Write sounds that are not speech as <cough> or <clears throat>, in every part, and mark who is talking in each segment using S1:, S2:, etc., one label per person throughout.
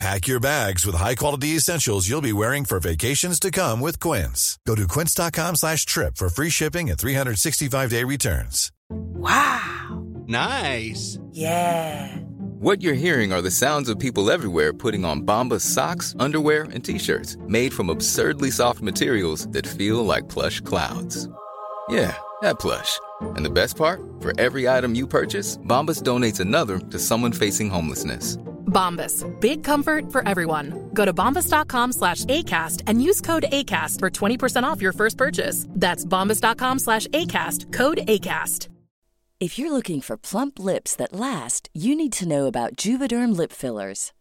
S1: Pack your bags with high-quality essentials you'll be wearing for vacations to come with Quince. Go to quince.com slash trip for free shipping and 365-day returns.
S2: Wow.
S3: Nice.
S2: Yeah.
S4: Ah, What you're hearing are the sounds of people everywhere putting on Bombas socks, underwear, and t-shirts made from absurdly soft materials that feel like plush clouds. Yeah, that plush. And the best part? For every item you purchase, Bombas donates another to someone facing homelessness.
S5: Bombas. Big comfort for everyone. Go to bombas.com slash ACAST and use code ACAST for 20% off your first purchase. That's bombas.com slash ACAST. Code ACAST.
S6: If you're looking for plump lips that last, you need to know about Juvederm lip fillers.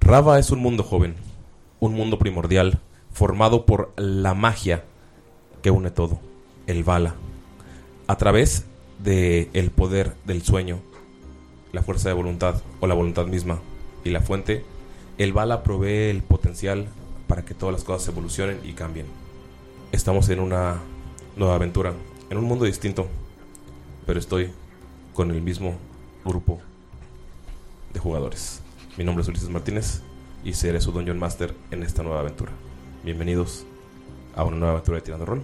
S7: Rava es un mundo joven, un mundo primordial, formado por la magia que une todo, el bala. A través de el poder del sueño, la fuerza de voluntad o la voluntad misma y la fuente, el bala provee el potencial para que todas las cosas evolucionen y cambien. Estamos en una nueva aventura, en un mundo distinto, pero estoy con el mismo grupo de jugadores. Mi nombre es Ulises Martínez y seré su Dungeon Master en esta nueva aventura. Bienvenidos a una nueva aventura de Tirando Rol.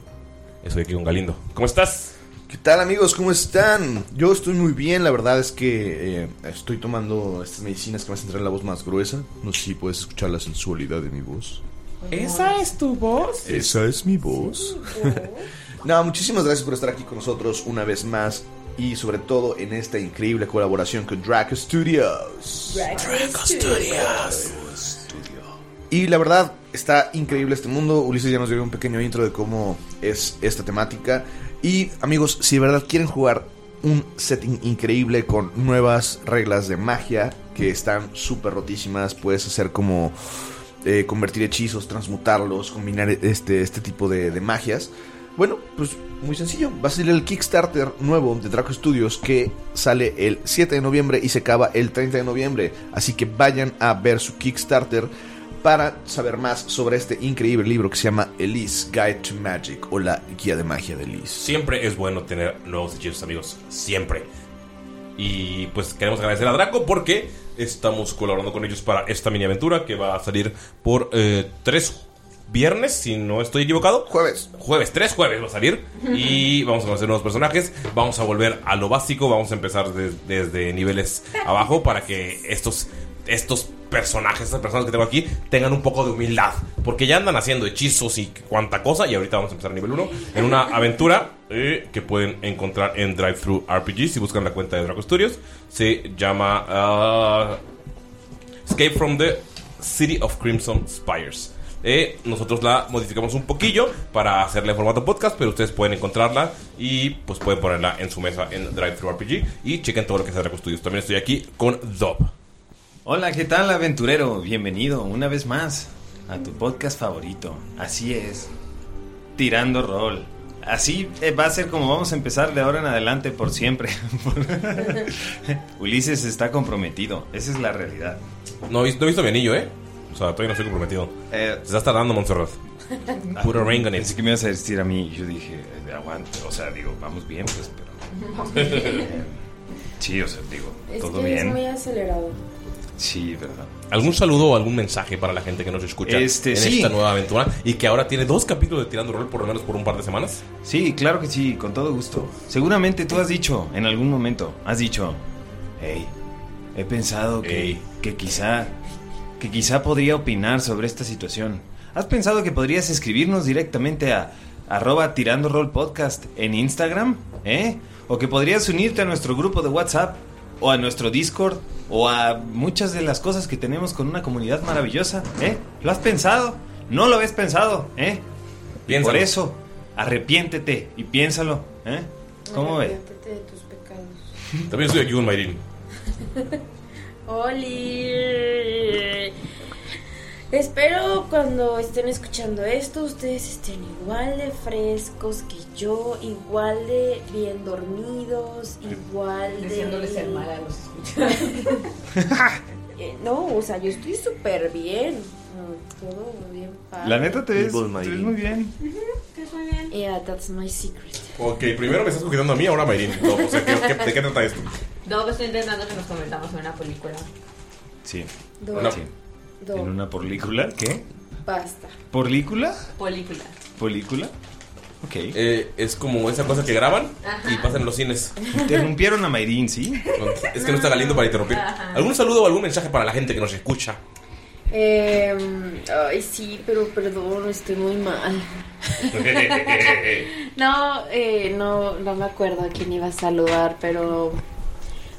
S7: Estoy aquí con Galindo. ¿Cómo estás?
S8: ¿Qué tal amigos? ¿Cómo están? Yo estoy muy bien, la verdad es que eh, estoy tomando estas medicinas que me hacen traer la voz más gruesa. No sé si puedes escuchar la sensualidad de mi voz.
S9: ¿Esa es tu voz?
S8: Esa es mi voz. <laughs> no, muchísimas gracias por estar aquí con nosotros una vez más y sobre todo en esta increíble colaboración con Draco Studios.
S9: Draco Studios.
S8: Y la verdad, está increíble este mundo. Ulises ya nos dio un pequeño intro de cómo es esta temática. Y amigos, si de verdad quieren jugar un setting increíble con nuevas reglas de magia que están súper rotísimas, puedes hacer como eh, convertir hechizos, transmutarlos, combinar este, este tipo de, de magias. Bueno, pues muy sencillo. Va a salir el Kickstarter nuevo de Draco Studios que sale el 7 de noviembre y se acaba el 30 de noviembre. Así que vayan a ver su Kickstarter para saber más sobre este increíble libro que se llama Elise Guide to Magic o la guía de magia de Elise.
S7: Siempre es bueno tener nuevos hechizos, amigos. Siempre. Y pues queremos agradecer a Draco porque estamos colaborando con ellos para esta mini aventura que va a salir por eh, tres viernes, si no estoy equivocado.
S8: Jueves.
S7: Jueves, tres jueves va a salir. Y vamos a conocer nuevos personajes. Vamos a volver a lo básico. Vamos a empezar de- desde niveles abajo para que estos, estos personajes, estas personas que tengo aquí, tengan un poco de humildad. Porque ya andan haciendo hechizos y cuánta cosa. Y ahorita vamos a empezar a nivel 1 en una aventura eh, que pueden encontrar en Drive Thru RPG si buscan la cuenta de Draco Studios. Se llama ah, Escape from the City of Crimson Spires. Eh, nosotros la modificamos un poquillo para hacerle formato podcast, pero ustedes pueden encontrarla y pues pueden ponerla en su mesa en Drive Thru RPG y chequen todo lo que es Draco Studios. También estoy aquí con Dob.
S3: Hola, ¿qué tal, aventurero? Bienvenido una vez más a tu podcast favorito. Así es, Tirando Rol. Así eh, va a ser como vamos a empezar de ahora en adelante por siempre. <laughs> Ulises está comprometido, esa es la realidad.
S7: No, he- no he visto mi anillo, ¿eh? O sea, todavía no estoy comprometido. Se está tardando, Montserrat. Put a ring on it.
S3: Eh, ah, Pensé que me ibas a decir a mí, yo dije, eh, aguante, o sea, digo, vamos bien, pues, pero... <laughs> Eh, sí, o sea, digo,
S10: Es
S3: todo
S10: que es
S3: bien.
S10: muy acelerado.
S3: Sí, verdad.
S7: ¿Algún saludo o algún mensaje para la gente que nos escucha
S3: Este,
S7: en
S3: sí.
S7: esta nueva aventura y que ahora tiene dos capítulos de Tirando Rol por lo menos por un par de semanas?
S3: Sí, claro que sí, con todo gusto. Seguramente tú has dicho, en algún momento, has dicho, hey, he pensado que,
S7: Ey.
S3: que quizá, que quizá podría opinar sobre esta situación. ¿Has pensado que podrías escribirnos directamente a arroba tirando rol podcast en Instagram? ¿Eh? ¿O que podrías unirte a nuestro grupo de WhatsApp? ¿O a nuestro Discord? ¿O a muchas de las cosas que tenemos con una comunidad maravillosa? ¿Eh? ¿Lo has pensado? ¿No lo habías pensado? ¿Eh? Y
S7: Piénsalo.
S3: Por eso, arrepiéntete y piénsalo. ¿eh? ¿Cómo ves?
S10: Arrepiéntete de tus pecados.
S7: También estoy aquí con Mayrin.
S10: ¡Oli! Espero cuando estén escuchando esto ustedes estén igual de frescos que yo, igual de bien dormidos, igual de...
S11: Deseándoles el mal a los escuchantes.
S10: <laughs> Eh, no, o sea, yo estoy súper bien. Mm, Todo bien padre.
S3: La neta te ves,
S8: Evil
S3: te ves
S8: Mayrin.
S3: muy bien.
S10: Yeah, that's my secret.
S7: Ok, primero me estás coqueteando a mí, ahora a Mayrin. No,
S3: pues,
S7: o sea, ¿qué- qué- ¿De qué trata esto?
S11: No, me estoy intentando que nos convertamos en una película.
S3: Sí.
S10: Do,
S7: Una-
S3: sí.
S10: do,
S3: ¿En una película? ¿Qué?
S10: basta.
S3: ¿Polícula?
S11: Película.
S3: ¿Polícula? Ok.
S7: Eh, es como esa cosa que graban y pasan en los cines.
S3: Interrumpieron a Mayrin, ¿sí?
S7: Es que no está Galindo para interrumpir. ¿Algún saludo o algún mensaje para la gente que nos escucha?
S10: Em, ay, sí, pero perdón, estoy
S3: <laughs>
S10: muy mal. No, eh, no, no me acuerdo a quién iba a saludar, pero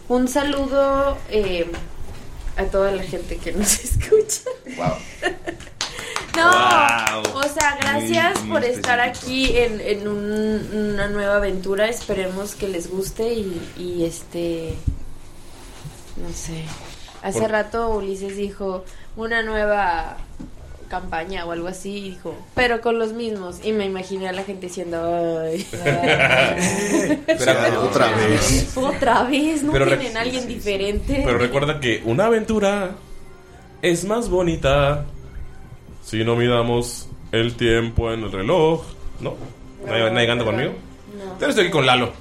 S10: un saludo eh, a toda la gente que nos <laughs> escucha. No,
S3: Wow.
S10: o sea, gracias
S3: Muy, muy
S10: por estar
S3: específico.
S10: aquí en, en un- una nueva aventura. Esperemos que les guste y, y, este, no sé. Hace
S7: Por-
S10: rato Ulises dijo una nueva campaña o algo así y dijo, pero con los mismos. Y me imaginé a la gente
S7: <laughs>
S10: diciendo, ay,
S7: Espera,
S8: Sí, otra vez.
S10: otra vez, no
S7: Pero rec-
S10: tienen
S7: sí,
S10: a alguien
S7: sí, sí.
S10: diferente.
S7: Pero
S12: Eh.
S7: recuerda que una aventura es más bonita si no miramos el tiempo en el reloj. ¿No? ¿Nadie, nadie anda conmigo?
S10: No.
S7: Pero estoy aquí con Lalo.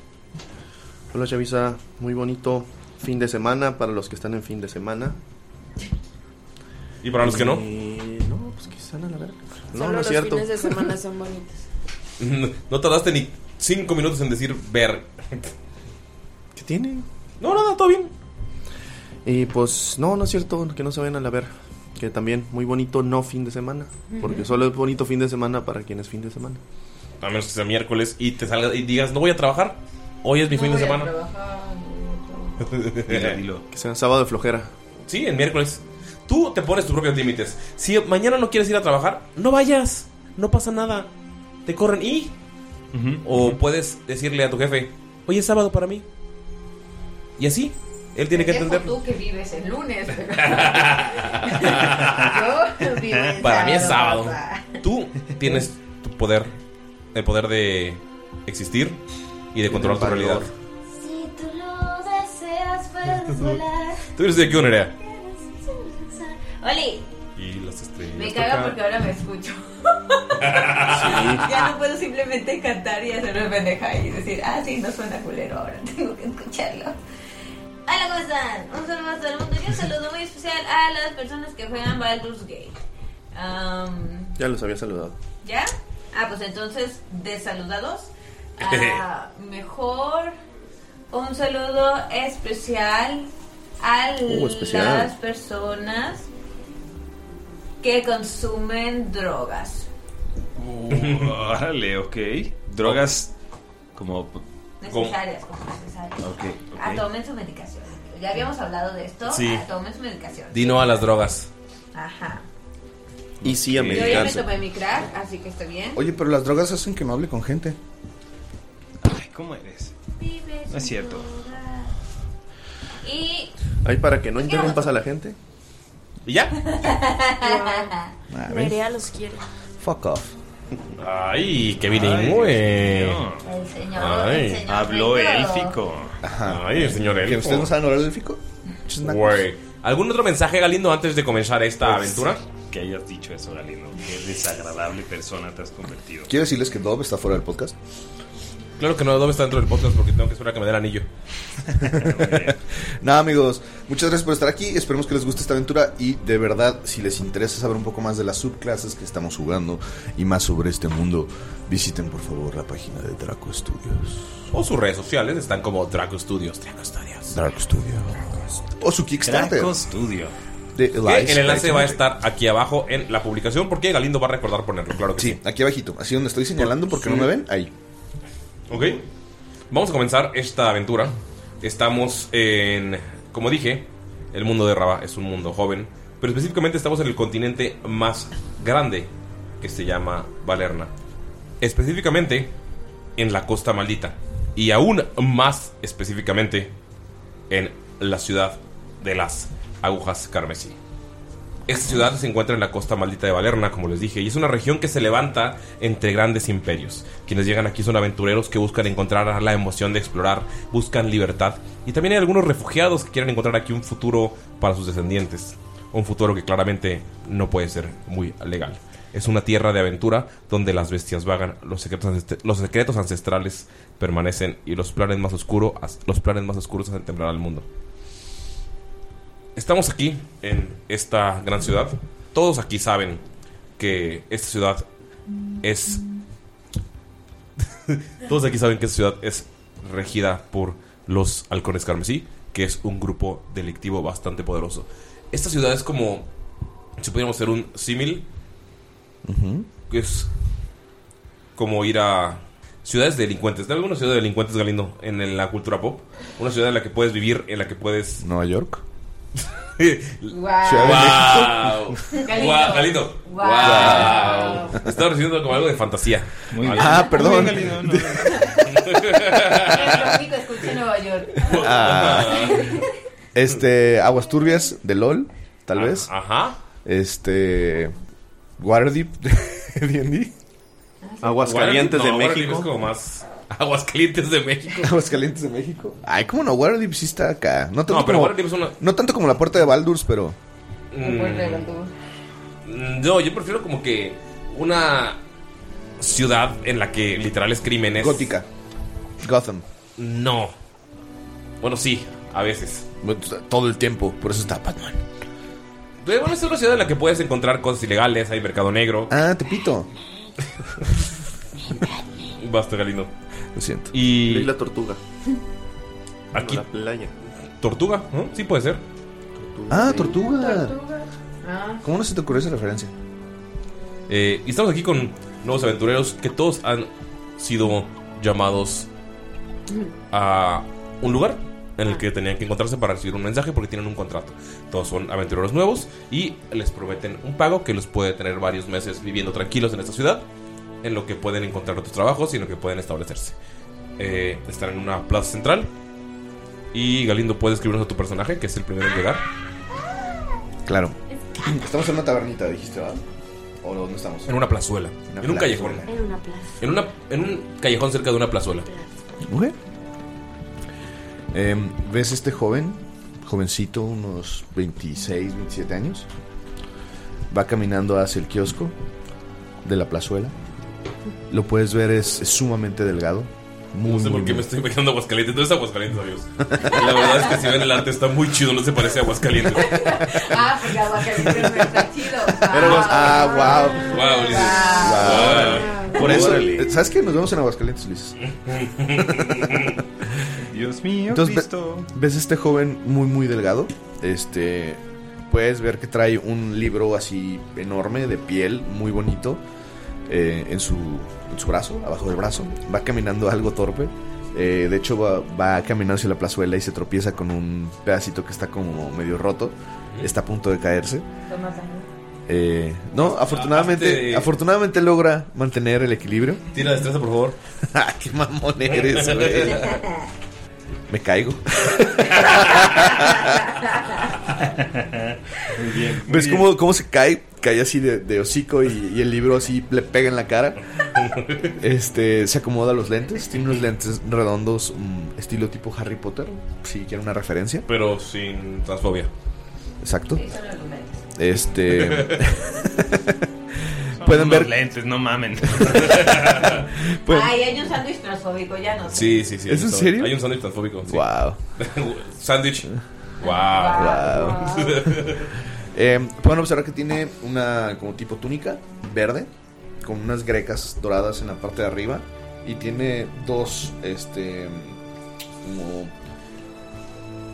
S12: Hola Chavisa, muy bonito fin de semana para los que están en fin de semana.
S7: Y para los que no,
S12: Eh, no, pues que están a la verga. No,
S10: Solo
S12: no es
S10: los
S12: cierto.
S10: fines de semana son bonitos.
S7: <laughs>
S11: <laughs>
S7: no tardaste ni cinco minutos en decir ver.
S12: ¿Qué tienen?
S7: No, nada, todo bien.
S12: Y pues no, no es cierto, que no se vayan a la verga. Que también muy bonito no fin de semana. Porque solo es bonito fin de semana para quienes fin de semana.
S7: A menos que sea miércoles y te salgas y digas, no voy a trabajar. Hoy es mi fin de semana. <laughs>
S3: Dilo, dilo.
S12: Eh, Que sea sábado de flojera.
S7: Sí, el miércoles. Tú te pones tus propios límites. Si mañana no quieres ir a trabajar, no vayas. No pasa nada. Te corren y. O puedes decirle a tu jefe, hoy es sábado para mí. Y así, él tiene que
S11: <laughs>
S7: entender.
S11: tú que vives el lunes,
S7: <laughs>
S11: pero... Yo vivo el
S7: Para mí es sábado.
S11: papá.
S7: Tú tienes tu poder, el poder de existir y de controlar tu
S12: valor.
S7: realidad.
S10: Si tú lo deseas,
S11: pues
S10: puedes volar.
S7: Tú eres de aquí, Nerea.
S11: Oli,
S7: Y las estrellas.
S11: me caga porque ahora me escucho. <laughs> Ya no puedo simplemente cantar y hacer una pendeja y decir, ah, sí, no suena culero ahora, <laughs> tengo que escucharlo. Hola, ¿cómo están? Un saludo a todo el mundo y un saludo muy especial a las personas que juegan Baldur's Gate. Am,
S12: Ya los había saludado.
S11: ¿Ya? Ah, pues entonces, desaludados. Ah, mejor un saludo especial a
S12: Uh, especial.
S11: las personas que consumen drogas.
S3: Órale, ok. Drogas Como...
S11: Necesarias, como necesarias.
S3: Ok, ok.
S11: Ah, tomen su medicación. Ya habíamos hablado de esto.
S7: Sí.
S11: Ah, tomen su medicación.
S7: Dino a las drogas.
S11: Ajá.
S12: Y sí, a
S11: Yo ya me
S12: medicarse.
S11: tomé mi crack, así que estoy bien.
S8: Oye, pero las drogas hacen que no hable con gente.
S3: ¿Cómo eres?
S11: Vives
S3: No es cierto.
S11: Y. <laughs>
S12: Ahí para que no interrumpas a la gente.
S7: ¿Y ya?
S11: <laughs>
S10: Nerea los quiere.
S8: Fuck off.
S7: Ay, qué bilingüe.
S11: El señor.
S7: Ay,
S11: el señor
S7: habló <laughs>
S11: Pedro.
S7: élfico. Ay, el señor
S8: ¿Que
S7: élfico.
S8: ustedes no saben hablar élfico? Chisnacos.
S7: Güey. ¿Algún otro mensaje, Galindo, antes de comenzar esta
S3: Pues,
S7: aventura?
S3: Que hayas dicho eso, Galindo. Qué desagradable persona te has convertido.
S8: Quiero decirles que Dob está fuera del podcast.
S7: Claro que no, Dob está dentro del podcast porque tengo que esperar a que me dé el anillo.
S8: Nada, amigos, muchas gracias por estar aquí. Esperemos que les guste esta aventura. Y de verdad, si les interesa saber un poco más de las subclases que estamos jugando y más sobre este mundo, visiten por favor la página de Draco Studios.
S7: <laughs> O sus redes sociales están como Draco Studios. Draco Studios.
S8: Draco Studios. O su Kickstarter.
S7: Draco Studio.
S8: De
S7: Que
S8: Elias
S7: el enlace
S8: Kaiser.
S7: va a estar aquí abajo en la publicación porque Galindo va a recordar ponerlo, claro que sí. Pues
S8: Aquí abajito, así donde estoy señalando porque no me ven, ahí.
S7: Ok. Vamos a comenzar esta aventura. Estamos en, como dije, el mundo de Raba es un mundo joven, pero específicamente estamos en el continente más grande que se llama Valerna. Específicamente en la Costa Maldita y aún más específicamente en la ciudad de las Agujas Carmesí. Esta ciudad se encuentra en la costa maldita de Valerna, como les dije, y es una región que se levanta entre grandes imperios. Quienes llegan aquí son aventureros que buscan encontrar la emoción de explorar, buscan libertad, y también hay algunos refugiados que quieren encontrar aquí un futuro para sus descendientes. Un futuro que claramente no puede ser muy legal. Es una tierra de aventura donde las bestias vagan, los secretos, ancest- los secretos ancestrales permanecen y los planes más, oscuros los planes más oscuros hacen temblar al mundo. Estamos aquí en esta gran ciudad. Todos aquí saben que esta ciudad es. Todos aquí saben que esta ciudad es regida por los Halcones Carmesí, que es un grupo delictivo bastante poderoso. Esta ciudad es como. Si pudiéramos hacer un símil, que es como ir a ciudades delincuentes. De alguna ciudad de delincuentes, Galindo, en, en la cultura pop. Una ciudad en la que puedes vivir, en la que puedes.
S8: <laughs> Nueva York.
S7: Ciudad
S8: Wow.
S7: de México.
S8: Galindo.
S7: Guau, Galindo.
S8: Wow.
S7: Wow. Estaba recibiendo como algo de fantasía.
S8: Muy
S7: Algo-
S8: bien. Ah, perdón.
S7: Muy bien, Galindo, no,
S11: Es
S7: no.
S11: lógico, escuché Nueva York.
S8: Ah. <laughs> este, Aguas Turbias de LOL, tal
S7: Ah,
S8: vez.
S7: ajá.
S8: Este, Waterdeep <laughs> de D&D.
S7: Guardian- no, Guardian es como más <laughs> Aguascalientes de México.
S8: Aguascalientes de México. Ay, cómo no, Waterdeep sí está acá. No tanto,
S7: No, pero
S8: como,
S7: Waterdeep es una-
S8: no tanto como la puerta de Baldur's, pero...
S7: Mm, No, yo prefiero como que una ciudad en la que literal es crímenes.
S8: Gótica. Gotham.
S7: No. Bueno, sí, a veces.
S8: Todo el tiempo, por eso está Batman.
S7: Eh, Bueno, es una ciudad en la que puedes encontrar cosas ilegales, hay mercado negro.
S8: Ah, Tepito.
S7: Basta, Galindo.
S8: Lo siento.
S7: Y.
S12: la tortuga.
S7: Aquí.
S12: La playa.
S7: Tortuga, ¿no? Sí puede ser.
S8: Ah, Tortuga.
S11: Ah.
S8: ¿Cómo no se te ocurrió esa referencia?
S7: Eh, y estamos aquí con nuevos aventureros que todos han sido llamados a un lugar en el que tenían que encontrarse para recibir un mensaje porque tienen un contrato. Todos son aventureros nuevos y les prometen un pago que los puede tener varios meses viviendo tranquilos en esta ciudad, en lo que pueden encontrar otros trabajos y en lo que pueden establecerse. Eh, están en una plaza central y Galindo puede escribirnos a tu personaje, que es el primero en llegar.
S8: Claro. Estamos en una tabernita, dijiste, ¿verdad? ¿O dónde estamos?
S7: En una plazuela.
S8: Una
S7: en un
S8: plazuela.
S7: callejón.
S10: En una plaza.
S7: En, una, en un callejón cerca de una plazuela.
S8: Ok. Em, ¿Ves este joven? Jovencito, unos 26, 27 años. Va caminando hacia el kiosco de la plazuela. Lo puedes ver, es, es sumamente delgado. Muy,
S7: No sé
S8: muy,
S7: por qué
S8: muy-
S7: me estoy imaginando Aguascalientes. No es Aguascalientes, amigos. La verdad es que si ven el arte está muy chido, no se parece a Aguascalientes.
S11: Ah, porque
S8: <laughs>
S11: Aguascalientes no está chido.
S8: ah, wow.
S7: Wow, Ulises.
S8: Wow.
S7: Wow.
S8: Por eso,
S7: Órale.
S8: ¿sabes qué? Nos vemos en Aguascalientes, Luis.
S3: Dios mío,
S8: Entonces, ve-
S3: Cristo.
S8: ves este joven muy, muy delgado. Este. Puedes ver que trae un libro así enorme de piel, muy bonito. eh, en, su, en su brazo, abajo del brazo. Va caminando algo torpe. Eh, de hecho, va, va caminando hacia la plazuela y se tropieza con un pedacito que está como medio roto. Está a punto de caerse.
S11: Toma daño.
S8: Eh, no,
S7: Ah,
S8: afortunadamente,
S7: Aparte-
S8: afortunadamente logra mantener el equilibrio. Ah,
S7: Tira destreza, por
S8: <laughs>
S7: favor.
S8: ¡Qué mamón eres, güey! Me caigo.
S3: Muy bien, muy
S8: ¿Ves
S3: bien.
S8: cómo, cómo se cae? Cae así de, de hocico y, y el libro así le pega en la cara. Este, se acomoda los lentes. Tiene unos lentes redondos, mm, estilo tipo Harry Potter. Si quieren una referencia.
S7: Pero sin transfobia.
S8: Exacto.
S11: Sí, solo los lentes.
S8: Este.
S3: <laughs>
S7: <laughs>
S8: <laughs>
S3: Son
S8: pueden
S3: unos
S8: ver.
S3: lentes, no mamen.
S8: pueden-
S11: Ay, hay un sándwich transfóbico, ya no sé.
S7: Pues, Sí, sí, sí.
S8: Pues, ¿Es
S7: hay
S8: en
S7: un-
S8: serio?
S7: Hay un sándwich transfóbico. sí.
S8: Wow.
S7: <laughs> sándwich. Wow.
S8: Wow.
S7: <laughs>
S8: <laughs> Eh, pueden observar que tiene una como tipo túnica verde con unas grecas doradas en la parte de arriba y tiene dos este como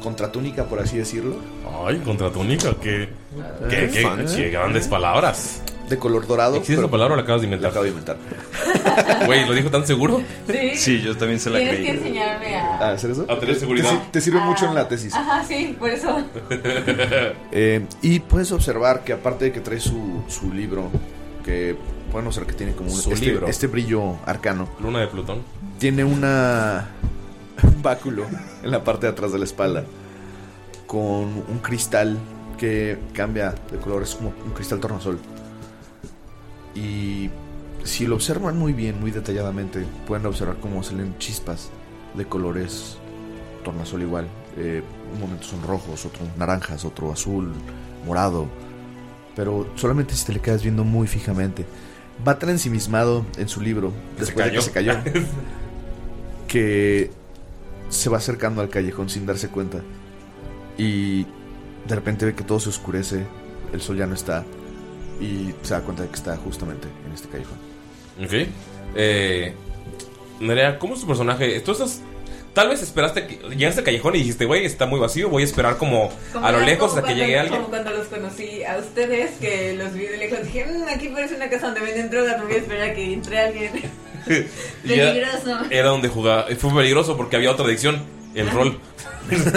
S8: contratúnica por así decirlo
S7: Ay, contratónica, qué,
S8: Eh,
S7: qué, qué,
S8: fancy.
S7: qué grandes palabras.
S8: ¿eh? de color dorado.
S7: ¿Existe esa
S8: pero-
S7: palabra o la acabas de inventar? La acabo
S8: de inventar.
S7: <laughs> Güey, ¿lo dijo tan seguro?
S11: Sí.
S7: yo también se
S11: Tienes que enseñarme a.
S8: Ah, ¿hacer eso?
S7: A tener
S8: Te-
S7: seguridad.
S8: Te, sir- te sirve mucho en la tesis.
S11: Ajá, sí, por eso.
S8: Eh, y puedes observar que aparte de que trae su, su libro, que pueden observar que tiene como un,
S7: Su
S8: este,
S7: libro.
S8: este brillo arcano.
S7: <laughs> Luna de Plutón.
S8: Tiene una un báculo en la parte de atrás de la espalda con un cristal que cambia de color, es como un cristal tornasol. Y si lo observan muy bien, muy detalladamente, pueden observar cómo salen chispas de colores tornasol igual. Eh, un momento son rojos, otro naranjas, otro azul, morado. Pero solamente si te le quedas viendo muy fijamente. Va tan ensimismado en su libro, después de que se
S7: cayó.
S8: cayó, que se va acercando al callejón sin darse cuenta. Y de repente ve que todo se oscurece, el sol ya no está. Y se da cuenta de que está justamente en este callejón.
S7: <laughs> Ok. Eh, Nerea, ¿cómo es tu personaje? Tú estás. Tal vez esperaste que llegaste al callejón y dijiste, güey, está muy vacío, voy a esperar como,
S11: Como
S7: a lo
S11: era
S7: lejos
S11: como
S7: hasta que
S11: cuando-
S7: llegue alguien.
S11: Como cuando los conocí a ustedes, que los vi de lejos, dije, "Mm, aquí parece una casa donde venden drogas, no voy a esperar a que entre
S7: <laughs>
S11: alguien.
S13: <laughs>
S7: Y era-
S11: Peligroso.
S7: Era donde jugaba. Fue peligroso porque había otra adicción, el rol. <laughs>
S11: Así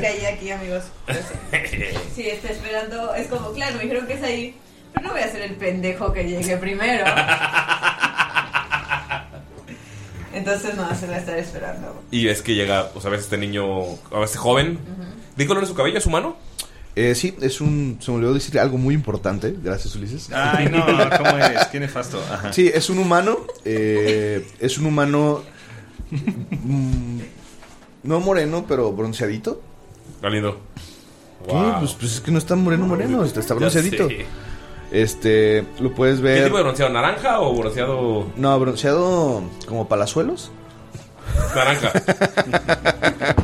S11: caí aquí, amigos. Sí, está esperando. Es como, claro, me dijeron que es ahí. Pero no voy a ser el pendejo que llegue primero.
S7: <laughs>
S11: Entonces, no, se va a estar esperando.
S7: Y es que llega, o sea, ves este niño, a veces joven. ¿De qué color es su cabello? ¿Es humano?
S8: Eh, sí, es un. Se me olvidó decir algo muy importante. Gracias, Ulises.
S3: <laughs> Ay, no,
S8: <laughs>
S3: ¿cómo eres? Qué nefasto. Ajá.
S8: Sí, es un humano. eh, es un humano. mm, no moreno, pero bronceadito.
S7: Galindo.
S8: ¿Qué?
S7: Wow.
S8: Pues, pues es que no está moreno, moreno. Está, está
S7: Ya
S8: bronceadito.
S7: sé.
S8: Este, lo puedes ver.
S7: ¿Qué tipo de bronceado? ¿Naranja o bronceado
S8: No, bronceado como palazuelos. <laughs>
S7: naranja?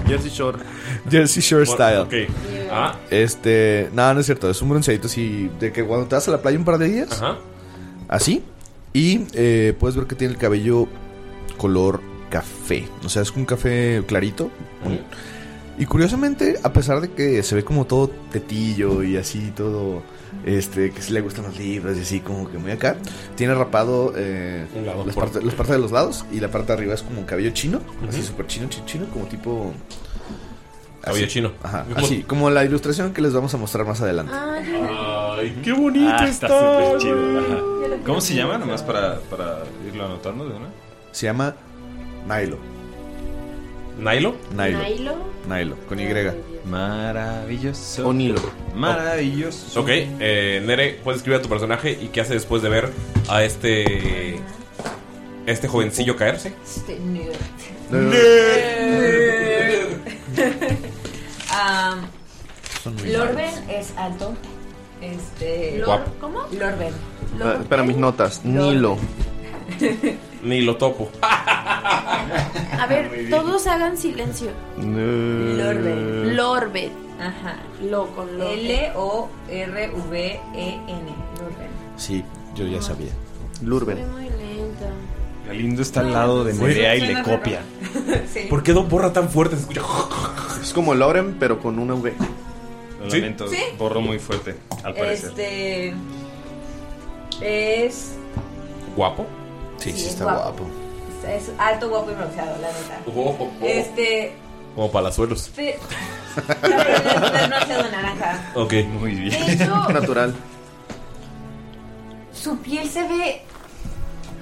S12: <laughs> Jersey Shore.
S8: Jersey Shore style.
S7: Ok. Ah,
S8: Este, no, no es cierto, es un bronceadito así de que cuando te vas a la playa un par de días,
S7: Ajá.
S8: así, y eh, puedes ver que tiene el cabello color café, o sea, es un café clarito. Y curiosamente, a pesar de que se ve como todo tetillo y así, todo, este, que sí le gustan los libros y así, como que muy acá, tiene rapado eh,
S7: Un lado
S8: las,
S7: por-
S8: parte- las partes de los lados y la parte de arriba es como un cabello chino, así súper chino, chino, chino, como tipo...
S7: Cabello
S8: así.
S7: chino.
S8: Ajá, así, como la ilustración que les vamos a mostrar más adelante.
S7: Ay, qué bonito
S3: Ah,
S7: está.
S3: está súper chido. Ajá. ¿Cómo se llama? Nomás para, para irlo anotando de una.
S8: Se llama Nilo.
S7: ¿Nilo?
S8: Nilo.
S10: Nilo.
S8: Nilo, con Y.
S3: Maravilloso.
S12: O Nilo.
S3: Maravilloso.
S7: Ok, eh, Nere, puedes escribir a tu personaje y qué hace después de ver a este. Este jovencillo caerse.
S11: Este nerd. Am, Lorben es alto. Este.
S7: Lor- Guapo.
S11: ¿Cómo? Lorben.
S12: Ah, Espera, mis notas. Nilo.
S7: Ni lo topo.
S10: A ver, todos hagan silencio.
S11: Lorben.
S10: Lorbe.
S11: Ajá.
S10: Lo con lo.
S11: L-O-R-V-E-N. Lorben.
S8: Sí, yo ya sabía.
S12: Lurben.
S10: Muy lento.
S3: Galindo está al lado de
S7: Güey,
S3: Nerea y
S11: suena
S3: le
S11: raro.
S3: copia.
S11: <laughs> Sí.
S7: ¿Por qué Don Borra tan fuerte? Se escucha.
S12: Es como Loren, pero con una V.
S3: Lo
S7: ¿Sí?
S3: lamento,
S11: ¿Sí?
S3: borró muy fuerte, al parecer.
S11: Este. Es
S7: ¿Guapo?
S8: Sí,
S13: sí, está guapo. Es alto, guapo y bronceado, la neta. Este.
S7: Como palazuelos.
S13: pe- <laughs> No, pero es- es bronceado naranja.
S7: Ok. Muy bien.
S13: De hecho-
S12: Natural.
S13: Su piel se ve.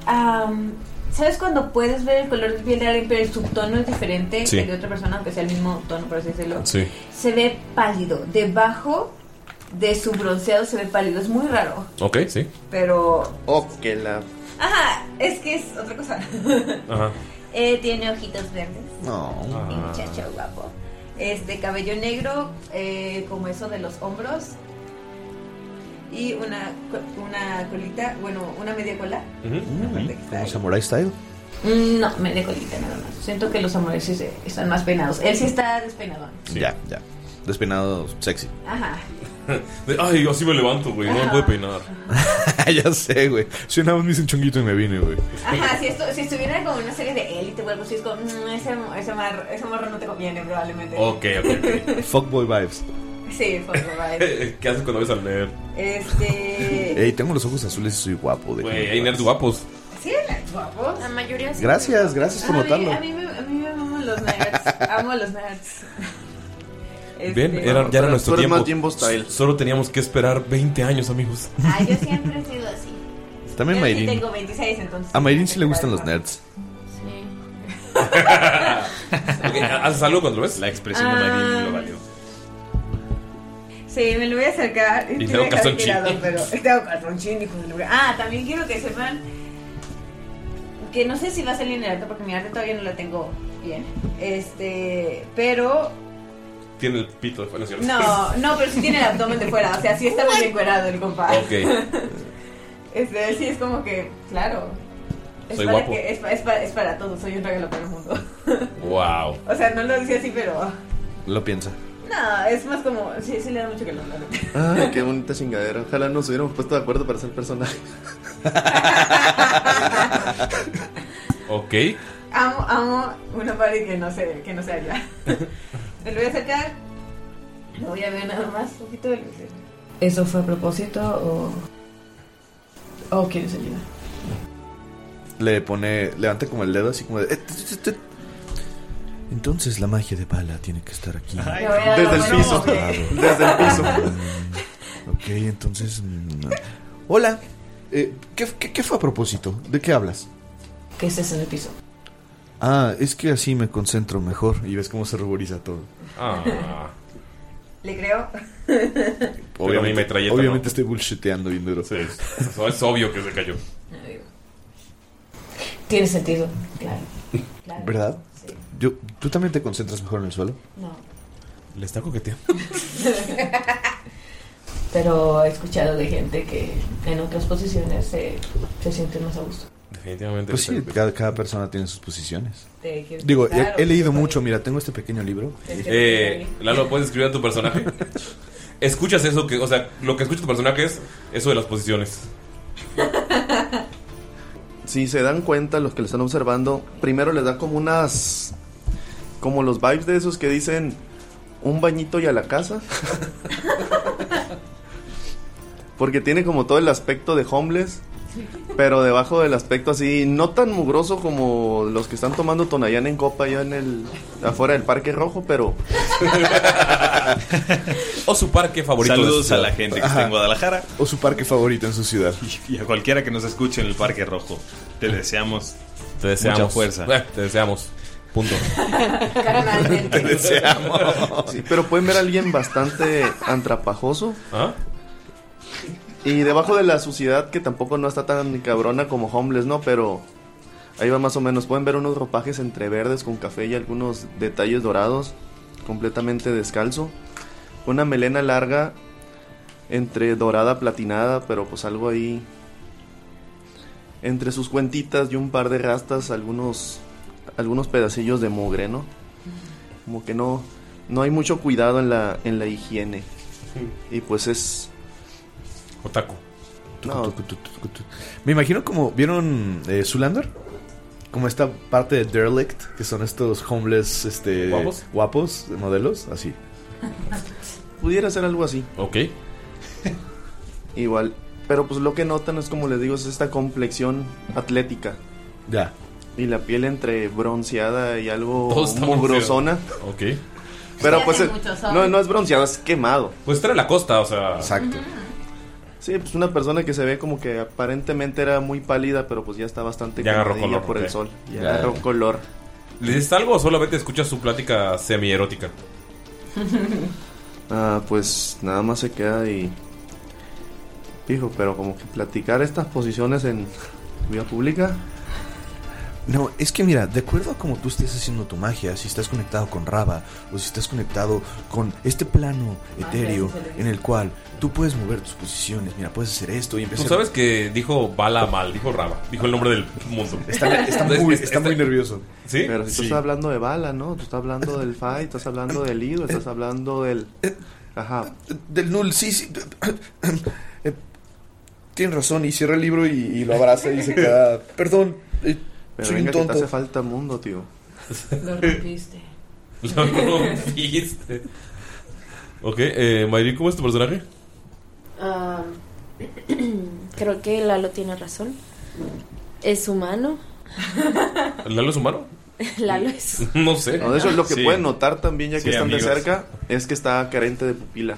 S13: am, ¿Sabes cuando puedes ver el color de piel de alguien, pero su tono es diferente
S7: Sí.
S13: al de otra persona, aunque sea el mismo tono, por así decirlo?
S7: Sí. <laughs>
S13: Se ve pálido. Debajo de su bronceado se ve pálido. Es muy raro,
S7: Ok, sí.
S13: pero.
S12: Oh, que la.
S13: Ajá, es que es otra cosa. <laughs>
S7: Ajá.
S13: Eh, tiene ojitos verdes.
S8: No.
S13: Un
S7: Ah.
S13: Muchacho guapo. Este cabello negro, eh, como eso de los hombros. Y una, co- una colita, bueno, una media cola.
S8: Mm, ¿Como Samurai Style?
S13: Mm, No, media colita nada más. Siento que los amores sí se- están más peinados. Él sí está despeinado.
S8: Ya, ya. Despeinado sexy.
S13: Ajá.
S7: De- Ay, yo así me levanto, güey. No me puede peinar.
S8: <laughs> ya sé, güey. Si una vez me hice un chonguito y me vine, güey.
S13: Ajá, si, esto, si estuviera como en una serie de élite o algo así, es como, mm, ese, ese, mar- ese morro no te conviene probablemente.
S8: Fuckboy vibes.
S13: <laughs> Sí, por favor.
S7: <laughs> ¿Qué haces cuando ves al nerd?
S11: Eh,
S13: Este.
S8: Ey, tengo los ojos azules y soy guapo.
S7: Güey, hay nerds guapos.
S13: ¿Sí eran guapos? La mayoría
S8: sí. Gracias, gracias por
S13: a
S8: notarlo.
S13: Mí, a, mí, me- a mí me maman los nerds. Amo a los nerds.
S7: Bien,
S13: Este-
S7: era, ya era nuestro
S12: tú eres
S7: tiempo.
S12: más Jimbo Style.
S7: S- Solo teníamos que esperar 20 años, amigos.
S13: Ay, yo siempre he sido así.
S8: También
S13: Yo sí
S8: Mayrin.
S13: tengo 26, entonces.
S8: A Mayrin sí le gustan los nerds.
S7: <laughs> Ok, ¿Haces algo cuando lo ves? La
S13: expresión de Mayrin Ah. lo valió. Sí, me lo voy a acercar.
S7: Y
S13: te
S7: tengo
S13: voy a dejar
S7: calzoncín.
S13: tirado, pero tengo calzoncín, hijo de la- Ah, también quiero que sepan que no sé si va a salir en el arte porque mi arte todavía no la tengo bien. Este, pero
S7: Tiene el pito de cierto? <laughs>
S13: no, no, pero sí tiene el abdomen de fuera, o sea, sí está muy encuerado el compa.
S7: Ok.
S13: <laughs> Este, él sí es como que, claro. Es
S7: Soy
S13: para
S7: guapo.
S13: que- es, pa- es pa- es para todos, soy un regalo para el mundo. <laughs>
S7: Wow.
S13: O sea, no lo dice así, pero.
S8: Lo piensa.
S13: No, es más como. Sí, sí le da mucho calor. la neta.
S12: Ay, qué bonita chingadera. Ojalá nos hubiéramos puesto de acuerdo para ser personaje.
S7: Ok.
S13: Amo, amo una party que no se, que no se <laughs> halla. Me lo voy a sacar. Lo voy a ver nada más, un poquito de luz. ¿Eso fue a propósito o.? ¿O quieres ayuda?
S8: Le pone, levanta como el dedo así como de... "Eh, tut, tut, tut". Entonces la magia de Bala tiene que estar aquí.
S13: Ay, Le voy a dar desde la el mano, piso. hombre. <laughs>
S8: <laughs>
S13: Desde el piso.
S8: Mm, ok, entonces... mm, Hola. Eh, ¿qué, qué, qué fue a propósito? ¿De qué hablas?
S13: ¿Qué estés en el piso?
S8: Ah, es que así me concentro mejor y ves cómo se ruboriza todo.
S7: Ah.
S13: Le creo.
S7: mi metralleta
S8: obviamente
S7: no.
S8: estoy bullshiteando bien duro.
S7: Eso Oh, es obvio que se cayó.
S13: <laughs> Tiene sentido, claro. <laughs>
S8: ¿Verdad? Yo, ¿Tú también te concentras mejor en el suelo?
S13: No.
S7: Le está coqueteando.
S13: Pero he escuchado de gente que en otras posiciones se, se siente más a gusto.
S7: Definitivamente.
S8: Pues
S7: le
S8: sí, cada, cada persona tiene sus posiciones.
S13: Te quiero
S8: Digo,
S13: explicar,
S8: he, he
S13: o-
S8: leído mucho, mira, tengo este pequeño libro.
S7: Eh, Lalo, ¿puedes escribir a tu personaje? <laughs> Escuchas eso que, o sea, lo que escucha tu personaje es eso de las posiciones.
S12: Si se dan cuenta, los que lo están observando, primero les da como unas. Como los vibes de esos que dicen. Un bañito y a la casa. Porque tiene como todo el aspecto de homeless. Pero debajo del aspecto así, no tan mugroso como los que están tomando Tonayán en copa allá en el. afuera del Parque Rojo, pero.
S7: O su parque favorito.
S3: Saludos
S7: de su
S3: a la
S7: ciudad.
S3: gente que está en Guadalajara.
S8: O su parque favorito en su ciudad.
S3: <laughs> Y a cualquiera que nos escuche en el Parque Rojo. Te deseamos.
S7: Te deseamos.
S3: Mucha fuerza.
S7: Eh, te deseamos. Punto.
S3: <laughs>
S13: Carnalmente.
S12: Sí, pero pueden ver a alguien bastante antrapajoso. Y debajo de la suciedad, que tampoco no está tan cabrona como homeless, ¿no? Pero ahí va más o menos. Pueden ver unos ropajes entre verdes con café y algunos detalles dorados. Completamente descalzo. Una melena larga entre dorada platinada, pero pues algo ahí. Entre sus cuentitas y un par de rastas, algunos, algunos pedacillos de mugre, ¿no? Como que no, no hay mucho cuidado en la, en la higiene. Y pues es
S7: Otaku.
S12: No.
S8: Me imagino como, ¿vieron eh, Zoolander? Como esta parte de Derelict, que son estos homeless este,
S12: ¿Guapos?
S8: guapos, eh, modelos, así.
S12: Pudiera ser algo así.
S7: Ok.
S12: Igual. Pero pues lo que notan es como les digo, es esta complexión atlética.
S8: Ya.
S12: Y la piel entre bronceada y algo
S7: Todo está
S12: mugrosona.
S7: bronceado. Ok.
S12: Pero
S7: Sí,
S12: pues
S7: hace
S12: eh,
S7: mucho sol.
S12: no, no es bronceado, es quemado.
S7: Pues está en la costa, o sea.
S8: Exacto.
S13: Ah.
S12: Sí, pues una persona que se ve como que aparentemente era muy pálida, pero pues ya está bastante
S7: Ya agarró
S12: quemadilla
S7: color,
S12: por
S7: ok.
S12: el sol. Ya,
S7: Ya.
S12: agarró color.
S7: ¿Le dices algo o solamente escuchas su plática semierótica?
S12: Ah, pues nada más se queda y. Dijo, pero como que platicar estas posiciones en <laughs> vía pública.
S8: No, es que mira, de acuerdo a cómo tú estés haciendo tu magia, si estás conectado con Raba o si estás conectado con este plano etéreo en el cual tú puedes mover tus posiciones, mira, puedes hacer esto y
S7: Tú
S8: empezar.
S7: sabes que dijo Bala mal, dijo Raba, dijo el nombre del mundo.
S8: Está, está
S7: Entonces,
S8: muy,
S7: es-
S8: está muy nervioso.
S7: ¿Sí?
S12: Pero si tú estás hablando de bala, ¿no? Tú estás hablando del fight, estás hablando del ido, estás hablando del. Ajá.
S8: Del null, sí, sí. <coughs> Eh, Tienes razón, y cierra el libro y, y lo abraza y se
S12: <laughs>
S8: queda. Perdón, eh,
S12: Pero
S8: soy
S12: venga
S8: un
S12: que te
S8: tonto.
S12: hace falta mundo, tío.
S14: Lo
S13: este?
S14: rompiste.
S7: Pues, <laughs> Lo rompiste. Ok, eh, Mayrin, ¿cómo es tu personaje?
S10: Ah, <clears throat> creo que Lalo tiene razón. Es humano. <laughs>
S7: ¿Lalo es humano? <laughs>
S10: Lalo es.
S7: No sé.
S12: No, de hecho, lo que
S7: Sí.
S12: pueden notar también, ya que
S7: Sí,
S12: están
S7: amigos.
S12: de cerca, es que está carente de pupila.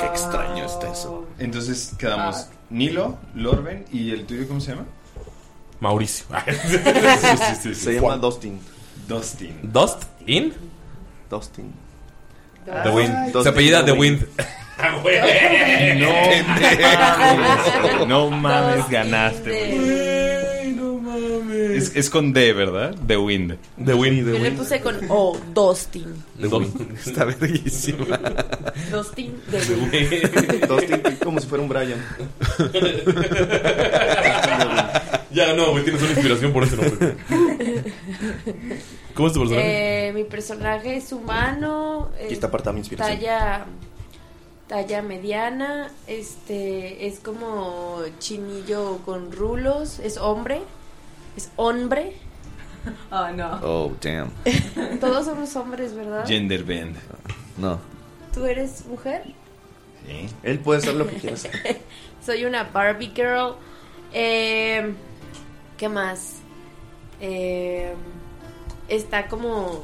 S3: Qué extraño está eso. Entonces quedamos
S12: Ah.
S3: Nilo, Lorben y el tuyo, ¿cómo se llama?
S7: Mauricio. Ah,
S12: Se llama
S7: Juan.
S12: Dustin.
S3: Dustin.
S7: ¿Dust in?
S12: Dustin.
S7: The Wind. Se apellida The Wind. <laughs> Ah, Eh,
S3: No mames. No mames, ganaste.
S2: no mames.
S3: Es, es con D, ¿verdad? The Wind.
S7: The Wind.
S10: Yo le puse con O, Dostin.
S8: Está verguísima.
S10: Dostin de Wind.
S12: Dustin, como si fuera
S13: <laughs>
S12: un Brian.
S7: Ya no, güey, tienes una inspiración por ese nombre. ¿Cómo es tu personaje?
S10: Eh, mi personaje es humano. es
S12: está apartada mi inspiración.
S10: Talla, talla mediana. Este es como chinillo con rulos. Es hombre. Es hombre.
S11: Oh, no.
S8: Oh, damn.
S10: Todos somos hombres, ¿verdad?
S3: Gender Bend.
S8: No.
S10: ¿Tú eres mujer?
S3: ¿Eh?
S12: Él puede ser lo que quiera ser.
S10: <laughs> Soy una Barbie girl. Eh, ¿Qué más? Eh, está como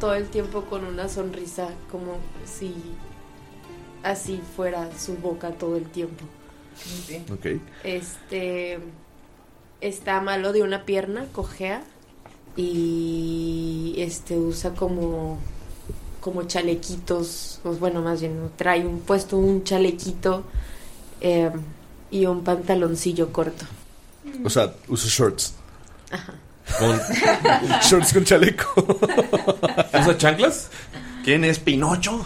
S10: todo el tiempo con una sonrisa, como si así fuera su boca todo el tiempo.
S8: Ok.
S10: Este está malo de una pierna, cojea y este usa
S13: <laughs>
S10: como como chalequitos, pues, bueno, más bien ¿no? trae un puesto un chalequito eh, y un pantaloncillo corto.
S8: O sea, uso shorts.
S7: Con-
S8: shorts con chaleco.
S7: ¿Usa chanclas?
S12: ¿Quién es Pinocho?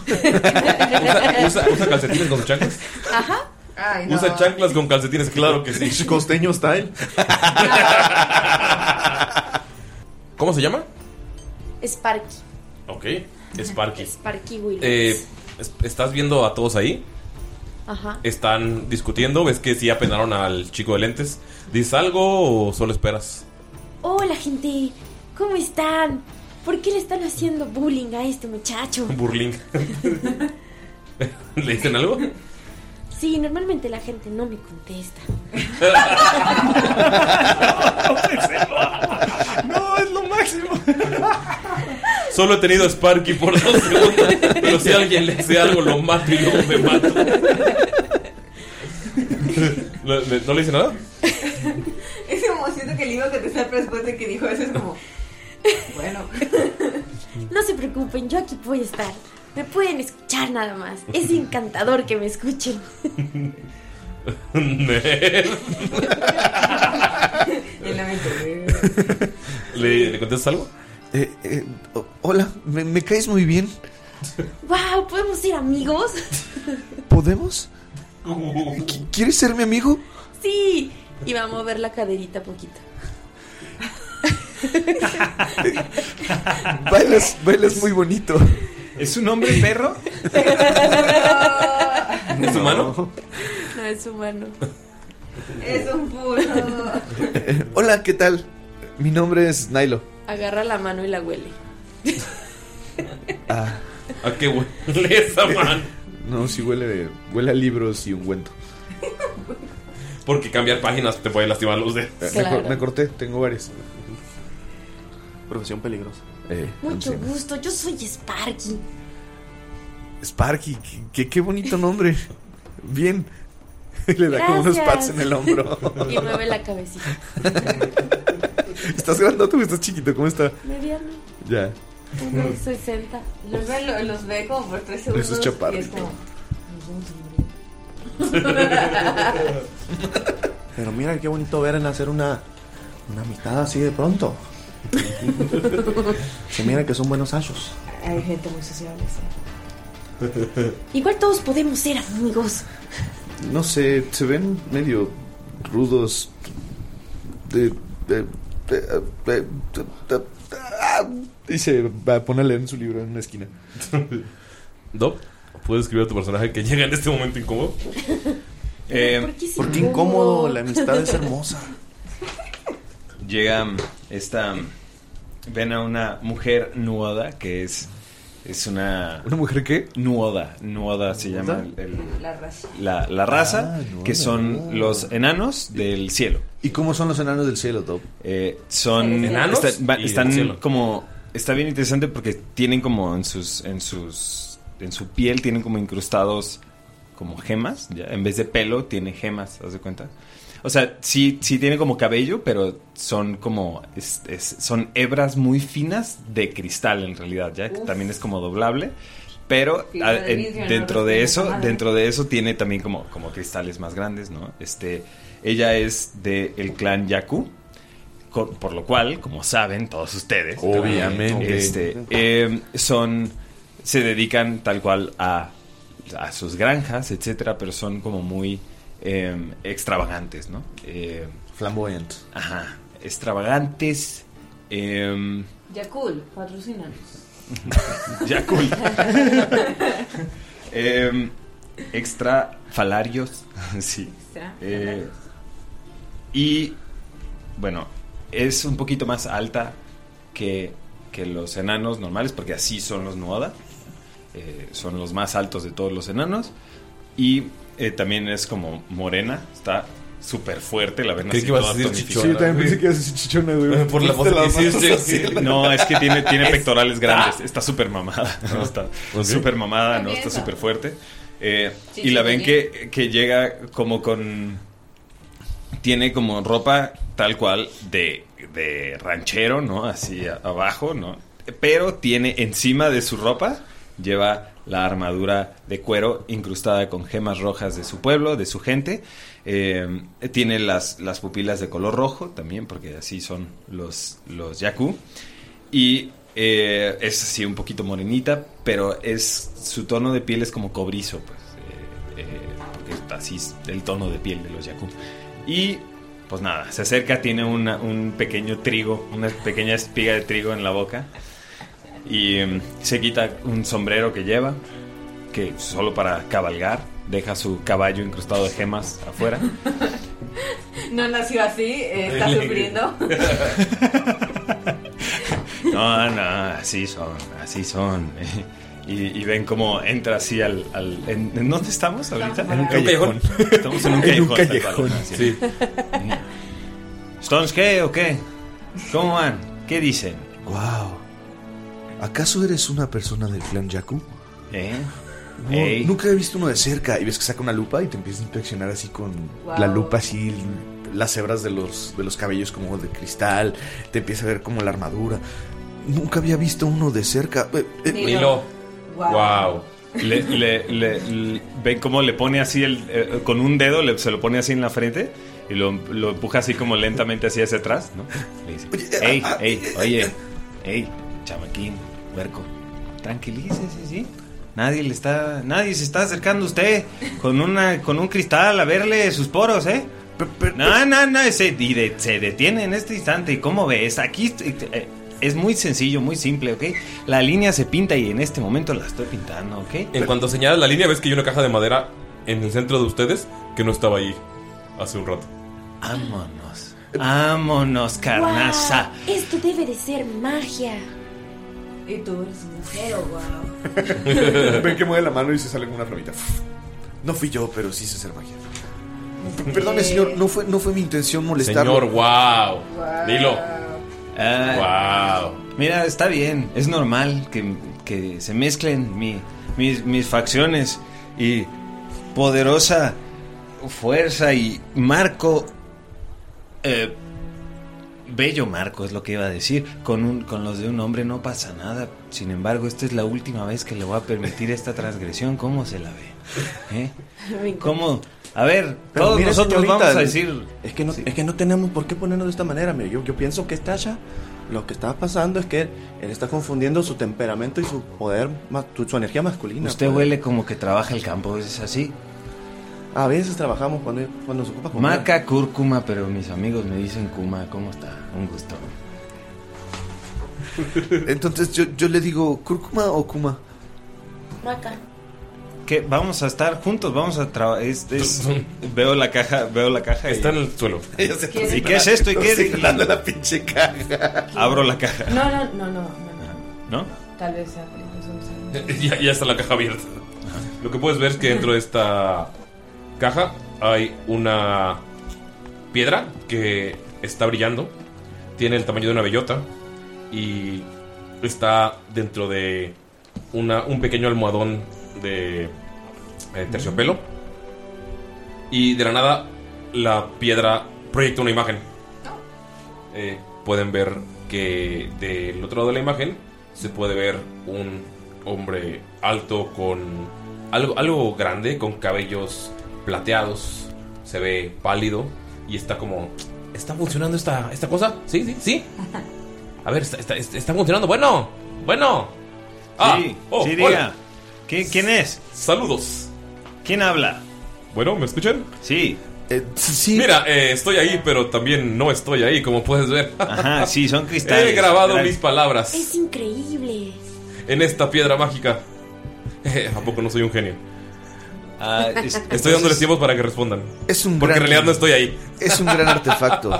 S7: ¿Usa, usa calcetines con chanclas?
S10: Ajá.
S11: Ay,
S7: ¿Usa chanclas con calcetines? Claro que sí.
S12: Costeño style.
S7: ¿Cómo se llama?
S10: Sparky,
S7: Ok, Sparky.
S10: Sparky Willis.
S7: Eh, es- ¿Estás viendo a todos ahí?
S10: Ajá.
S7: Están discutiendo, ves que sí apenaron al chico de lentes. ¿Dices algo o solo esperas?
S10: Hola gente, ¿cómo están? ¿Por qué le están haciendo bullying a este muchacho?
S7: Burling. <laughs> ¿Le dicen algo?
S10: Sí, normalmente la gente no me contesta.
S2: No, es lo máximo.
S7: Solo he tenido a Sparky por dos segundos, pero si alguien le hace algo lo mato y luego me mato. ¿Le- le- ¿No le dice nada? <laughs>
S11: Es como siento que le iba a contestar, pero después de que dijo eso es como. Bueno.
S10: <laughs> No se preocupen, yo aquí voy a estar. Me pueden escuchar nada más. Es encantador que me escuchen. <laughs>
S7: ¿Le, ¿Le contestas algo?
S8: Eh, eh, o- hola, me, me caes muy bien.
S10: ¡Wow! ¿Podemos ser amigos?
S12: <laughs>
S8: ¿Podemos? ¿Qui- ¿Quieres ser mi amigo?
S10: Sí. Y va a mover la caderita poquito.
S8: Bailas, bailas muy bonito.
S3: ¿Es un hombre perro?
S7: <laughs> ¿Es humano?
S10: No es humano.
S11: Es un puro.
S8: Eh, hola, ¿qué tal? Mi nombre es Nailo.
S10: Agarra la mano y la huele.
S8: Ah, <laughs>
S7: ¿A qué huele esa mano?
S8: No, sí huele, huele a libros y ungüento.
S7: Porque cambiar páginas te puede lastimar los dedos.
S12: Eh,
S8: Me cor- Me, corté, tengo varios. Profesión peligrosa.
S12: Eh,
S10: Mucho gusto, yo soy Sparky.
S8: Sparky, qué- qué, qué bonito nombre. Bien. <laughs> Le da como unos
S10: Gracias.
S8: pats en el hombro.
S10: Y mueve la cabecita.
S8: <laughs> ¿Estás grandote o estás chiquito? ¿Cómo está?
S11: Mediano.
S8: Ya.
S11: 60. Los ve, lo- los ve como por 3 segundos.
S8: Esos chaparritos.
S11: Y es como.
S7: <laughs>
S12: Pero mira qué bonito ver en hacer una, una amistad así de pronto. Se mira que son buenos hachos.
S10: Hay gente muy sociable.
S8: <laughs>
S10: Igual todos podemos ser amigos.
S8: No sé, se ven medio rudos. De- de- de- de- de- de- ah, y se va a poner a leer en su libro en una esquina.
S7: Dob, ¿puedes escribir a tu personaje que llega en este momento incómodo?
S3: Eh, ¿Por
S10: qué,
S12: Porque incómodo, la amistad es hermosa.
S3: Llega mm, esta. mm, Ven a una mujer nuoda que es. Es una.
S8: ¿Una mujer qué?
S3: Nuoda. Nuoda se llama el- el-
S11: La raza.
S3: la, la raza,
S8: Ah,
S3: que son los enanos del cielo. Eh,
S8: ¿Y cómo son los enanos del cielo, Top?
S3: son.
S8: ¿Enanos?
S3: está- va-
S8: Y del
S3: están
S8: cielo.
S3: como. Está bien interesante porque tienen como en sus. En sus. En su piel tienen como incrustados. Como gemas. ¿ya? En vez de pelo, tiene gemas, ¿haz de cuenta? O sea, sí, sí tiene como cabello, pero son como. es- es- son hebras muy finas de cristal en realidad, ya que
S15: Uf.
S3: también es como doblable. Pero
S15: Fibra
S3: a-
S15: de
S3: en-
S15: vidrio, ¿no?
S3: dentro de
S15: Respira
S3: eso,
S15: esa madre.
S3: dentro de eso tiene también como, como cristales más grandes, ¿no? Este, ella es del clan Yaku, co- por lo cual, como saben todos ustedes,
S8: Obviamente.
S3: este, eh, son, se dedican tal cual a, a sus granjas, etcétera, pero son como muy eh, extravagantes, ¿no? Eh,
S8: Flamboyant.
S3: Ajá, extravagantes. em,
S14: Yakul, patrocínanos.
S3: ya cool. Em, extra falarios. <laughs> sí.
S14: Extra
S3: Eh, y bueno, es un poquito más alta que, que los enanos normales, porque así son los Nuada. Eh, son los más altos de todos los enanos. Y eh, también es como morena. Está súper fuerte la ven
S7: Creí
S3: así
S7: que ibas
S3: toda
S7: a decir
S3: tonificada.
S7: chichona, Sí, yo también pensé
S8: que ibas a decir chichona,
S7: <laughs>
S8: güey.
S7: Por la
S8: Viste
S7: foto
S8: las
S7: que
S8: manos
S3: <laughs>
S7: hiciste,
S8: así.
S7: sí.
S3: No, es que tiene, tiene
S7: <laughs> Está-
S3: pectorales grandes. Está súper mamada. <laughs>
S7: Ah,
S3: está
S7: ok.
S3: súper mamada, ¿no? Está
S7: Empieza.
S3: súper fuerte. Eh,
S7: Sí,
S3: y la
S7: sí,
S3: ven
S7: sí.
S3: que, que llega como con. Tiene como ropa tal cual de, de ranchero, ¿no? Así a- abajo, ¿no? Pero tiene encima de su ropa, lleva la armadura de cuero incrustada con gemas rojas de su pueblo, de su gente. Eh, tiene las, las pupilas de color rojo también, porque así son los, los Yaku. Y eh, es así un poquito morenita, pero es su tono de piel es como cobrizo, pues. eh, eh, porque es así es el tono de piel de los Yaku. Y pues nada, se acerca, tiene una- un pequeño trigo, una pequeña espiga de trigo en la boca. Y em, se quita un sombrero que lleva, que solo para cabalgar, deja su caballo incrustado de gemas afuera.
S11: No nació así, eh, está
S7: <laughs>
S3: <laughs>
S11: sufriendo.
S3: No, no, así son, así son. <laughs> Y, y ven cómo entra así al... al- en, ¿en dónde estamos ahorita?
S7: En un callejón.
S3: <laughs> Estamos en un
S7: <laughs> En
S3: callejón.
S7: un
S3: tal cual,
S7: callejón,
S3: así.
S7: sí.
S3: <laughs> ¿Stones qué o qué? ¿Cómo van? ¿Qué dicen?
S8: Wow. ¿Acaso eres una persona del clan Yaku?
S3: ¿Eh?
S8: No, Nunca he visto uno de cerca y ves que saca una lupa y te empieza a inspeccionar así con
S3: Wow.
S8: la lupa así las hebras de los de los cabellos como de cristal, te empieza a ver como la armadura. Nunca había visto uno de cerca. Eh, eh,
S7: Milo.
S11: Wow.
S3: Le, le- le- le- ven cómo le pone así el, eh, con un dedo, le- se lo pone así en la frente y lo, lo empuja así como lentamente así hacia atrás, ¿no? Le dice, ey, ey, oye, ey, chamaquín, huerco, tranquilícese, ¿sí? Nadie le está, nadie se está acercando a usted con una, con un cristal a verle sus poros, ¿eh? No, no, no, se, y de- se detiene en este instante. ¿Y cómo ves? Aquí eh, es muy sencillo, muy simple, ¿ok? La línea se pinta y en este momento la estoy pintando, ¿ok?
S7: En cuanto señalas la línea, ves que hay una caja de madera en el centro de ustedes que no estaba ahí hace un rato.
S3: Vámonos. Vámonos, carnaza.
S10: Esto debe de ser magia.
S11: Y tú eres mujer, oh, wow.
S8: <laughs> Ven que mueve la mano y se sale con una flamita. No fui yo, pero sí se hacer magia. P- Perdone, señor, no fue, no fue mi intención molestarlo.
S7: Señor, wow. Dilo.
S3: wow. Mira, está bien. Es normal que, que se mezclen mi- mis, mis facciones y poderosa fuerza y marco. eh, bello marco es lo que iba a decir. Con, un- con los de un hombre no pasa nada. Sin embargo, esta es la última vez que le voy a permitir esta transgresión. ¿Cómo se la ve? ¿Eh? ¿Cómo? A ver,
S12: Pero
S3: todos
S12: mire,
S3: nosotros
S12: señorita,
S3: vamos a decir.
S12: Es que, no, es que no tenemos por qué ponernos de esta manera. Mire, yo, yo pienso que Tasha, lo que está pasando es que él, él está confundiendo su temperamento y su poder, ma- tu- su energía masculina. pues.
S3: Usted huele como que trabaja el campo, ¿es así?
S12: A veces trabajamos cuando, cuando nos ocupa comer.
S3: Maca cúrcuma, pero mis amigos me dicen Kuma, ¿cómo está? Un gusto.
S8: Entonces yo, yo le digo, ¿cúrcuma o kuma?
S10: Maca.
S3: Que vamos a estar juntos, vamos a trabajar. veo la caja, veo la caja. Está
S7: en el
S8: <laughs>
S7: suelo.
S3: ¿Y qué es esto? ¿Y qué
S8: Estoy
S3: es?
S8: jalando la pinche caja.
S3: Abro la caja.
S14: No, no, no, no, no.
S7: ¿No? Eh,
S14: Tal vez sea peligroso. no sé.
S7: ya, ya está la caja abierta. Lo que puedes ver es que dentro de esta caja hay una piedra que está brillando. Tiene el tamaño de una bellota. Y está dentro de una, un pequeño almohadón de eh, terciopelo. Y de la nada la piedra proyecta una imagen. Eh, pueden ver que del otro lado de la imagen se puede ver un hombre alto con algo, algo grande, con cabellos plateados. Se ve pálido y está como... ¿Está funcionando esta, esta cosa? Sí, sí, sí. A ver, está, está- está- está funcionando. Bueno, bueno.
S3: sí,
S7: oh,
S3: sí,
S7: hola.
S3: diga. ¿Qui- ¿Quién es?
S7: Saludos.
S3: ¿Quién habla?
S7: Bueno, ¿me escuchan?
S3: Sí.
S7: Mira, eh, estoy ahí, pero también no estoy ahí, como puedes ver.
S3: Ajá, sí,
S7: <laughs>
S3: son cristales.
S7: He grabado
S3: Gracias.
S7: mis palabras.
S10: Es increíble.
S7: en esta piedra mágica. <laughs> ¿A poco no soy un genio?
S3: Ah,
S7: <laughs>
S10: es-
S7: estoy
S3: entonces-
S7: dándoles tiempo para que respondan.
S8: Es un
S7: Porque
S8: gran-
S7: en realidad no estoy ahí.
S8: Es
S7: <laughs>
S8: un gran artefacto.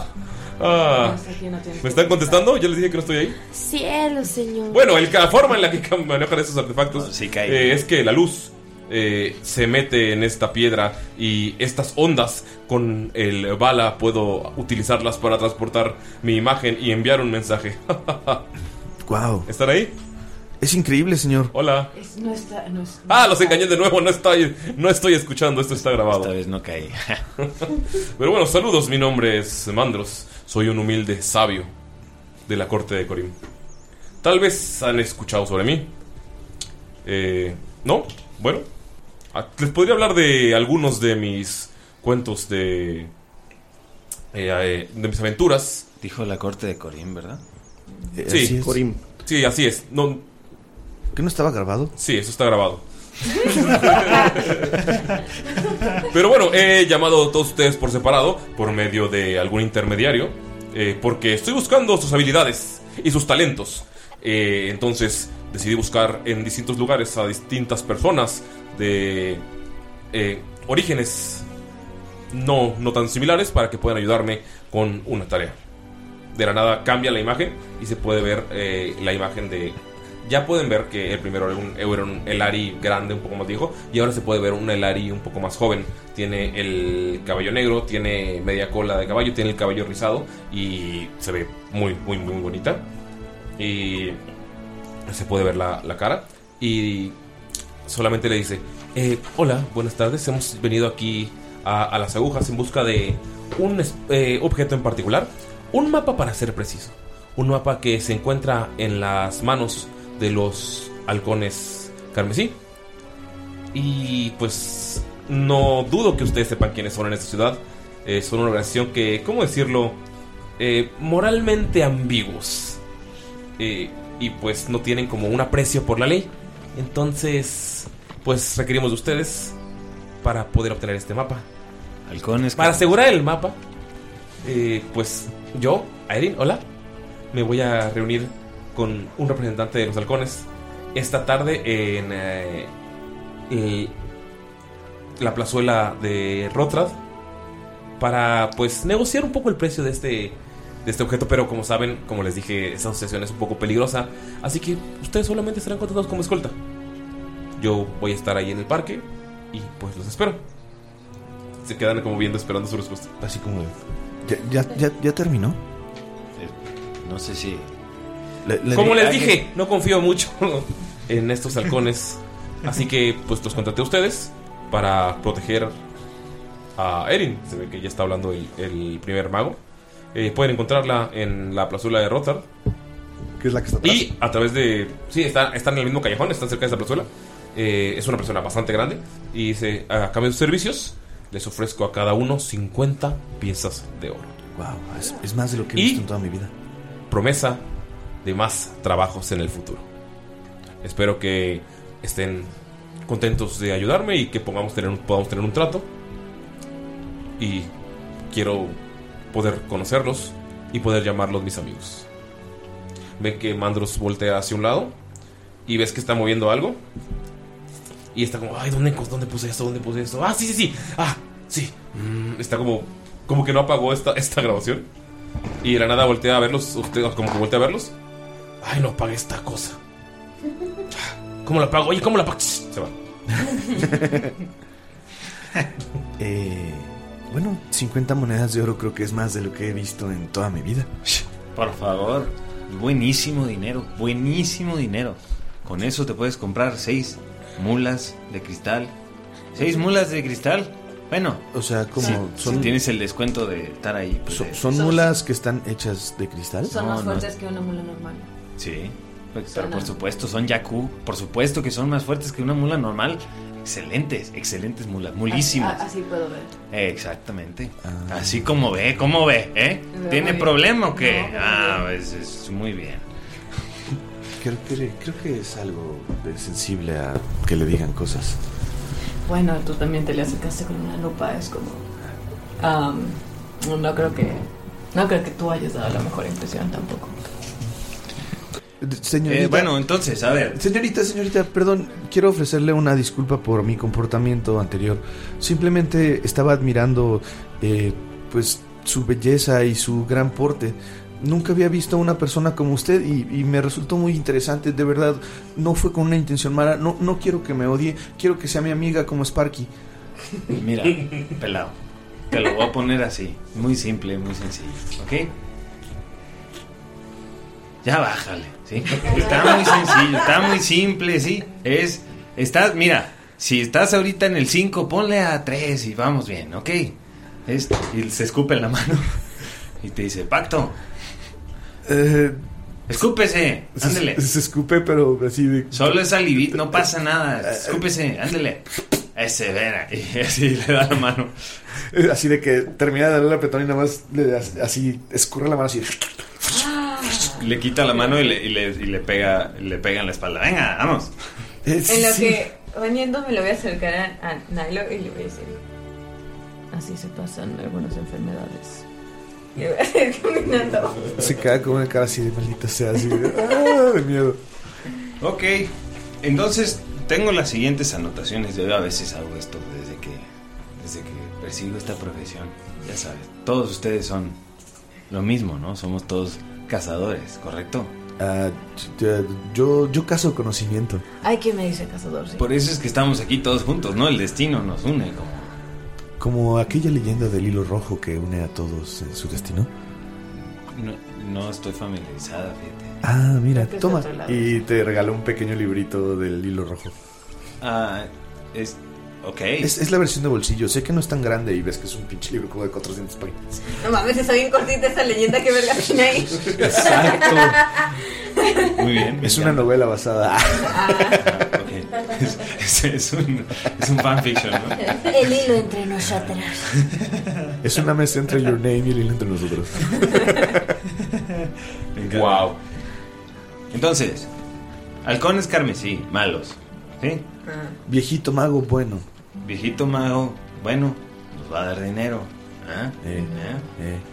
S7: Ah,
S10: No sé quién no tiene
S7: ¿Me están contestando? Yo les dije que no estoy ahí.
S10: Cielo, señor.
S7: Bueno, el- la forma en la que cam- manejan esos artefactos
S3: cae.
S7: eh, es que la luz eh, se mete en esta piedra y estas ondas con el bala puedo utilizarlas para transportar mi imagen y enviar un mensaje. <laughs>
S8: Wow.
S7: ¿Están ahí?
S8: Es increíble, señor.
S7: Hola.
S14: Es- no está, no es-
S7: Ah, los engañé de nuevo, no estoy, no estoy escuchando, esto está grabado. Esta
S3: vez no caí.
S7: <laughs> Pero bueno, saludos, mi nombre es Mandros, soy un humilde sabio de la corte de Corim. Tal vez han escuchado sobre mí. Eh, ¿No? Bueno. Ah, Les podría hablar de algunos de mis cuentos de... eh, eh, de mis aventuras.
S3: Dijo la corte de Corim, ¿verdad?
S7: Sí,
S8: así es. Corim.
S7: Sí, así es. No,
S8: ¿Que no estaba grabado?
S7: Sí, eso
S3: <laughs>
S7: está grabado. Pero bueno, he llamado a todos ustedes por separado, por medio de algún intermediario, eh, porque estoy buscando sus habilidades y sus talentos. Eh, entonces decidí buscar en distintos lugares a distintas personas de eh, orígenes no, no tan similares para que puedan ayudarme con una tarea. De la nada cambia la imagen y se puede ver eh, la imagen de... Ya pueden ver que el primero era un, era un Elari grande, un poco más viejo, y ahora se puede ver un Elari un poco más joven. Tiene el cabello negro, tiene media cola de caballo, tiene el cabello rizado y se ve muy, muy, muy bonita. Y se puede ver la, la cara. Y solamente le dice, eh, hola, buenas tardes, hemos venido aquí a, a las agujas en busca de un es- eh, objeto en particular, un mapa para ser preciso, un mapa que se encuentra en las manos de los halcones carmesí. Y pues no dudo que ustedes sepan quiénes son en esta ciudad. Eh, son una organización que, ¿cómo decirlo? Eh, moralmente ambiguos. Eh, y pues no tienen como un aprecio por la ley. Entonces, pues requerimos de ustedes para poder obtener este mapa.
S3: Halcones.
S7: Para asegurar el mapa, eh, pues yo, Aerin, hola, me voy a reunir con un representante de los halcones esta tarde en eh, eh, la plazuela de Rotrad para pues negociar un poco el precio de este de de este objeto, pero como saben, como les dije, esa asociación es un poco peligrosa, así que ustedes solamente serán contratados como escolta. Yo voy a estar ahí en el parque y pues los espero. Se quedan como viendo, esperando su respuesta.
S8: Así como... ¿Ya, ya, ya, ya terminó?
S3: No sé si.
S8: Le- le-
S7: Como les
S8: alguien-
S7: dije, no confío mucho en estos halcones. Así que pues los contraté a ustedes para proteger a Erin. Se ve que ya está hablando el, el primer mago. Eh, pueden encontrarla en la plazuela de Rotar.
S8: Que es la que está
S7: Y a través de... Sí, están, están en el mismo callejón, están cerca de esta plazuela. Eh, es una persona bastante grande. Y dice, a cambio de sus servicios, les ofrezco a cada uno 50 piezas de oro.
S8: Wow, es, es más de lo que he
S7: Y-
S8: visto en toda mi vida.
S7: promesa de más trabajos en el futuro. Espero que estén contentos de ayudarme y que pongamos tener, un- podamos tener un trato. Y quiero poder conocerlos y poder llamarlos mis amigos. Ve que Mandros voltea hacia un lado y ves que está moviendo algo. Y está como, ay, ¿dónde, dónde puse esto? ¿Dónde puse esto? Ah, sí, sí, sí. Ah, sí. Mm, está como, como que no apagó esta, esta grabación. Y de la nada voltea a verlos, usted, como que voltea a verlos. Ay, no apague esta cosa. Ah, ¿Cómo la apago? Oye, ¿cómo la apago? Se va.
S8: Eh, bueno, 50 monedas de oro creo que es más de lo que he visto en toda mi vida.
S3: <laughs> Por favor. Buenísimo dinero. Buenísimo dinero. Con eso te puedes comprar seis mulas de cristal. ¿Seis mulas de cristal? Bueno.
S8: O sea, como
S3: Si,
S8: son-
S3: si tienes el descuento de estar ahí. pues, de-
S8: ¿Son mulas que están hechas de cristal?
S14: <laughs> Son
S3: No,
S14: más
S3: no.
S14: fuertes que una mula normal.
S3: Sí, pues, pero por
S14: Suena.
S3: supuesto, son Yaku. Por supuesto que son más fuertes que una mula normal. Excelentes, excelentes mulas, mulísimas.
S14: A- Así puedo ver.
S3: Eh, Exactamente.
S8: Ah.
S3: Así como ve, ¿cómo ve? ¿Eh? ¿Tiene problema o qué? ah, pues es muy bien.
S8: Creo que, creo que es algo de sensible a que le digan cosas.
S14: Bueno, tú también te le acercaste con una lupa, es como... am, no creo que... No creo que tú hayas dado la mejor impresión tampoco.
S8: Señorita.
S3: Eh, bueno, entonces, a ver.
S8: Señorita, señorita, perdón, quiero ofrecerle una disculpa por mi comportamiento anterior. Simplemente estaba admirando, eh, pues, su belleza y su gran porte. Nunca había visto a una persona como usted y, y me resultó muy interesante. De verdad, no fue con una intención mala. No, no quiero que me odie. Quiero que sea mi amiga como Sparky.
S3: <laughs>
S8: <laughs>
S3: Mira, pelado. Te lo voy a poner así. Muy simple, muy sencillo. ¿Ok? Ya bájale, ¿sí? Está muy sencillo, está muy simple, ¿sí? Es. Estás, mira, si estás ahorita en el 5, ponle a 3 y vamos bien, ¿ok? Es- y se escupe en la mano y te dice: Pacto. Escúpese, ándele.
S8: Se, se escupe, pero así de.
S3: Solo es alivit, no pasa nada. Escúpese, ándele. Ese, vera. Y así le da la mano.
S8: Eh, <laughs> Así de que termina de darle la petón y nada más le das- así escurre la mano así.
S11: Ah,
S3: Le quita la mano y le, y le- y le pega, le pega en la espalda. Venga,
S8: <laughs>
S3: vamos.
S11: En lo que veniendo me lo voy a acercar a, a Nilo y le voy a decir.
S14: Así
S11: <laughs>
S14: se pasan algunas enfermedades.
S11: Le voy a hacer caminando.
S8: Se queda con una cara así de maldita sea, así de, "Ah", de miedo.
S3: Ok, entonces tengo las siguientes anotaciones. Yo a veces hago esto desde que, desde que persigo esta profesión. Ya sabes, todos ustedes son lo mismo, ¿no? Somos todos cazadores, ¿correcto?
S8: Ah, yo- yo, yo caso conocimiento.
S14: <laughs> Ay, ¿quién me dice cazador? Sí.
S3: Por eso es que estamos aquí todos juntos, ¿no? El destino nos une. Como...
S8: Como aquella leyenda del hilo rojo que une a todos en su destino.
S3: No, no estoy familiarizada, fíjate.
S8: Ah, mira,
S3: Creo que es
S8: toma.
S3: de otro lado.
S8: Y te regaló un pequeño librito del hilo rojo.
S3: Ah, es... Ok.
S8: Es, es la versión de bolsillo. Sé que no es tan grande y ves que es un pinche libro como de 400 páginas.
S11: No mames, está bien cortita esa leyenda que verga tiene ahí.
S8: Exacto.
S3: Muy bien.
S8: Es una novela basada.
S3: <laughs>
S11: <laughs>
S3: Es, es un, es un fanfiction, ¿no?
S15: El hilo entre nosotras.
S8: Es una mezcla entre Your Name y el hilo entre nosotros.
S3: Wow. Entonces, halcones carmesí, malos. ¿sí?
S8: Ah. Viejito mago bueno.
S3: Viejito mago, bueno, nos va a dar dinero. ¿ah?
S8: Eh,
S3: ¿eh? <laughs>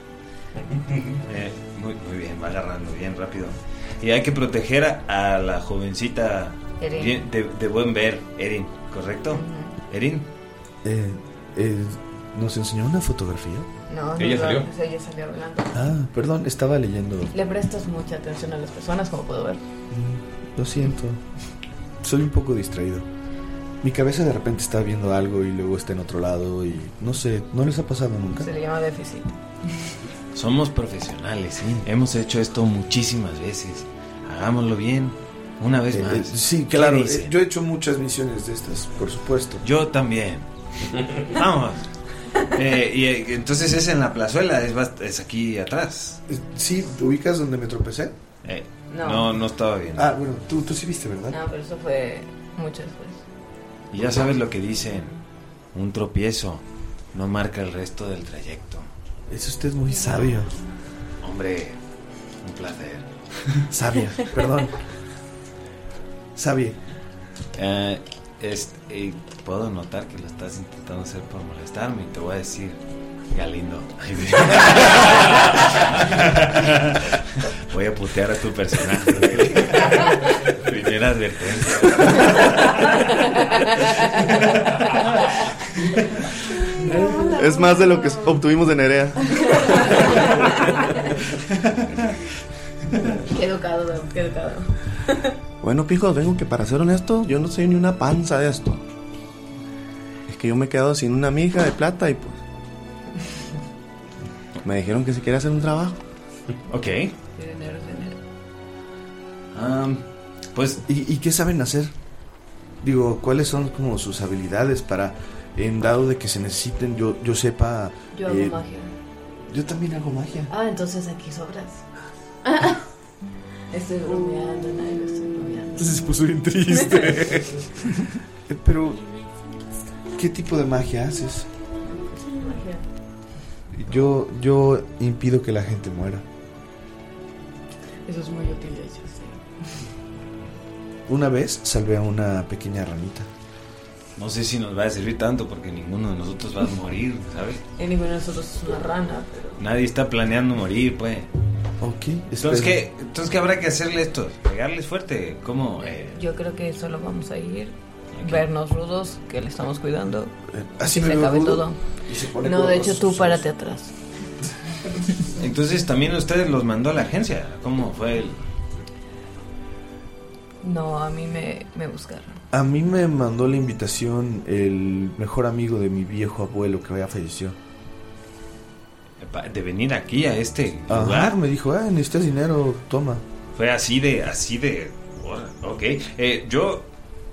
S3: Eh, muy, muy bien, va agarrando bien rápido. Y hay que proteger a, a la jovencita
S11: Erin.
S3: bien- de, de buen ver, Erin, ¿correcto? Erin,
S8: Eh, eh, ¿Nos enseñó una fotografía?
S14: No, no,
S8: Ella
S14: no,
S8: salió.
S14: pues ella salió hablando.
S8: Ah, perdón, estaba leyendo.
S14: Le prestas mucha atención a las personas, como puedo ver.
S8: Lo siento. Soy un poco distraído. Mi cabeza de repente está viendo algo y luego está en otro lado y no sé, ¿no les ha pasado nunca?
S14: Se le llama déficit.
S3: Somos profesionales, ¿eh? ¿sí? Hemos hecho esto muchísimas veces. Hagámoslo bien, una vez
S8: Eh,
S3: más.
S8: eh, sí,
S3: ¿Qué
S8: claro.
S3: dicen?
S8: eh, Yo he hecho muchas misiones de estas, por supuesto.
S3: Yo también.
S8: <laughs>
S3: Vamos. Eh, y eh, entonces es en la plazuela, es, bast- es aquí atrás.
S8: Sí, ¿te ubicas donde me tropecé?
S3: Eh,
S14: No.
S3: no. no, estaba bien.
S8: Ah, bueno, tú, tú sí viste, ¿verdad?
S14: No, Ah, pero eso fue mucho
S8: <laughs>
S14: después.
S3: Y ya sabes lo que dicen. Un tropiezo no marca el resto del trayecto.
S8: Es usted muy sabio.
S3: Hombre, un placer.
S8: Sabia, perdón. Sabia.
S3: Eh, es- eh, puedo notar que lo estás intentando hacer por molestarme y te voy a decir, Galindo. <laughs> Ay, sí. voy a putear a tu personaje. <laughs> Primera advertencia.
S12: Es más de lo que obtuvimos de Nerea.
S14: Qué educado, Dom, qué educado.
S12: Bueno, pijos, vengo que para ser honesto, yo no soy ni una panza de esto. Es que yo me he quedado sin una miga de plata y pues. Me dijeron que se quiere hacer un trabajo.
S3: Ok.
S14: De dinero, de dinero.
S3: pues.
S8: Ah, ¿Y, y qué saben hacer? Digo, ¿cuáles son como sus habilidades para, en dado de que se necesiten, yo, yo sepa.
S14: Yo hago
S8: eh,
S14: magia.
S8: Yo también hago magia.
S14: Ah, entonces aquí
S8: <laughs>
S14: sobras. estoy bromeando, nadie lo estoy bromeando.
S8: Entonces se puso bien <laughs> triste. Eh, Pero, ¿qué tipo de magia haces?
S14: Magia.
S8: Yo, yo impido que la gente muera.
S14: Eso es muy útil, de hecho, sí.
S8: Una vez salvé a una pequeña ranita.
S3: No sé si nos va a servir tanto porque ninguno de nosotros va a morir, ¿sabes?
S14: Y ninguno de nosotros es una rana, pero.
S3: Nadie está planeando morir, pues.
S8: Ok.
S3: Entonces, ¿qué, entonces, ¿qué habrá que hacerle esto? ¿Pegarles fuerte? ¿Cómo? Eh,
S14: Yo creo que solo vamos a ir, vernos rudos, que le estamos cuidando.
S3: Eh, así
S14: y
S3: me
S14: se
S3: veo
S14: acabe
S3: rudo,
S14: todo.
S8: y se pone
S14: No,
S8: color
S14: de
S8: rosa
S14: hecho tú
S8: sus
S14: párate atrás.
S3: Entonces también ustedes los mandó a la agencia. ¿Cómo fue el...?
S14: No, a mí me, me buscaron.
S8: A mí me mandó la invitación el mejor amigo de mi viejo abuelo que ya falleció.
S3: pa- de venir aquí a este
S8: Ajá,
S3: lugar?
S8: me dijo, ah, necesitas dinero, toma.
S3: Fue así de, así de... Ok. Eh, yo,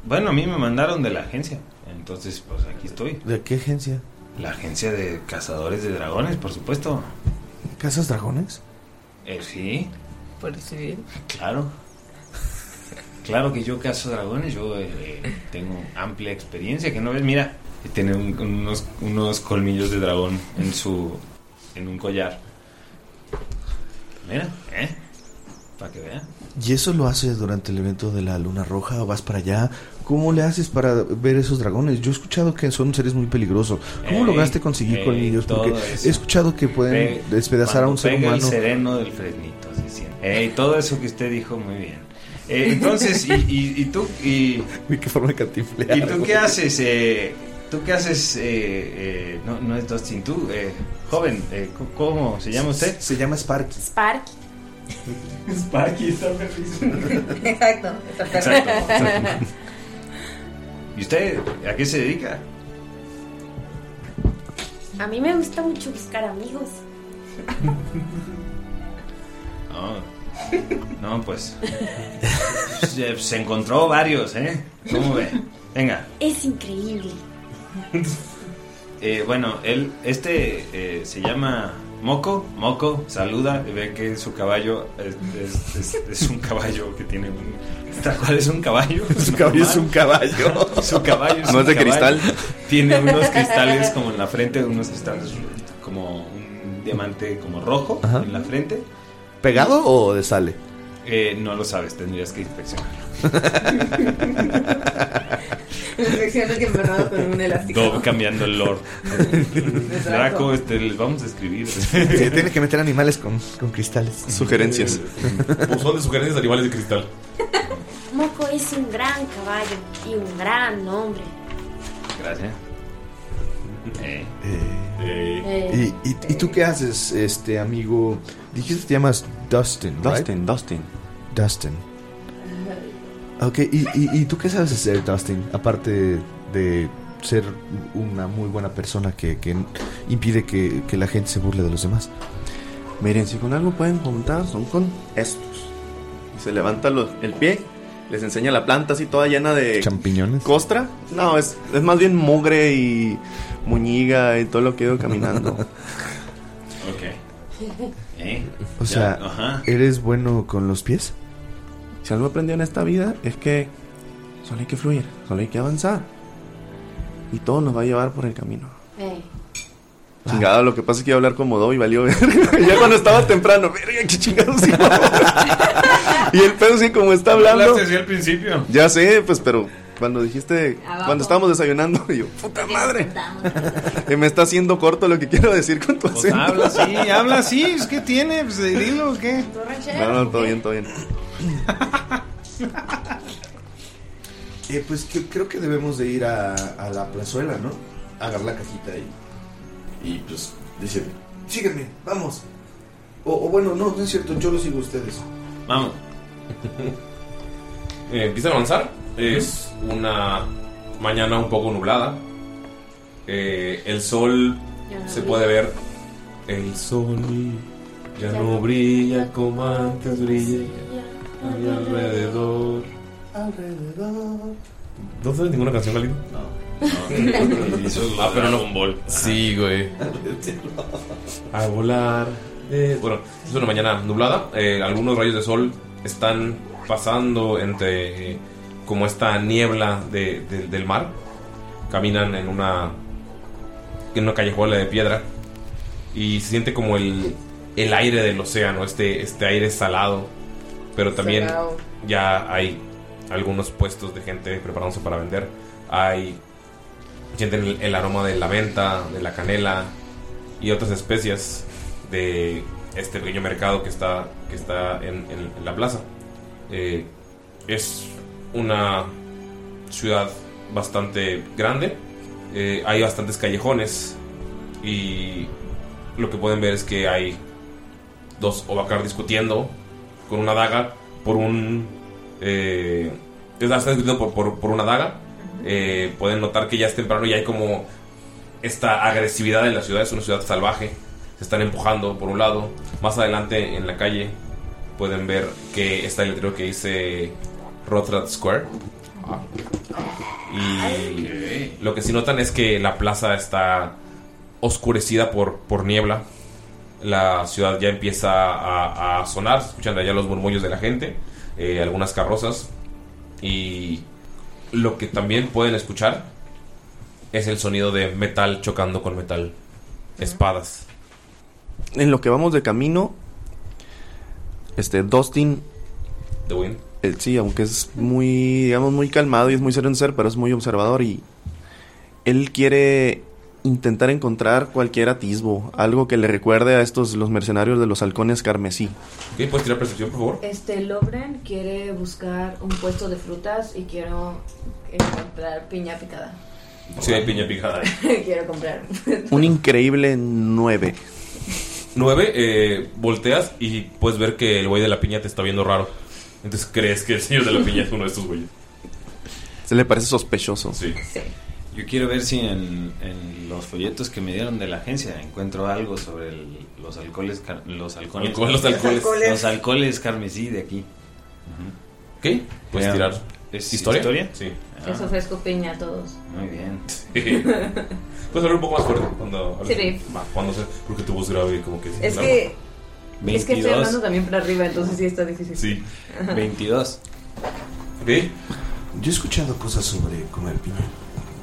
S3: bueno, a mí me mandaron de la agencia. Entonces, pues aquí estoy.
S8: ¿De qué agencia?
S3: La agencia de cazadores de dragones, por supuesto.
S8: ¿Casas Dragones?
S3: Eh, sí,
S14: Por civil.
S3: claro. Claro que yo cazo dragones, yo eh, tengo amplia experiencia, que no ves, mira, tiene un- unos, unos colmillos de dragón en su en un collar. Mira, ¿eh? Para que vean.
S8: ¿Y eso lo haces durante el evento de la Luna Roja o vas para allá? ¿Cómo le haces para ver esos dragones? Yo he escuchado que son seres muy peligrosos. ¿Cómo
S3: Ey,
S8: lograste conseguir
S3: ey,
S8: colmillos?
S3: todo
S8: Porque
S3: eso.
S8: he escuchado que pueden
S3: Pe-
S8: despedazar a
S3: cuando
S8: un ser
S3: pega
S8: humano.
S3: el
S8: <laughs>
S3: sereno del fresnito, se siente. Ey, Eh, todo eso que usted dijo muy bien. Eh, entonces, y, y- y tú y,
S8: <laughs> Uy, qué forma de cantinflear.
S3: ¿Y tú qué haces? eh, ¿Tú qué haces? eh, eh, no, no es Dustin, tú, eh, joven, eh, c- ¿cómo se llama usted?
S8: Se llama Sparky.
S10: Sparky.
S3: Sparky está feliz.
S10: Exacto.
S3: Exacto. exacto. ¿Y usted a qué se dedica?
S10: <laughs> A mí me gusta mucho buscar amigos.
S3: No, no pues. <laughs> Se, se encontró varios, ¿eh? ¿Cómo ve? Venga.
S10: Es increíble.
S3: Eh, bueno, él, este eh, se llama Moco. Moco saluda y ve que su caballo es, es- es- es un caballo que tiene un. Tal cual es un caballo.
S8: <laughs> Su caballo es un caballo.
S3: Su caballo es
S12: No
S3: un
S12: es de
S3: caballo.
S12: cristal.
S3: Tiene unos cristales como en la frente, unos cristales como un diamante como rojo
S8: Ajá.
S3: en la frente.
S8: ¿Pegado o de sale?
S3: Eh, no lo sabes, tendrías que inspeccionarlo.
S8: <laughs>
S14: Infecciones que embarrado con un elástico.
S3: Todo cambiando el <laughs> lore. Draco, este, les vamos a escribir.
S8: Se tiene que meter animales con, con cristales.
S12: Sugerencias.
S7: Buzón Pues de sugerencias de animales de cristal.
S10: Moco es un gran caballo y un gran hombre.
S3: Gracias. Eh.
S8: Eh. ¿Y, y, y tú qué haces, este amigo? Dijiste que te llamas Dustin, right?
S12: Dustin, Dustin.
S8: Dustin. Ok, ¿y, y, y tú qué sabes hacer, Dustin? Aparte de ser una muy buena persona que, que impide que, que la gente se burle de los demás.
S12: Miren, si con algo pueden contar, son con estos. Y se levanta los- el pie, les enseña la planta así toda llena de
S8: Champiñones.
S12: costra. No, es, es más bien mugre y muñiga y todo lo que he ido caminando.
S3: Ok. Eh.
S8: O
S3: Ya,
S8: sea,
S3: Ajá.
S8: ¿eres bueno con los pies?
S12: Si algo aprendí en esta vida es que solo hay que fluir, solo hay que avanzar. Y todo nos va a llevar por el camino. Ah. Chingada, lo que pasa es que iba a hablar como Do y valió verga. <laughs> <laughs> ya cuando estaba temprano, verga, qué chingados iba a hablar? Y el pedo sí como está hablando.
S3: Hablaste así al principio.
S12: Ya sé, pues, pero cuando dijiste,
S3: Abajo.
S12: cuando estábamos desayunando, <laughs> y yo, puta madre. Eh, me está haciendo corto lo que quiero decir con tu
S3: Pues
S12: acento.
S3: habla así, habla así. Pues, ¿Qué tiene? Pues eh, dilo, ¿qué?
S12: No, no, todo bien, todo bien.
S8: Eh, pues que- creo que debemos de ir a, a la plazuela, ¿no? A agarrar la cajita ahí. Y pues dice, sígueme, vamos. O, o bueno, no, no es cierto, yo lo sigo a ustedes.
S3: Vamos.
S7: Eh, empiezan a avanzar. Es una mañana un poco nublada. Eh, el sol
S3: Ya no
S7: se
S3: brilla.
S7: puede ver. El sol ya,
S3: Ya
S7: no
S3: no
S7: brilla como antes brilla. A mi alrededor.
S8: Alrededor.
S7: ¿No sabes ninguna canción, Galindo?
S3: No.
S7: <laughs>
S3: Y eso es
S7: ah, pero
S3: Dragon
S7: no.
S3: Ball.
S7: Sí, güey. A volar. eh, bueno, es una mañana nublada. eh, algunos rayos de sol están pasando entre eh, como esta niebla de- de- del mar. Caminan en una en una callejuela de piedra y se siente como el, el aire del océano, este, este aire salado. Pero también
S14: Salado.
S7: ya hay algunos puestos de gente preparándose para vender. Hay sienten el, el aroma de la menta, de la canela y otras especias de este pequeño mercado que está, que está en, en- en la plaza. Eh, es una ciudad bastante grande. Eh, hay bastantes callejones y lo que pueden ver es que hay dos Obacar discutiendo con una daga por un... Eh, están discutiendo por, por- por una daga. Eh, pueden notar que ya es temprano y hay como esta agresividad en la ciudad. Es una ciudad salvaje. Se están empujando por un lado. Más adelante en la calle pueden ver que está el letrero que dice Rothrat Square. Y lo que sí notan es que la plaza está oscurecida por, por niebla. La ciudad ya empieza a, a sonar, se escuchan allá los murmullos de la gente, eh, algunas carrozas. Y lo que también pueden escuchar es el sonido de metal chocando con metal. Espadas.
S12: En lo que vamos de camino, este, Dustin.
S7: The Wind.
S12: eh, sí, aunque es muy, digamos, muy calmado y es muy serio en ser, pero es muy observador y él quiere intentar encontrar cualquier atisbo, algo que le recuerde a estos, los mercenarios de los halcones carmesí.
S7: Ok, ¿Puedes tirar percepción, por favor?
S13: Este, Lobren quiere buscar un puesto de frutas y quiero encontrar piña picada. <laughs>
S7: Sí, hay piña picada.
S13: quiero comprar.
S12: Un increíble 9.
S7: 9, eh, volteas y puedes ver que el güey de la piña te está viendo raro. Entonces crees que el señor de la piña es uno de estos güeyes.
S12: Se le parece sospechoso.
S7: Sí.
S3: Yo quiero ver si en, en los folletos que me dieron de la agencia encuentro algo sobre el- los alcoholes. car- Los alcoholes.
S7: Alcohol, los alcoholes. Alcoholes.
S3: Los alcoholes carmesí de aquí.
S7: ¿Qué? Puedes
S3: Vean,
S7: tirar.
S3: ¿Es
S7: ¿Historia?
S3: historia? ah.
S7: Sí.
S13: Les ofrezco piña a todos.
S3: Muy bien.
S7: Puedes hablar un poco más fuerte cuando hables.
S13: Sí.
S7: Va, cuando se- porque tu voz grave como que...
S13: <laughs> Es
S7: claro.
S13: que. Es que estoy hablando también para arriba, entonces sí está difícil. <laughs>
S7: Sí.
S13: Ajá.
S3: 22.
S7: ¿Sí?
S8: Yo he escuchado cosas sobre comer piña.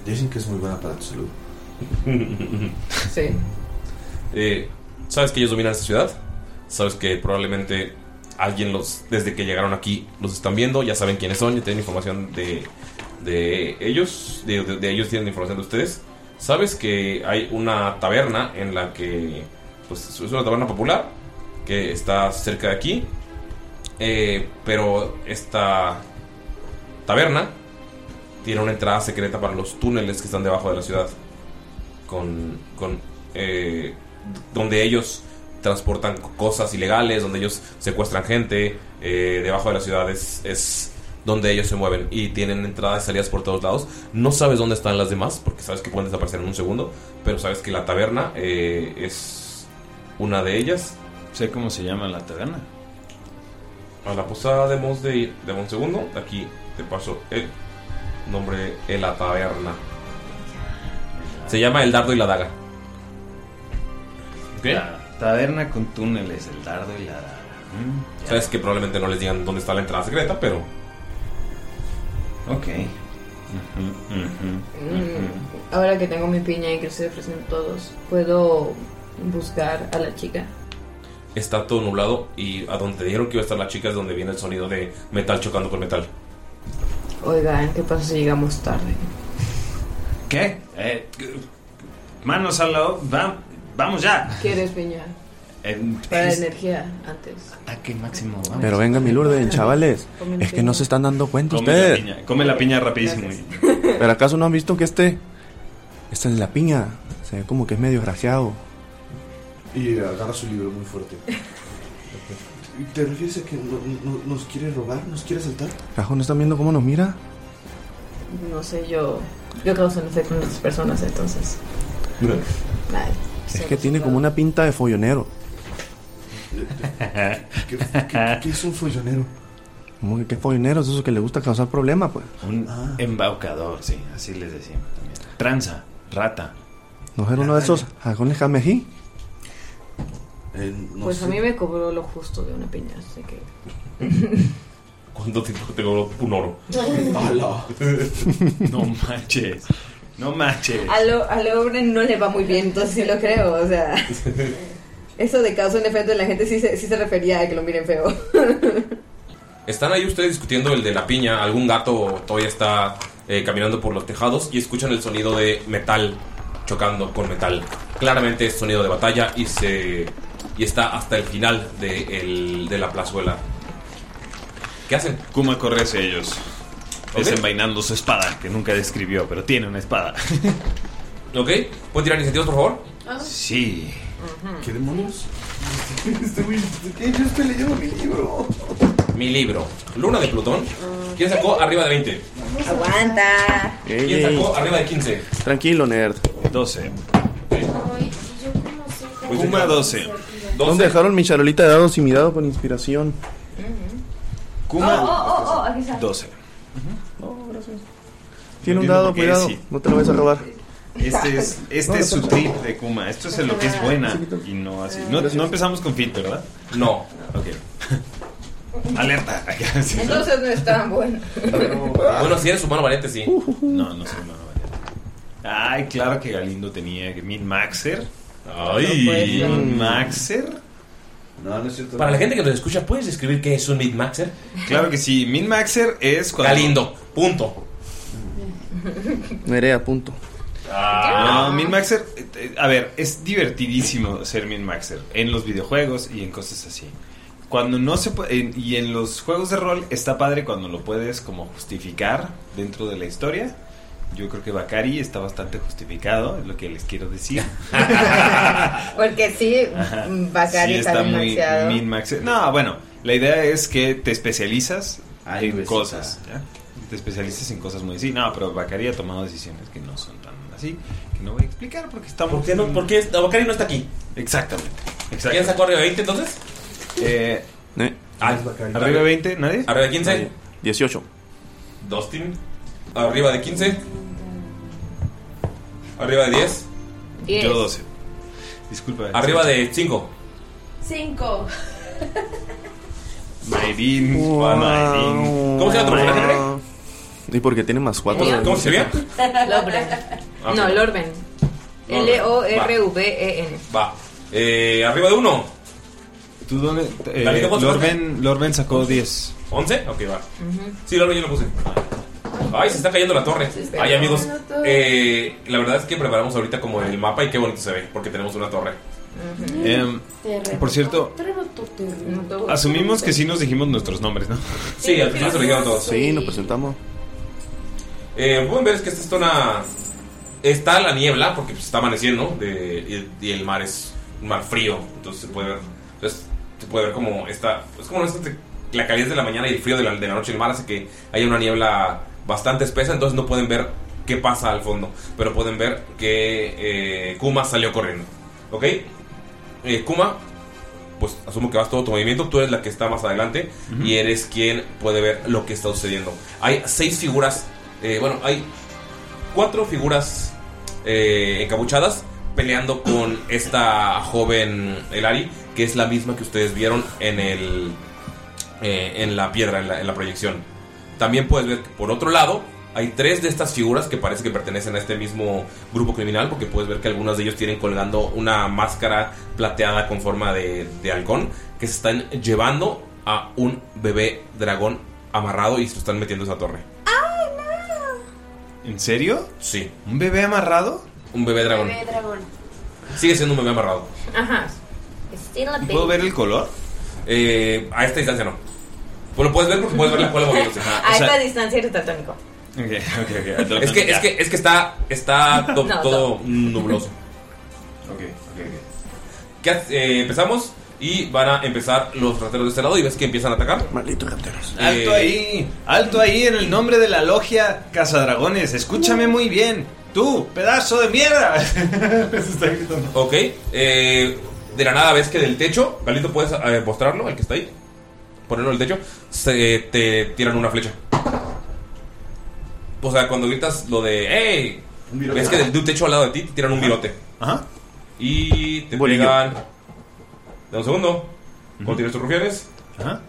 S8: Dicen que es muy buena para tu salud.
S13: Sí.
S7: Eh, sabes que ellos dominan esta ciudad. Sabes que probablemente alguien los, desde que llegaron aquí, los están viendo. Ya saben quiénes son, ya tienen información de, de ellos. De, de- de ellos tienen información de ustedes. Sabes que hay una taberna en la que, pues, es una taberna popular que está cerca de aquí. Eh, pero esta taberna tiene una entrada secreta para los túneles que están debajo de la ciudad con, con, eh, donde ellos transportan cosas ilegales, donde ellos secuestran gente, eh, debajo de las ciudades es donde ellos se mueven y tienen entradas y salidas por todos lados. No sabes dónde están las demás, porque sabes que pueden desaparecer en un segundo, pero sabes que la taberna eh, es una de ellas.
S3: Sé cómo se llama la taberna.
S7: A la posada de Mons de, de un segundo, aquí te paso el nombre de la taberna. Se llama El Dardo y la Daga.
S3: La taberna con túneles, el dardo y la daga. Mm, ya.
S7: Sabes que probablemente no les digan dónde está la entrada secreta, pero
S3: Ok.
S13: Mm, Ahora que tengo mi piña y que estoy ofreciendo todos, puedo buscar a la chica.
S7: está todo nublado y a donde te dijeron que iba a estar la chica es donde viene el sonido de metal chocando con metal.
S13: Oigan, ¿qué pasa si llegamos tarde?
S3: ¿Qué? Eh, manos a la... o- va- vamos ya.
S13: ¿Quieres piña?
S3: Eh,
S13: Para
S3: es-
S13: energía antes.
S3: Ataque máximo. vamos.
S12: Pero venga, mi Lourdes, chavales.
S13: Comen
S12: Es que
S13: piña.
S12: no se están dando cuenta
S3: Come la
S12: ustedes.
S3: piña, come la piña rapidísimo.
S12: ¿Pero acaso no han visto que este. Esta es la piña. Se ve como que es medio desgraciado.
S8: Y agarra su libro muy fuerte. ¿Te refieres a que no- no- nos quiere robar? ¿Nos quiere asaltar?
S12: ¿Acaso no están viendo cómo nos mira?
S13: No sé, yo. Yo causo un efecto en las personas, entonces. Ay,
S12: Es que tiene como una pinta de follonero.
S8: ¿Qué, qué-
S12: Ah.
S8: qué es un follonero?
S12: Como que qué follonero es eso que le gusta causar problemas, pues.
S3: <laughs> Un embaucador, sí, así les decimos también. Tranza, rata.
S12: ¿No era uno de esos jacones camejí?
S13: pues a mí me cobró lo justo de una piña, así que.
S7: ¿Cuánto tiempo te cobró un oro?
S3: Ala. <laughs> no manches. No manches.
S13: A lo, a lo hombre no le va muy bien, entonces sí lo creo, o sea. Eso de causa un efecto en la gente sí se, sí se refería a que lo miren feo.
S7: Están ahí ustedes discutiendo el de la piña. Algún gato todavía está eh, caminando por los tejados y escuchan el sonido de metal chocando con metal. Claramente es sonido de batalla y se y está hasta el final de, el- de la plazuela. ¿Qué hacen?
S3: Kuma corre hacia ellos,
S7: Ok.
S3: desenvainando su espada, que nunca describió, pero tiene una espada.
S7: <laughs> ¿Ok? ¿Puedo tirar iniciativas, por favor?
S3: Ah. Sí.
S8: ¿Qué demonios? Este güey, ¿qué? Yo estoy leyendo mi libro.
S7: Mi libro, Luna de Plutón. ¿Quién sacó arriba de 20?
S11: Aguanta.
S7: ¿Quién sacó arriba de 15?
S12: Tranquilo, nerd.
S3: 12.
S7: Kuma 12.
S12: ¿Dónde dejaron mi charolita de dados y mi dado con inspiración?
S11: Oh, oh, oh, oh, aquí está.
S3: 12.
S13: Oh,
S12: Tiene un
S3: Entiendo
S12: dado,
S3: por qué
S12: cuidado.
S3: sí.
S12: No te lo vayas a robar.
S3: Este es, este es su trip de Kuma. Esto es en lo que es buena y no así. No, no empezamos con fit, ¿verdad?
S7: No.
S3: Ok. <laughs> Alerta.
S13: Entonces no es tan bueno.
S7: Bueno, si eres humano valiente, sí.
S3: No, no soy humano valiente. Ay, claro que Galindo tenía que Min Maxer.
S7: Ay.
S3: No puede ser. Min Maxer.
S8: No, no es cierto.
S7: Para la gente que nos escucha, ¿puedes describir qué es un Midmaxer?
S3: Claro que sí. Min Maxer es cuando.
S7: Galindo. Punto.
S12: Nerea, punto.
S7: Ah.
S3: No, Min Maxer. eh, eh, A ver, es divertidísimo ser Min Maxer en los videojuegos y en cosas así. Cuando no se puede. y en los juegos de rol está padre cuando lo puedes como justificar dentro de la historia. Yo creo que Bakari está bastante justificado, es lo que les quiero
S7: <laughs>
S3: decir.
S13: Porque sí,
S3: Ajá.
S13: Bacari
S3: Sí,
S13: Mm, está
S3: muy
S13: demasiado.
S3: min maxe- No, bueno, la idea es que te especializas en
S7: pues,
S3: cosas. ¿ya? Te especializas en cosas muy así. No, pero Bacari ha tomado decisiones que no son tan así. Que no voy a explicar porque estamos.
S7: ¿Por qué no? ¿Por qué Bacari no está aquí?
S3: Exactamente.
S7: ¿Quién
S3: exactamente.
S7: sacó arriba de 20 entonces?
S3: Eh,
S7: Ah,
S3: ¿Arriba de 20? ¿Nadie?
S7: Arriba de 15.
S12: 18.
S7: Dustin. Arriba de 15. Arriba de 10.
S10: Diez. Yo
S3: 12. Disculpa.
S7: Arriba de 5.
S10: Cinco.
S3: Mayrin.
S7: ¿Cómo se llama tu personaje,
S12: Y porque tiene más 4.
S7: ¿Cómo se llama?
S13: Lorben.
S7: Ah,
S13: No,
S7: sí.
S13: Lorben.
S7: Lorben.
S13: L-O-R-V-E-N.
S7: Va. Eh, arriba de 1.
S3: ¿Tú dónde? Eh,
S7: Galindo, ¿cuánto
S3: Lorben, Lorben sacó 10.
S7: 11. Ok, va. Sí, lo yo lo puse. Ay, se está cayendo la torre. Ay, amigos. eh, la verdad es que preparamos ahorita como el mapa y qué bonito se ve porque tenemos una torre.
S3: Em, por cierto, asumimos que sí nos dijimos nuestros nombres, ¿no?
S7: <laughs> Sí, al final se lo dijeron todos.
S12: Sí, nos presentamos.
S7: Eh, pueden ver es que esta es una Está la niebla, porque pues, está amaneciendo, de- y, y el mar es un mar frío, entonces se puede ver, entonces, se puede ver como esta, es como esta- la calidez de la mañana y el frío de la, de la noche, el mar hace que haya una niebla bastante espesa, entonces no pueden ver qué pasa al fondo, pero pueden ver que eh, Kuma salió corriendo, ¿ok? Eh, Kuma, pues asumo que vas todo tu movimiento, tú eres la que está más adelante
S3: Ujú.
S7: y eres quien puede ver lo que está sucediendo. Hay seis figuras, eh, bueno, hay cuatro figuras eh, encapuchadas peleando con esta joven Elari, que es la misma que ustedes vieron en el eh, en la piedra, en la, en la proyección. También puedes ver que por otro lado hay tres de estas figuras que parece que pertenecen a este mismo grupo criminal, porque puedes ver que algunos de ellos tienen colgando una máscara plateada con forma de, de halcón, que se están llevando a un bebé dragón amarrado y se lo están metiendo en esa torre. ¿En serio? Sí. ¿Un bebé amarrado? Un bebé dragón.
S10: Bebé dragón.
S7: Sigue siendo un bebé amarrado.
S10: Ajá. Still a
S13: <laughs>
S10: baby.
S7: color? Eh, a esta distancia no. Pues lo puedes ver porque puedes ver la cola moviéndose.
S13: <laughs> A esta distancia eres tatónico.
S7: es, que, es, que, es que está, está to-
S13: No,
S7: todo nubloso. Ok, ok, ¿Qué haces? Eh, empezamos y van a empezar los rateros de este lado y ves que empiezan a atacar. Eh, Malditos rateros.
S3: Alto ahí, alto ahí en el nombre de la logia Cazadragones. Escúchame muy bien. Tú, pedazo de mierda. <laughs>
S7: Ok, eh, de la nada ves que del techo, Galito, puedes eh, mostrarlo, el que está ahí, ponerlo en el techo, se, te tiran una flecha. O sea, cuando gritas lo de, ¡Ey!
S3: virote.
S7: Ves que del, de un techo al lado de ti te tiran un virote.
S3: Ajá.
S7: Y te
S3: Bolillo.
S7: pegan. Da un segundo. Cuando tienes tus rufianes.
S3: Ajá.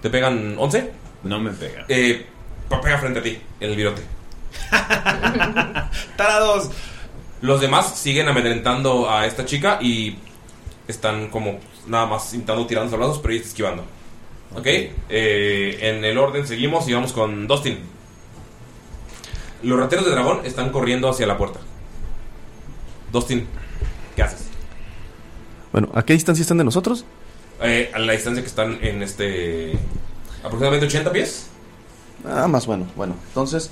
S7: Te pegan 11.
S3: No me pega.
S7: Eh, pa- pega frente a ti, en el virote.
S3: <laughs> Tarados.
S7: Los demás siguen amedrentando a esta chica y están como nada más intentando tirar los abrazos, pero ella está esquivando. Ok, eh, en el orden seguimos y vamos con Dustin. Los rateros de dragón están corriendo hacia la puerta. Dustin, ¿qué haces?
S12: Bueno, ¿a qué distancia están de nosotros?
S7: Eh, a la distancia que están en este. aproximadamente 80 pies.
S12: Ah, más bueno. Bueno, entonces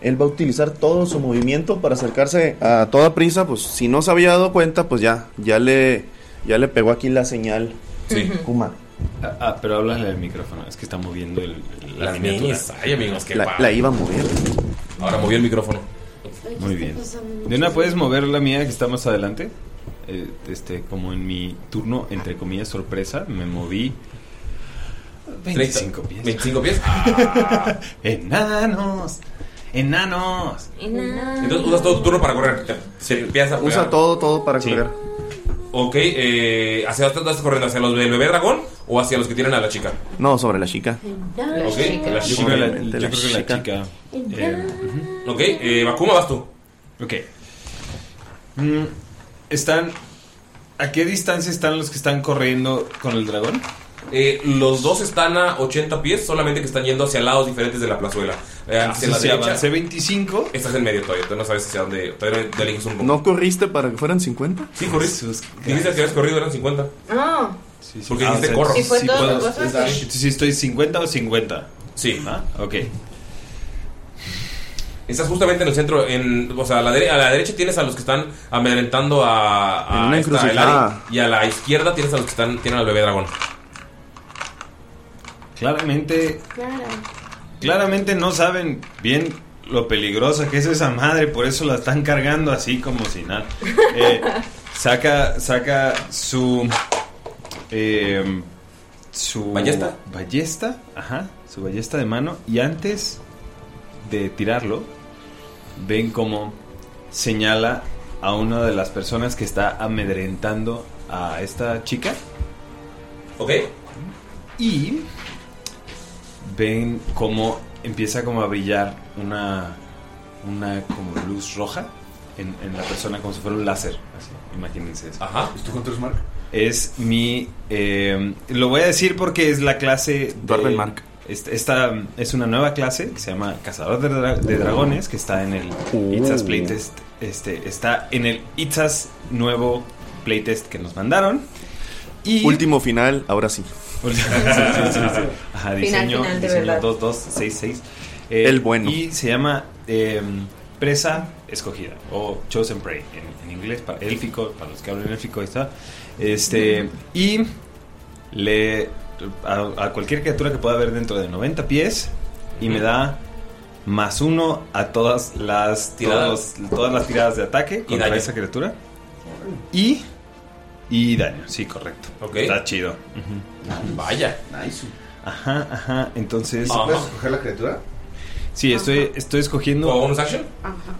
S12: él va a utilizar todo su movimiento para acercarse a toda prisa. Pues si no se había dado cuenta, pues ya, ya le, ya le pegó aquí la señal.
S7: Sí.
S12: Kuma.
S3: Ah, ah, pero háblale al micrófono. Es que está moviendo el, el- la
S7: Las
S3: miniatura.
S7: niñas. Ay, amigos, qué
S12: La,
S7: padre.
S12: la iba a mover.
S7: Ahora movió el micrófono.
S3: Muy bien.
S10: pasando
S3: De una, ¿puedes mover la mía que está más adelante? Eh, este, como en mi turno, entre comillas, sorpresa, me moví 25 pies.
S7: 25 pies.
S3: <laughs> Enanos. Enanos.
S7: Entonces usas todo tu turno para correr. Te- Se empieza a
S12: Usa todo, todo para correr.
S7: Ok, eh, ¿hacia dónde estás corriendo? ¿Hacia los del bebé dragón o hacia los que tienen a la chica?
S12: No, sobre la chica.
S7: La Ok, chica. la chica, la-
S12: Obviamente,
S7: yo creo que la
S12: chica.
S7: Ok, eh, Bakuma, vas tú.
S3: Ok. Mm, ¿Están. ¿A qué distancia están los que están corriendo con el dragón?
S7: Eh, los dos están a 80 pies, solamente que están yendo hacia lados diferentes de la plazuela. Eh, hacia la
S3: si
S7: derecha.
S3: avancé 25.
S7: Estás en medio todavía, tú no sabes hacia dónde. Todavía te eliges un poco.
S12: ¿No corriste para que fueran 50?
S7: Sí, corriste. Dijiste que habías corrido, eran 50.
S13: No.
S3: Ah,
S7: Porque dijiste corro.
S13: ¿Y fue todo lo que
S3: Si
S13: pasaste?
S3: estoy 50 o 50.
S7: Sí.
S3: ¿Ah? Ok.
S7: Estás justamente en el centro, en, o sea, a la, dere- a la derecha tienes a los que están amedrentando a,
S12: En
S7: a
S12: una
S7: esta
S12: encrucijada.
S7: Elari, y a la izquierda tienes a los que están, tienen al bebé dragón.
S3: Claramente,
S10: Claro.
S3: claramente no saben bien lo peligrosa que es esa madre, por eso la están cargando así como si nada. Eh, saca, saca su. eh, su.
S7: ¿Ballesta?
S3: Ballesta, ajá, su ballesta de mano. Y antes de tirarlo, ven como señala a una de las personas que está amedrentando a esta chica.
S7: Ok.
S3: Y ven cómo empieza como a brillar una, una como luz roja en, en la persona como si fuera un láser. Así, imagínense eso.
S7: Ajá.
S8: ¿Es tu control smart?
S3: Es mi... eh, lo voy a decir porque es la clase... de Mark. Esta, esta es una nueva clase que se llama Cazador de, Dra- de Dragones que está en el
S12: Uh.
S3: Itzas Playtest. Este, está en el Itzas nuevo playtest que nos mandaron. Y
S12: Último final, ahora sí.
S3: Ajá,
S13: Final,
S3: diseño,
S13: final, de
S3: diseño
S13: verdad.
S3: 2266. Eh,
S12: El bueno.
S3: Y se llama eh, presa escogida o chosen prey en, en inglés, para, élfico, para los que hablan élfico, ahí está. Este, y le a, a cualquier criatura que pueda haber dentro de 90 pies y me da más uno a todas las
S7: Tiradas.
S3: todos- todas las tiradas de ataque contra
S7: daño.
S3: esa criatura y y daño, sí, correcto. Está chido. Ujú.
S7: Vaya.
S8: Nice.
S3: Ajá, ajá. Entonces. pues,
S8: ¿Y si puedes escoger la criatura?
S3: Sí, estoy, estoy escogiendo.
S7: ¿O bonus action?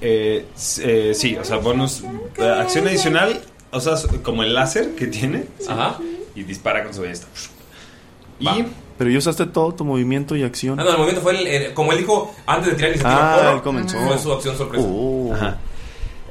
S3: Eh, s- eh, sí, o sea, bonus. eh, acción adicional, o sea, s- como el láser que tiene.
S7: Ajá.
S3: Y dispara con su ballesta. Y.
S12: Pero ya usaste todo tu movimiento y acción.
S7: Ah, no, el movimiento fue el, el- como él dijo antes de tirar la iniciativa.
S12: Ah,
S7: por-
S12: él comenzó.
S7: Fue su acción sorpresa.
S3: Ajá. Uh.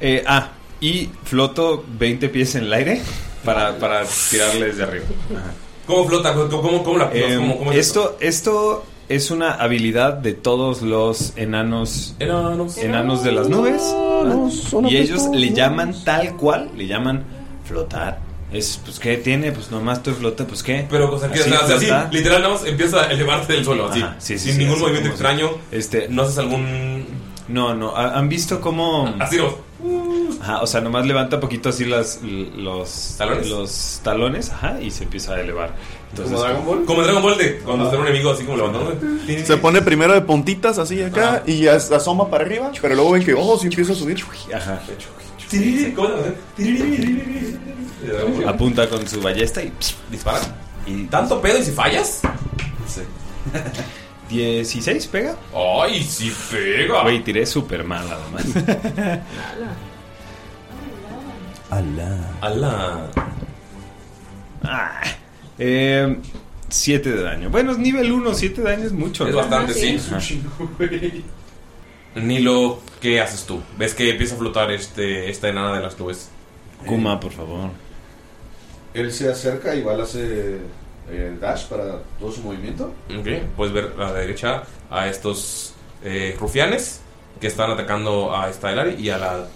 S3: Eh, ah, y floto 20 pies en el aire para, para tirarle desde arriba. Ajá.
S7: ¿Cómo flota? ¿Cómo, cómo- cómo la
S3: Eh,
S7: cómo- cómo es
S3: esto, esto es una habilidad de todos los enanos
S7: Enanos.
S3: enanos de las nubes.
S7: son
S3: y ellos
S7: apretados.
S3: le llaman tal cual, le llaman flotar. Es, pues, ¿qué tiene? Pues nomás estoy flota, pues, ¿qué?
S7: Pero, o sea, empieza- o sea, sí,
S3: flota.
S7: literal, nada más empieza a elevarte del suelo, así.
S3: Ajá, sí, sí,
S7: sin
S3: sí,
S7: ningún
S3: así
S7: movimiento
S3: como así.
S7: extraño.
S3: Este,
S7: no haces algún.
S3: No, no. ¿ha- ¿Han visto cómo.
S7: Así no.
S3: Ajá, o sea, nomás levanta poquito así las, los,
S7: ¿Talones?
S3: los talones, ajá, y se empieza a elevar. Entonces,
S7: ¿Como Dragon Ball? Como en Dragon Ball de cuando está un enemigo así como levantándose.
S12: Se pone primero de puntitas así acá y as- asoma para arriba, pero luego ven que ojo sí empieza a subir.
S3: Ajá.
S7: ¿Cómo la
S3: Apunta con su ballesta y pss,
S7: dispara.
S3: Y
S7: ¿Tanto pedo y si fallas?
S3: <laughs> Sí. 16 pega.
S7: ¡Ay, sí pega!
S3: Güey, tiré súper mal además. Alá.
S7: Alá.
S3: Ah, eh, 7 de daño. Bueno, es nivel 1, 7 de daño es mucho.
S7: Es
S3: ¿no?
S7: bastante, sí.
S3: Ajá.
S7: Nilo, ¿qué haces tú? ¿Ves que empieza a flotar este, esta enana de las nubes?
S3: Kuma, por favor.
S8: Él se acerca y va a hacer eh, dash para todo su movimiento.
S7: Ok, puedes ver a la derecha a estos eh, rufianes que están atacando a esta Elari y a la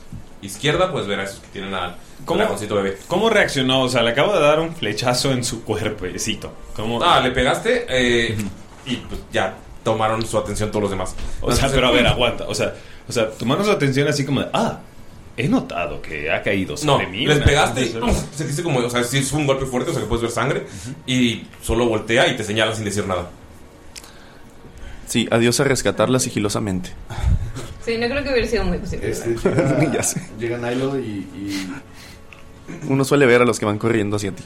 S7: izquierda puedes ver a esos que tienen al
S3: ¿Cómo?
S7: dragoncito bebé.
S3: ¿Cómo reaccionó? O sea, le acabo de dar un flechazo en su cuerpecito. ¿Cómo?
S7: Ah, le pegaste eh, y pues, ya tomaron su atención todos los demás.
S3: O sea, pero a ver, aguanta. O sea, o sea, tomaron su atención así como de, ah, he notado que ha caído
S7: No,
S3: sobre mí.
S7: les
S3: una-
S7: pegaste y ¡pum! sentiste como, o sea, sí es un golpe fuerte, o sea que puedes ver sangre y solo voltea y te señala sin decir nada.
S12: Sí, adiós a rescatarla sigilosamente.
S13: Sí, no creo que hubiera sido muy posible.
S8: Este
S12: <laughs>
S7: <laughs>
S12: ya sé.
S8: Llega Nilo y, y
S12: Uno suele ver a los que van corriendo hacia ti.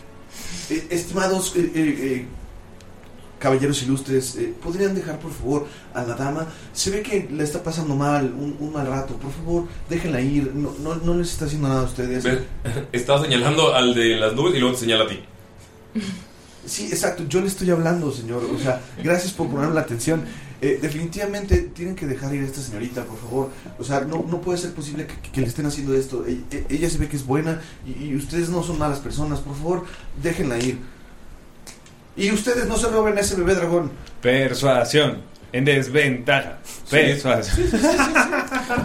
S8: Eh, Estimados eh, eh, eh, caballeros ilustres, eh, ¿podrían dejar por favor a la dama? Se ve que la está pasando mal, un, un mal rato. Por favor, déjenla ir. No, no, no les está haciendo nada a ustedes.
S7: Ve, Estaba señalando al de las nubes y luego te señala a ti.
S8: Sí, exacto. Yo le estoy hablando, señor. O sea, gracias por ponerme la atención. Eh, definitivamente tienen que dejar ir a esta señorita, por favor. O sea, no, no puede ser posible que, que le estén haciendo esto. E- e- Ella, se ve que es buena y, y ustedes no son malas personas. Por favor, déjenla ir. Y ustedes no se roben a ese bebé dragón.
S3: Persuasión. En desventaja. Persuasión.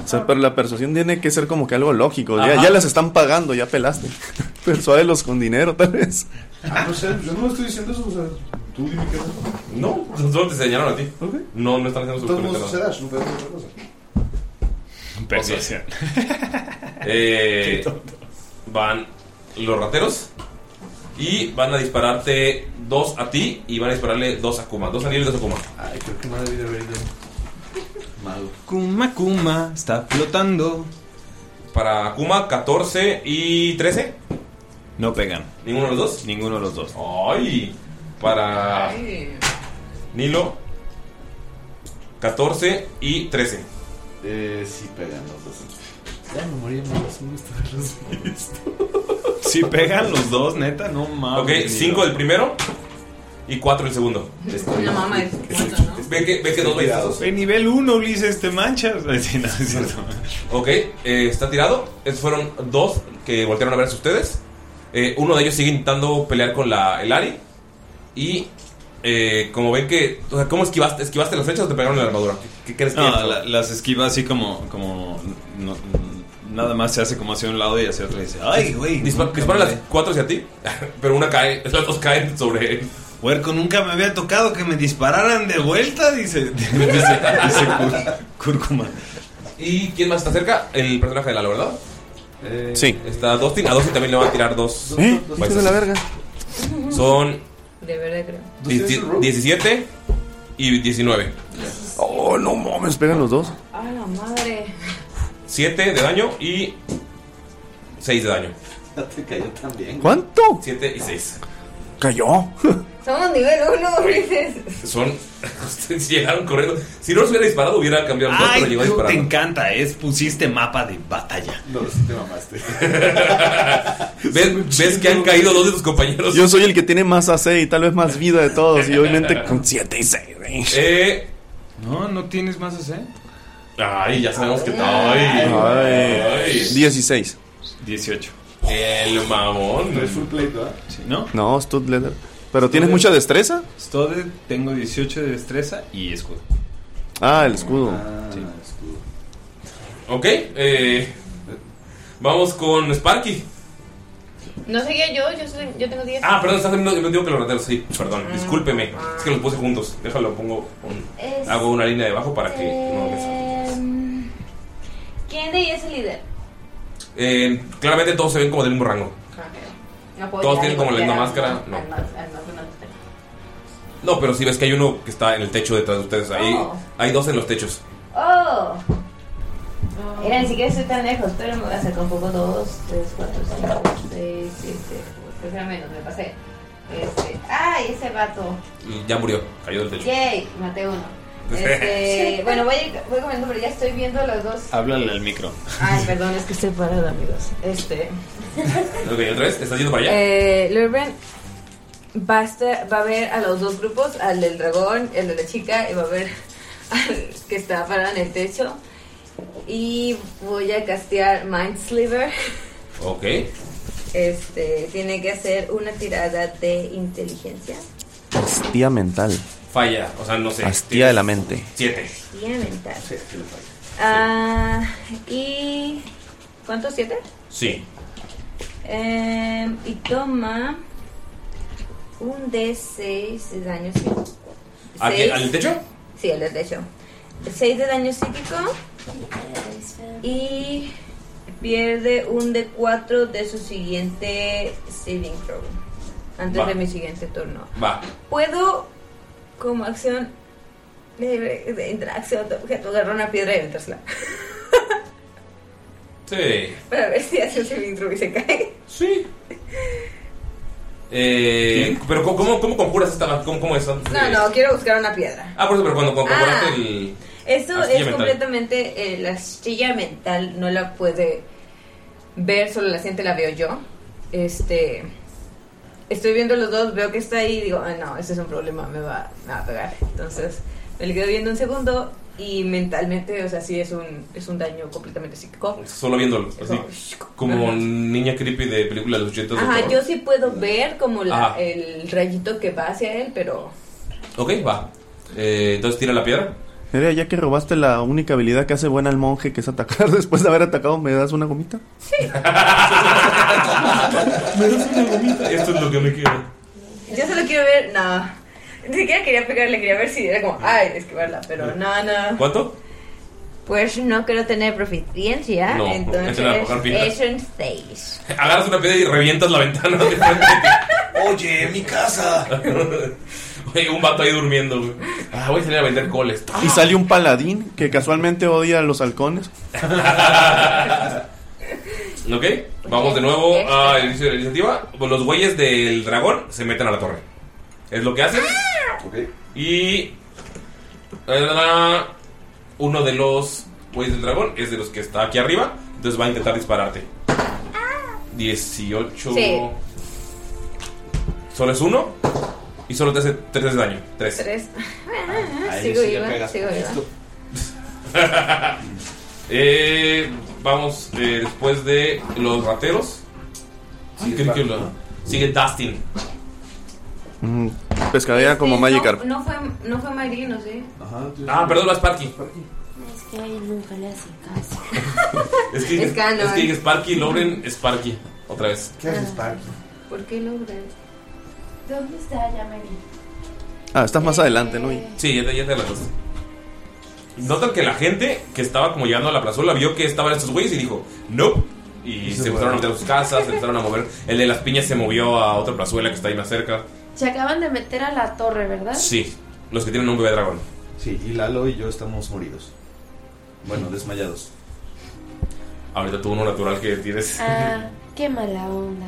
S12: O sea, pero la persuasión tiene que ser como que algo lógico. Ya,
S3: Ajá.
S12: ya las están pagando, ya pelaste. <laughs> Persuádelos con dinero, tal vez.
S8: Ah, no sé, yo no lo estoy diciendo eso. O sea, tú dime qué
S7: No, solo te señalaron a ti. No, no están haciendo su
S8: Todos no se dash, no podemos hacer otra cosa.
S3: Persuasión.
S7: Eh, van los rateros y van a dispararte dos a ti y van a dispararle dos a Kuma. Dos a Nilo y dos a Kuma.
S8: Ay, creo que madre vida verde. Malo.
S3: Kuma Kuma está flotando.
S7: Para Kuma, 14 y 13.
S3: No pegan.
S7: ¿Ninguno de los dos?
S3: Ninguno de los dos.
S7: Ay, para
S14: Ay.
S7: Nilo, 14 y 13.
S8: Eh, sí pegan los dos. Ya me morí más uno de los
S3: Si pegan los dos, neta, no mames.
S7: Ok, 5 del primero y 4 el segundo.
S13: este,
S14: No mames.
S7: Ve que, ve que dos veces.
S3: De nivel 1, Ulises, este <laughs> te manchas. Sí, no, es cierto.
S7: Ok, eh, está tirado. Esos fueron dos que voltearon a ver a ustedes. Eh, uno de ellos sigue intentando pelear con la, el Ari. Y eh, como ven que. O sea, ¿cómo esquivaste? ¿Esquivaste las flechas o te pegaron en la armadura? ¿Qué, qué crees que
S3: No, la- las esquiva así como. como no- nada más se hace como hacia un lado y hacia otro y dice: ¡Ay, güey!
S7: Dispara,
S3: nunca <laughs>
S7: dispara
S3: me-
S7: las cuatro hacia ti, <laughs> pero una cae, las dos caen sobre él.
S3: Puerco, nunca me había <laughs> tocado que me dispararan de vuelta, dice. Dice, dice Cúr- Cúrcuma.
S7: ¿Y quién más está cerca? El personaje de Lalo, ¿verdad?
S12: Sí.
S7: Está Dustin. A Dustin también le va a tirar dos.
S12: ¿Eh?
S7: dos
S12: Dustin de la verga.
S7: Son
S13: De verdad creo.
S7: 17 y 19.
S12: Oh, no mames, pegan los dos.
S13: A la madre.
S7: 7 de daño y 6 de daño.
S16: Te cayó también.
S7: ¿Cuánto? 7 y 6.
S12: ¿Cayó?
S13: Somos nivel <laughs> 1, Ulises.
S7: Son. Ustedes llegaron corriendo. Si no los hubiera disparado, hubiera cambiado el
S3: Ay,
S7: pero llegó
S3: tú
S7: disparando.
S3: te encanta, es pusiste mapa de batalla. No, te mamaste. <laughs>
S7: ¿Ves, ves que han caído dos de tus compañeros.
S12: Yo soy el que tiene más AC y tal vez más vida de todos. Y <laughs> obviamente con 7 y 6.
S7: Eh.
S3: No, no tienes más AC.
S7: Ay, ya sabemos que está.
S3: Ay.
S7: Ay.
S12: 16.
S3: 18.
S7: El mamón.
S3: No es full plate, ¿verdad? Sí, ¿no?
S12: No, Stud Leather. ¿Pero tienes mucha destreza?
S3: Studded, tengo 18 de destreza y escudo.
S12: Ah, el escudo.
S7: Ok, eh, vamos con Sparky.
S11: No seguía yo, yo, soy- yo tengo 10.
S7: Ah, perdón, estás en el digo que los rateros, sí, perdón, discúlpeme. Es que los puse juntos. Déjalo, pongo. un-
S13: Este,
S11: Es-
S7: hago una línea debajo Ah, para que no me salga.
S11: Em, ¿Quién de ellos es el líder?
S7: Eh, claramente todos se ven como del mismo rango. Todos tienen como la misma máscara. No. No, pero sí ves que hay uno que está en el techo detrás de ustedes. Ahí
S11: Oh.
S7: hay dos en los techos.
S11: ¡Oh! Mira, ni siquiera estoy tan lejos, pero me voy a acercar un poco. 2, 3, 4, 5, 6, 7, 8. Pues era menos, me pasé. Este. ¡Ay, ese vato!
S7: Y ya murió, cayó del techo.
S11: ¡Yay! Maté
S7: <laughs>
S11: uno. Este, bueno, voy, a ir- voy comentando, pero ya estoy viendo los dos.
S3: Háblale al micro.
S13: Ay, perdón, es que estoy parada, amigos. Este.
S7: Ok, otra vez, ¿estás yendo para allá?
S13: Eh, Lurven va a, estar- va a ver a los dos grupos, al del dragón, el de la chica, y va a ver <laughs> al que está parado en el techo. Y voy a castear Mind Sliver.
S7: Ok.
S13: Este, tiene que hacer una tirada de inteligencia.
S12: Hastía mental.
S7: Falla, o sea, no sé.
S12: Hastía de la mente.
S7: Siete.
S13: Y a mental. Ah, y. ¿Cuántos? ¿Siete?
S7: Sí.
S13: Em, y toma un D6 de daño psíquico.
S7: ¿A qué?
S13: Seis.
S7: ¿Al techo?
S13: Sí, al del techo. 6 de daño psíquico y pierde un D4 de su siguiente saving throw. Antes
S7: Va.
S13: de mi siguiente turno.
S7: Va.
S13: ¿Puedo, como acción eh, de, de interacción de objeto, agarrar una piedra y aventársela?
S7: Sí.
S13: <laughs> Para ver si hace el saving throw y se cae.
S7: Sí. Eh, pero ¿cómo- ¿cómo, cómo conjuras esta ma- ¿Cómo, cómo es?
S13: No, no, quiero buscar una piedra.
S7: Ah, por eso, pero cuando, cuando conjuraste el.
S13: Eso
S7: Astilla
S13: es
S7: mental.
S13: completamente eh, la astilla mental, no la puede ver, solo la siente, la veo yo. Este, estoy viendo los dos, veo que está ahí y digo, ah, no, ese es un problema, me va, me va a pegar. Entonces, me le quedo viendo un segundo y mentalmente, o sea, sí es un, es un daño completamente psíquico.
S7: Solo viéndolo. Así. Como
S13: Ajá.
S7: niña creepy de película de los ochentas. de
S13: Ajá,
S7: terror.
S13: yo sí puedo ver como la-
S7: Ajá.
S13: el rayito que va hacia él, pero
S7: Ok, va. Eh, entonces tira la piedra.
S12: Nerea, ya que robaste la única habilidad que hace buena al monje, que es atacar <laughs> después de haber atacado, ¿me das una gomita?
S7: Me das una gomita. Esto es lo que me quiero.
S13: Yo solo quiero ver, no. Ni siquiera quería pegarle, quería ver si era como, ay, esquivarla, pero no, no.
S7: ¿Cuánto?
S13: Pues no quiero tener proficiencia,
S7: No,
S13: entonces
S7: échala a bajar pilas.
S13: es un 6.
S7: Agarras una piedra y revientas la ventana. de frente. <laughs> Oye, mi casa. <laughs> Oye, un vato ahí durmiendo, güey. Ah, voy a salir a vender coles.
S12: Y sale un paladín que casualmente odia a los halcones.
S7: Ok, vamos de nuevo al inicio de la iniciativa. Pues Los güeyes del dragón se meten a la torre. Es lo que hacen. Y. eh, Uno de los güeyes del dragón es de los que está aquí arriba. Entonces va a intentar dispararte. 18.
S13: Sí.
S7: Solo es uno. Y solo te hace 3 de daño. 3.
S13: <laughs> 3.
S7: Ah, ahí
S13: Ah, Sigo
S7: sí le
S13: viva,
S7: pegas.
S13: sigo viva.
S7: Eh, vamos eh, después de los rateros. Sí, creo que lo- sigue Dustin.
S12: Mm, pescadera como Magikarp.
S13: No fue, no fue Marino, sí.
S7: Ah, perdón, la Sparky.
S10: Es que a él nunca le hacen caso.
S7: <laughs> Es que,
S13: Es canon.
S7: es que dije Sparky, Lauren, Sparky. Otra vez.
S13: ¿Qué hace Sparky? ¿Por qué logré?
S10: ¿Dónde está? Ya me vi.
S12: Ah, estás más adelante, ¿no? Y-
S7: Sí, ya te, ya te la cosa. Notan que la gente que estaba como llegando a la plazuela vio que estaban estos güeyes y dijo, nope. Y se empezaron a meter a sus casas, se empezaron a mover. El de las piñas se movió a otra plazuela que está ahí más cerca.
S10: Se acaban de meter a la torre, ¿verdad?
S7: Sí, los que tienen un bebé dragón.
S17: Sí, y Lalo y yo estamos moridos. Bueno, desmayados.
S7: Ahorita tuvo uno natural que tienes.
S10: Ah, qué mala onda.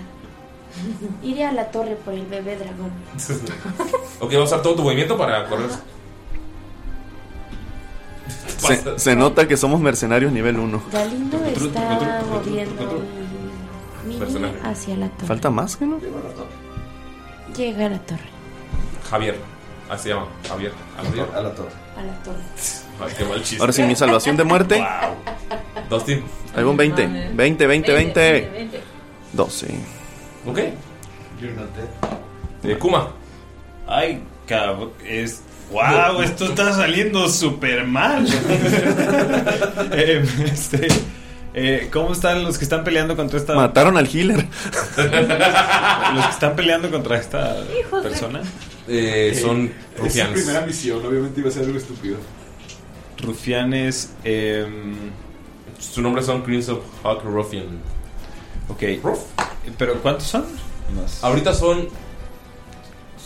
S10: Iré a la torre por el bebé dragón.
S7: <laughs> ok, vas a usar todo tu movimiento para correr.
S12: Se, se nota que somos mercenarios nivel 1.
S10: Galindo está moviendo mi mini
S12: Personaje.
S10: hacia la torre.
S12: Falta más que no.
S10: Llega a la torre,
S7: Javier. Así se llama. Javier. Javier. A la torre.
S10: a la torre.
S7: <laughs> Ay, qué mal chiste.
S12: Ahora sí, mi salvación de muerte.
S7: Dustin.
S12: Ahí va un 20. 20, 20, 20. 12.
S7: Ok. Eh, Kuma.
S3: Ay, cabrón. Es... ¡Wow! Esto está saliendo súper mal. <laughs> Em, este, eh, ¿Cómo están los que están peleando contra esta.
S12: Mataron al healer.
S3: los que están peleando contra esta
S8: Hijos de-
S3: persona.
S7: Eh, son
S3: rufianes.
S8: Es su primera misión, obviamente iba a ser algo estúpido.
S3: Rufianes. em,
S7: Su nombre son Crimson Hawk Ruffian.
S3: Ok. ¿Pero cuántos son?
S7: Ahorita son.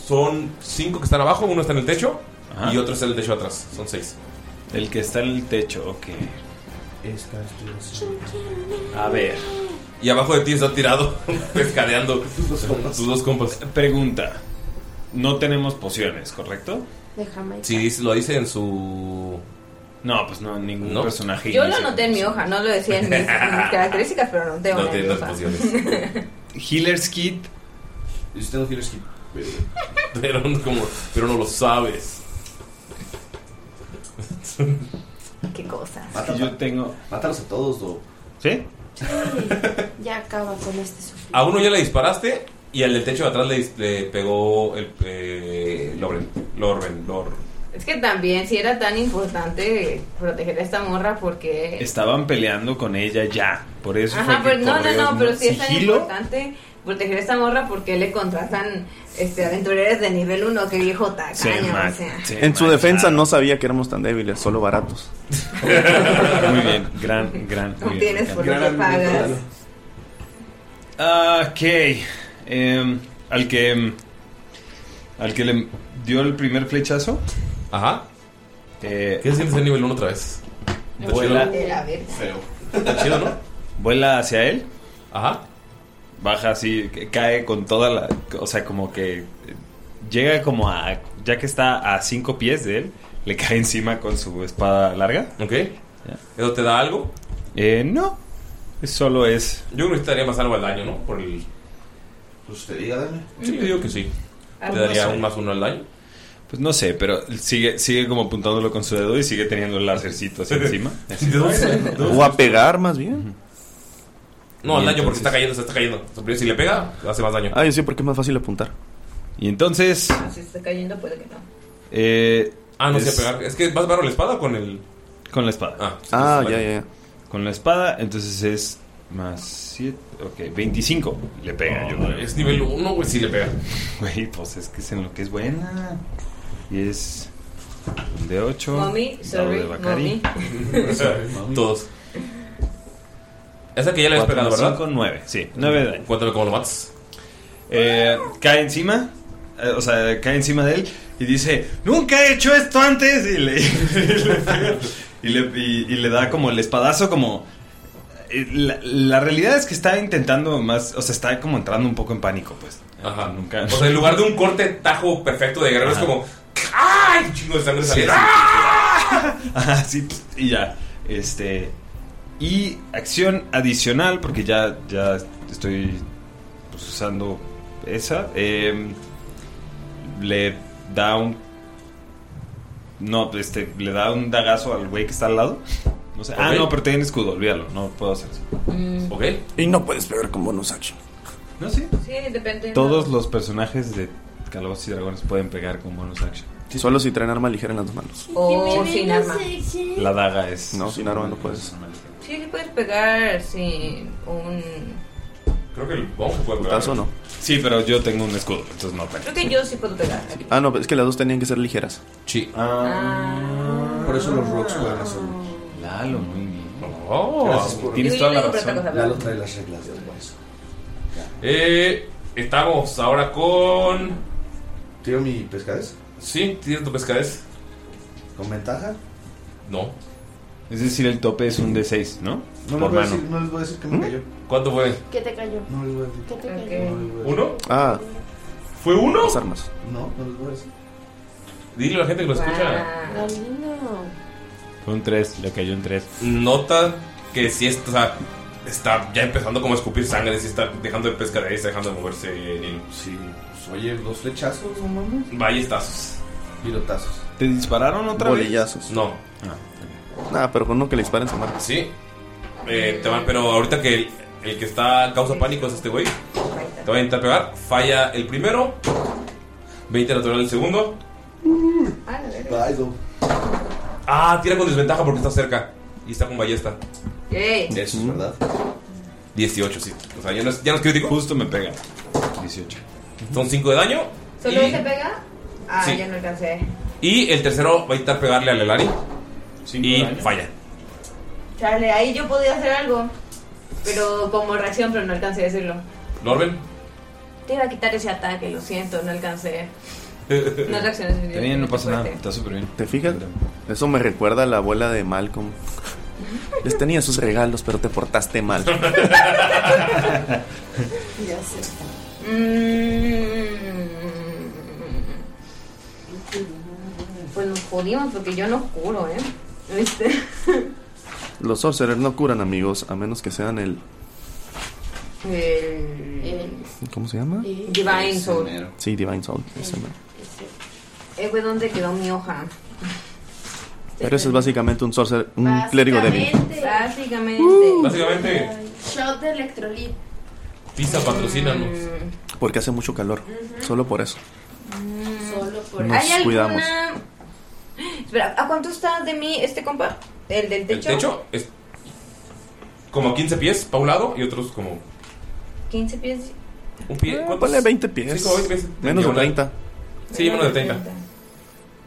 S7: Son cinco que están abajo, uno está en el techo
S3: Ajá.
S7: y otro está en el techo atrás. Son seis.
S3: El que está en el techo, ok. A ver.
S7: Y abajo de ti está tirado, <laughs> pescadeando. Tus dos
S3: compas. Pregunta. No tenemos pociones, ¿correcto?
S10: De Jamaica.
S7: Sí, dice- lo dice en su.
S3: No, pues no, ningún personaje.
S13: Yo lo anoté en mi hoja, no lo decía en mis, en
S7: <laughs>
S13: mis características, pero lo anoté
S3: No
S13: en mi
S3: tiene las
S13: hoja.
S3: pociones. Healer's Kit.
S7: Yo sí tengo Healer's Kit. Pero, no como, pero no lo sabes.
S13: <laughs> Qué cosas.
S3: Yo tengo.
S17: Mátalos a todos, Do.
S3: ¿Sí?
S10: Ya acaba con este sufrimiento.
S7: A uno ya le disparaste y al del techo de atrás le, dis- le pegó el. Eh, Loren. Loren. Lor.
S13: Es que también, si era tan importante proteger a esta morra, porque.
S3: Estaban peleando con ella ya. Por eso.
S13: Ajá,
S3: fue
S13: pero
S3: que
S13: no, no,
S3: correos,
S13: no, pero sí es tan
S3: Sigilo.
S13: importante proteger a esta morra porque le contratan este, aventureros de nivel 1, que viejo tacaño, o sea.
S12: En su defensa no sabía que éramos tan débiles, solo baratos.
S3: <laughs> Muy bien, gran, gran. muy bien,
S13: Obtienes
S3: me
S13: por lo
S3: encanta.
S13: que pagas.
S3: Ok. Em, al que. em, Al que le dio el primer flechazo.
S7: Ajá.
S3: ¿Qué
S7: sientes el nivel 1 otra vez?
S3: Vuela.
S13: De la verga.
S7: Está chido, ¿no?
S3: Vuela hacia él.
S7: Ajá.
S3: Baja así, que- cae con toda la. O sea, como que. eh, Llega como a. Ya que está a cinco pies de él, le cae encima con su espada larga.
S7: Ok. ¿Eso te da algo?
S3: Eh, no. Solo es.
S7: Yo creo que estaría más algo al daño, ¿no? Por el. Pues te diga, dale. Sí, yo digo que sí.
S3: Ah,
S7: Te daría
S3: no sé.
S7: un más uno al daño.
S3: Pues no sé, pero sigue, sigue como apuntándolo con su dedo y sigue teniendo el lásercito así
S7: <laughs>
S3: encima.
S7: ¿eh?
S12: O a pegar más bien.
S7: No, al
S3: Y
S7: daño porque
S3: entonces-
S7: está cayendo, se está cayendo. Si le pega, hace más daño.
S12: Ah, yo sí, porque es más fácil apuntar.
S3: Y entonces.
S13: Ah, Si está cayendo, puede que no.
S7: ah, no
S3: es-
S7: sé pegar. Es que vas a pegar con la espada o con el.
S3: Con la espada. Ah,
S12: Ah, ya, ya, ya.
S3: Con la espada, entonces es más 7. Ok, 25. Le pega, yo creo.
S7: Es nivel 1, güey, sí le pega.
S3: Güey, pues es que es en lo que es buena. Y es. un De 8.
S13: Mommy, sorry,
S3: de Bacari.
S7: <laughs>
S13: mommy.
S7: Todos. Esa que ya le habías
S3: Cuatro
S7: pegado,
S3: más
S7: ¿verdad?
S3: cinco, nueve, sí, nueve de daño.
S7: Cuéntame cómo lo matas.
S3: Eh, cae encima. eh, o sea, cae encima de él y dice: ¡Nunca he hecho esto antes! Y le, <laughs> y le pega, y le- y- y le da como el espadazo, como. eh, La, la realidad es que está intentando más, o sea, está como entrando un poco en pánico, pues. Ajá. Nunca.
S7: O sea, en lugar de un corte tajo perfecto de guerrero, es
S3: Ajá.
S7: como. ¡Ay! Un Chingo de sangre
S3: Sí,
S7: saliendo.
S3: sí.
S7: ¡Ah!
S3: Ajá, sí, pst, y ya. Este. Y acción adicional, porque ya, ya estoy pues, usando esa. eh, le da un. No, este, le da un dagazo al güey que está al lado. No sé. Ah,
S7: Ok.
S3: no, pero tiene escudo, olvídalo, no puedo hacer eso.
S13: Mm.
S7: Ok.
S12: Y no puedes pegar con bonus action.
S3: No sé.
S13: Sí,
S3: <laughs>
S13: depende. <laughs>
S3: Todos los personajes de Calabozos y Dragones pueden pegar con bonus action.
S12: Solo si traen arma ligera en las dos manos.
S13: O sin arma.
S3: La daga es.
S12: No, sin arma no puedes.
S13: Sí, sí puedes pegar sin un.
S7: Creo que el bombo puede pegar.
S12: ¿Putazo o no?
S3: Sí, pero yo tengo un escudo, entonces no pega.
S13: Creo que yo sí puedo pegar.
S12: Ah, no, pero es que las dos tenían que ser ligeras.
S7: Sí.
S13: Ah.
S8: por eso los rocks pueden hacerlo.
S3: Lalo, muy bien.
S8: Gracias por-
S3: Oh, Tienes toda la razón.
S8: Lalo trae las reglas de eso.
S7: Eh, estamos ahora con.
S8: ¿Tiro mi pescadez?
S7: Sí, tiro tu pescadez.
S8: ¿Con ventaja?
S7: No.
S3: Es decir, el tope es un D6, ¿no?
S8: No les,
S3: Por
S8: voy
S3: mano.
S8: a
S3: ¿Mm?
S8: decir, no les voy a decir que me cayó.
S7: ¿Cuánto fue?
S10: ¿Qué te cayó?
S8: No les voy a decir.
S10: ¿Qué te cayó?
S7: ¿Uno?
S12: Ah.
S7: ¿Fue uno?
S12: Las armas.
S8: No, no les voy a decir.
S7: Dile a la gente que lo
S6: Ah.
S7: escucha.
S10: Galindo.
S3: Fue un 3, le cayó un 3.
S7: Nota que sí está, o sea, está ya empezando como a escupir sangre, sí está dejando de pescar, eh, está dejando de moverse.
S8: Sí, pues oye, dos flechazos, no mames.
S7: Ballestazos.
S8: Pilotazos.
S3: ¿Te dispararon otra
S12: Bolillazos.
S7: No.
S12: Nada, pero con uno que le disparen se marca.
S7: Sí. Eh, te van- pero ahorita que el, el que está causa pánico es este güey. Te va a intentar pegar. Falla el primero. 20 natural el segundo. Ah, tira con desventaja porque está cerca. Y está con ballesta.
S13: Ey.
S7: Eso es verdad. 18, sí. O sea, ya no es, ya no es crítico. Justo me pega. 18. Son 5 de daño.
S13: ¿Solo ese pega? Ah,
S7: Sí.
S13: ya no alcancé.
S7: Y el tercero va a intentar pegarle al Elari. Y falla.
S13: Chale, ahí yo podía hacer algo. Pero como reacción, pero no alcancé a decirlo.
S7: Norben.
S13: Te iba a quitar ese ataque, lo siento, no alcancé. No reaccioné.
S3: <laughs> Está bien, no pasa nada. Está súper bien.
S12: ¿Te fijas? Eso me recuerda a la abuela de Malcolm.
S3: <laughs>
S12: Les tenía sus regalos, pero te
S3: <laughs>
S12: portaste mal.
S10: <laughs> Ya sé.
S13: Mm. Pues nos jodimos porque yo no curo, ¿eh? ¿Viste? <laughs>
S12: Los sorcerers no curan, amigos, a menos que sean el.
S13: El...
S12: ¿Cómo se llama?
S13: Eh, Divine Soul.
S12: Sí, Divine Soul. ese mero.
S13: Eh, güey, ¿dónde quedó mi hoja?
S12: Pero ese es básicamente un sorcerer, un clérigo débil. Uh.
S13: Básicamente.
S7: Básicamente.
S10: Shot de electrolit.
S7: Pisa, patrocínanos.
S12: Porque hace mucho calor. Solo por eso.
S10: Solo
S12: por- Mm. Nos cuidamos.
S13: Espera, ¿a cuánto está de mí este compa? ¿El del
S7: El
S13: techo?
S7: techo es como 15 pies para un lado y otros como
S13: 15 pies.
S7: un pie. ¿cuántos?
S12: Eh, ponle 20 pies.
S7: Sí, como 20 pies.
S12: Menos de
S7: Diagonal.
S12: 30.
S7: Sí, menos de 30.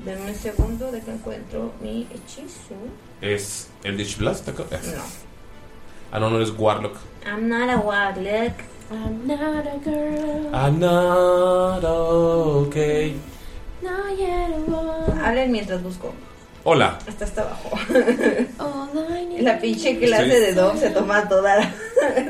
S13: Dame un segundo de que encuentro mi hechizo.
S7: Es el Ditch Blast. acá.
S13: No.
S7: Ah, no, no es Warlock.
S13: I'm not a waglet. I'm not a girl.
S7: I'm not okay.
S13: No, yeah, Hablen mientras busco.
S7: Hola.
S13: Hasta hasta <laughs> abajo. la pinche clase
S7: Sí.
S13: de Dom se toma <laughs> toda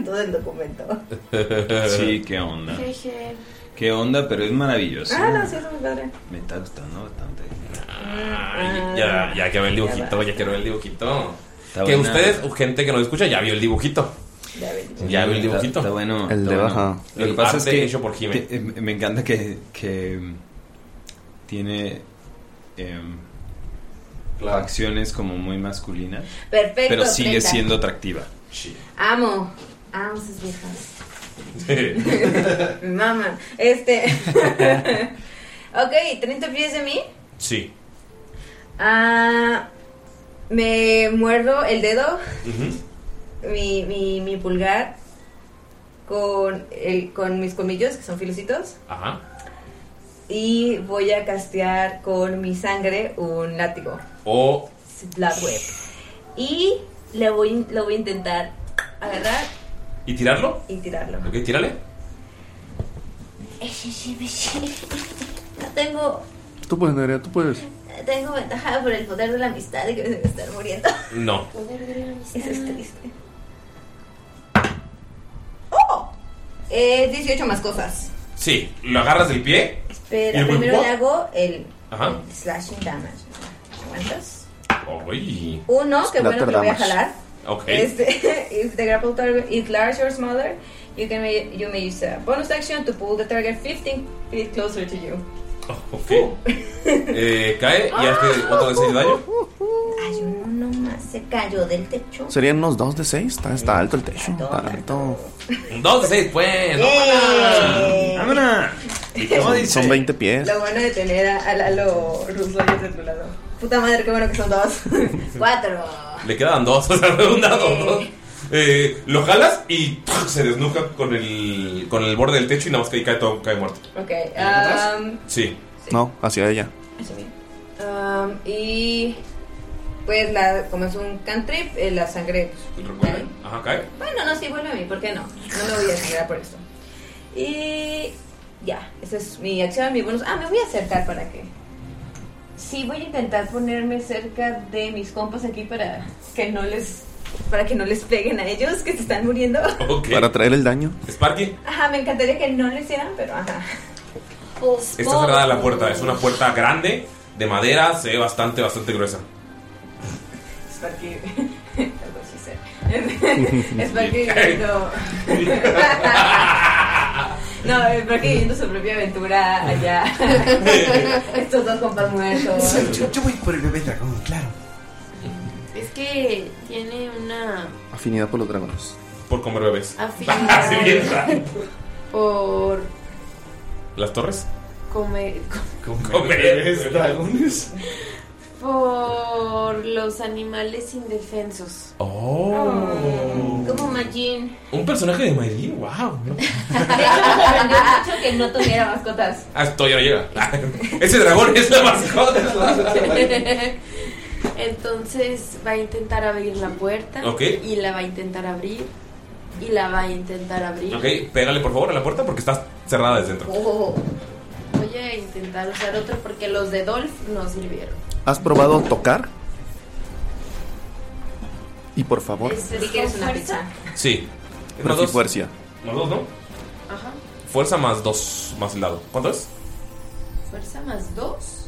S13: todo el documento.
S3: <laughs> <laughs> Sí, qué onda.
S13: Jeje.
S3: Qué onda, pero es maravilloso.
S13: Ah, no, sí, eso me padre.
S3: Me está gustando bastante.
S13: Mm,
S7: Ay, Ah, ya,
S13: ah,
S7: ya que ver el dibujito, ya quiero ver el dibujito.
S3: Está
S7: que
S3: buena.
S7: ustedes, o gente que nos escucha, ya vio el dibujito. Ya vio el
S3: Está-
S7: dibujito.
S3: Está bueno.
S12: El
S3: está
S12: de
S3: bueno.
S12: baja.
S3: Lo que
S7: El
S3: pasa es
S7: arte
S3: que,
S7: hecho por Jimé.
S3: que, eh, me encanta que, que, mm, tiene em, acciones como muy masculinas.
S13: Perfecto,
S3: Pero sigue
S13: 30.
S3: siendo atractiva. Sí.
S13: Amo. Amo sus viejas. Mi mamá. Este. <laughs> ok, 30 pies de mí.
S7: Sí.
S13: Ah, me muerdo el dedo,
S7: Ujú.
S13: mi, mi, mi pulgar, con, el, con mis colmillos, que son filositos.
S7: Ajá.
S13: Y voy a castear con mi sangre un látigo,
S7: O
S13: Black Web. Y le voy, lo voy a intentar agarrar
S7: y tirarlo.
S13: y <laughs> tirarlo.
S7: Ok, tírale.
S13: Tengo,
S12: Tú puedes, Nerea, tú puedes.
S13: tengo ventaja por el poder de la amistad y que me debe estar muriendo.
S7: No.
S13: Eso es triste. ¡Oh! Eh, 18 más cosas.
S7: Sí, lo agarras del pie. ¿Y
S13: Pero
S7: el
S13: primero
S7: buen-
S13: le hago el
S7: Ajá.
S13: slashing damage. ¿Cuántas?
S7: Uy.
S13: Uno, que bueno que lo voy a
S7: Splatter damage.
S13: jalar.
S7: Ok.
S13: Este, <laughs> if the grapple target is large or smaller, you can may- you may use a bonus action to pull the target 15 feet closer to you.
S7: Ok. <laughs> Eh, cae y
S13: <laughs>
S7: hace otro de 6 daño.
S13: Ay, uno nomás se cayó del techo.
S12: Serían unos 2 de 6. Está, está alto el techo. Está alto.
S7: Un 2 de 6, pues.
S13: ¡Yay! <laughs>
S7: ¡Vámonos!
S12: Son, son 20 pies.
S13: Lo bueno de tener a, a Lalo ruso ahí de tu lado. Puta madre, qué bueno que son dos. <laughs> Cuatro.
S7: Le quedan dos, <laughs> o sea, redundado. dos. Eh, lo jalas y ¡pum! se desnuca con el, con el borde del techo y nada más que ahí cae, todo, cae muerto.
S13: Ok. um,
S7: Sí.
S12: No, hacia ella.
S13: Um, y Pues la, como es un cantrip, eh, la sangre. pues, cae.
S7: Ajá, cae.
S13: Bueno, no, sí, vuelve a mí, ¿por qué no? No me voy a desangrar por esto. Y ya, esa es mi acción, mi bonus. Ah, me voy a acercar para que. Sí, voy a intentar ponerme cerca de mis compas aquí para que no les para que no les peguen a ellos que se están
S7: <laughs>
S13: muriendo.
S12: Para traer el daño.
S7: Sparky,
S13: Ajá, me encantaría que no lo hicieran, pero ajá.
S7: está cerrada la puerta. Es una puerta grande, de madera, se ve bastante, bastante gruesa.
S13: <laughs> Sparky. Algo así sé. Sparky viviendo. <laughs> No, Sparky viviendo su propia aventura allá. Estos dos compas
S10: <laughs>
S13: muertos. <laughs>
S8: Yo, yo voy por el bebé dragón, claro.
S10: Es que tiene una
S12: Afinidad por los dragones.
S7: Por comer bebés. <laughs> <laughs>
S10: afinidad
S7: Sí, bien raro.
S10: por
S7: ¿Las torres?
S10: comer,
S7: Comer bebés,
S8: dragones.
S10: por los animales indefensos.
S7: Oh. <laughs>
S10: Como
S13: Majin.
S7: Un personaje de Maylin, wow.
S13: De hecho, me sorprendió mucho que no tuviera mascotas.
S7: Ah, todavía no llega. <laughs> Ese dragón es la mascota.
S10: Entonces va a intentar abrir la puerta
S7: Ok.
S10: y la va a intentar abrir y la va a intentar
S7: <laughs>
S10: abrir.
S7: ok, pégale por favor a la puerta porque está cerrada desde dentro.
S10: Oh. Voy a intentar usar otro porque los de Dolph no sirvieron.
S12: ¿Has probado tocar? Y por favor.
S10: Este,
S13: Sí que eres una pizza.
S7: Sí.
S12: Pero sí fuerza.
S7: Más dos, ¿no?
S10: Ajá.
S7: Fuerza más dos, más el dado. ¿Cuánto es?
S10: Fuerza más 2.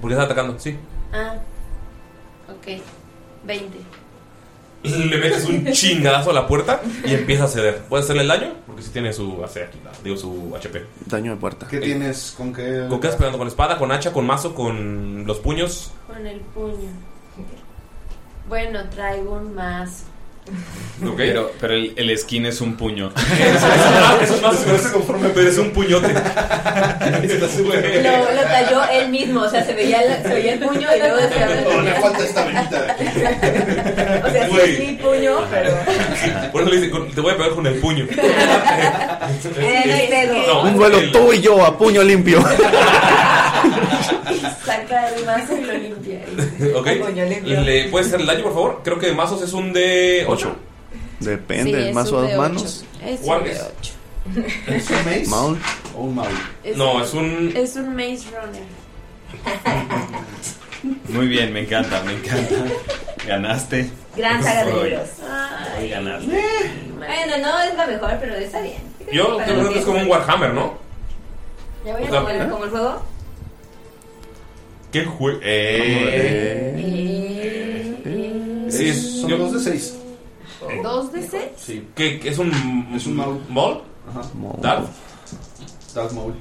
S7: Porque está atacando, sí.
S10: Ah. Ok. 20.
S7: Le metes un chingadazo a la puerta y empieza a ceder. ¿Puedes hacerle el daño? Porque sí tiene su AC, digo su HP.
S12: Daño de puerta.
S8: ¿Qué tienes con qué?
S7: ¿Con qué estás pegando? ¿Con espada, con hacha, con mazo, con los
S8: <laughs>
S7: puños?
S10: Con el puño. Bueno, traigo un más.
S16: Pero, pero el, el skin es un puño.
S7: <laughs> Esos mazos que no se conforman, pero es un
S8: <laughs>
S7: puñote.
S13: Lo, lo talló él mismo, o sea, se veía el, se veía el puño y luego se abrió.
S8: le falta esta velita.
S13: O sea, sí es mi puño, pero.
S7: <laughs> Por eso le dice, con- te voy a pegar con el puño.
S13: Eh,
S7: No,
S12: Un duelo tú y yo a puño limpio.
S10: Y saca el mazo y lo limpia.
S7: Ok. ¿Le puedes hacer el daño, por favor? Creo que de mazos es un de 8.
S12: Depende, el mazo a dos manos.
S10: Es un
S7: ¿Cuál
S10: de
S7: es?
S10: 8.
S8: ¿Es un maze?
S12: Maul.
S8: O un maul.
S7: Oh, No, es un.
S10: Es un maze runner.
S16: Muy bien, me encanta, me encanta. Ganaste.
S3: <laughs>
S13: Gran saga de
S16: Hoy-
S13: libros.
S16: hoy ganaste.
S13: Bueno, no es la mejor, pero está bien.
S7: Yo
S13: Para
S7: creo
S13: lo
S7: que
S13: que
S7: es como un Warhammer, ¿no?
S13: Ya voy
S7: O
S13: a
S7: sea,
S13: jugar
S7: ¿eh?
S13: como el juego.
S7: ¿Qué juego? Eh. Sí, es-
S8: Son
S7: yo-
S8: dos de seis.
S10: Eh, ¿Dos de seis?
S7: Sí. ¿Qué, qué es un. Es un maul. Ajá. Darth.
S8: Darth Maul.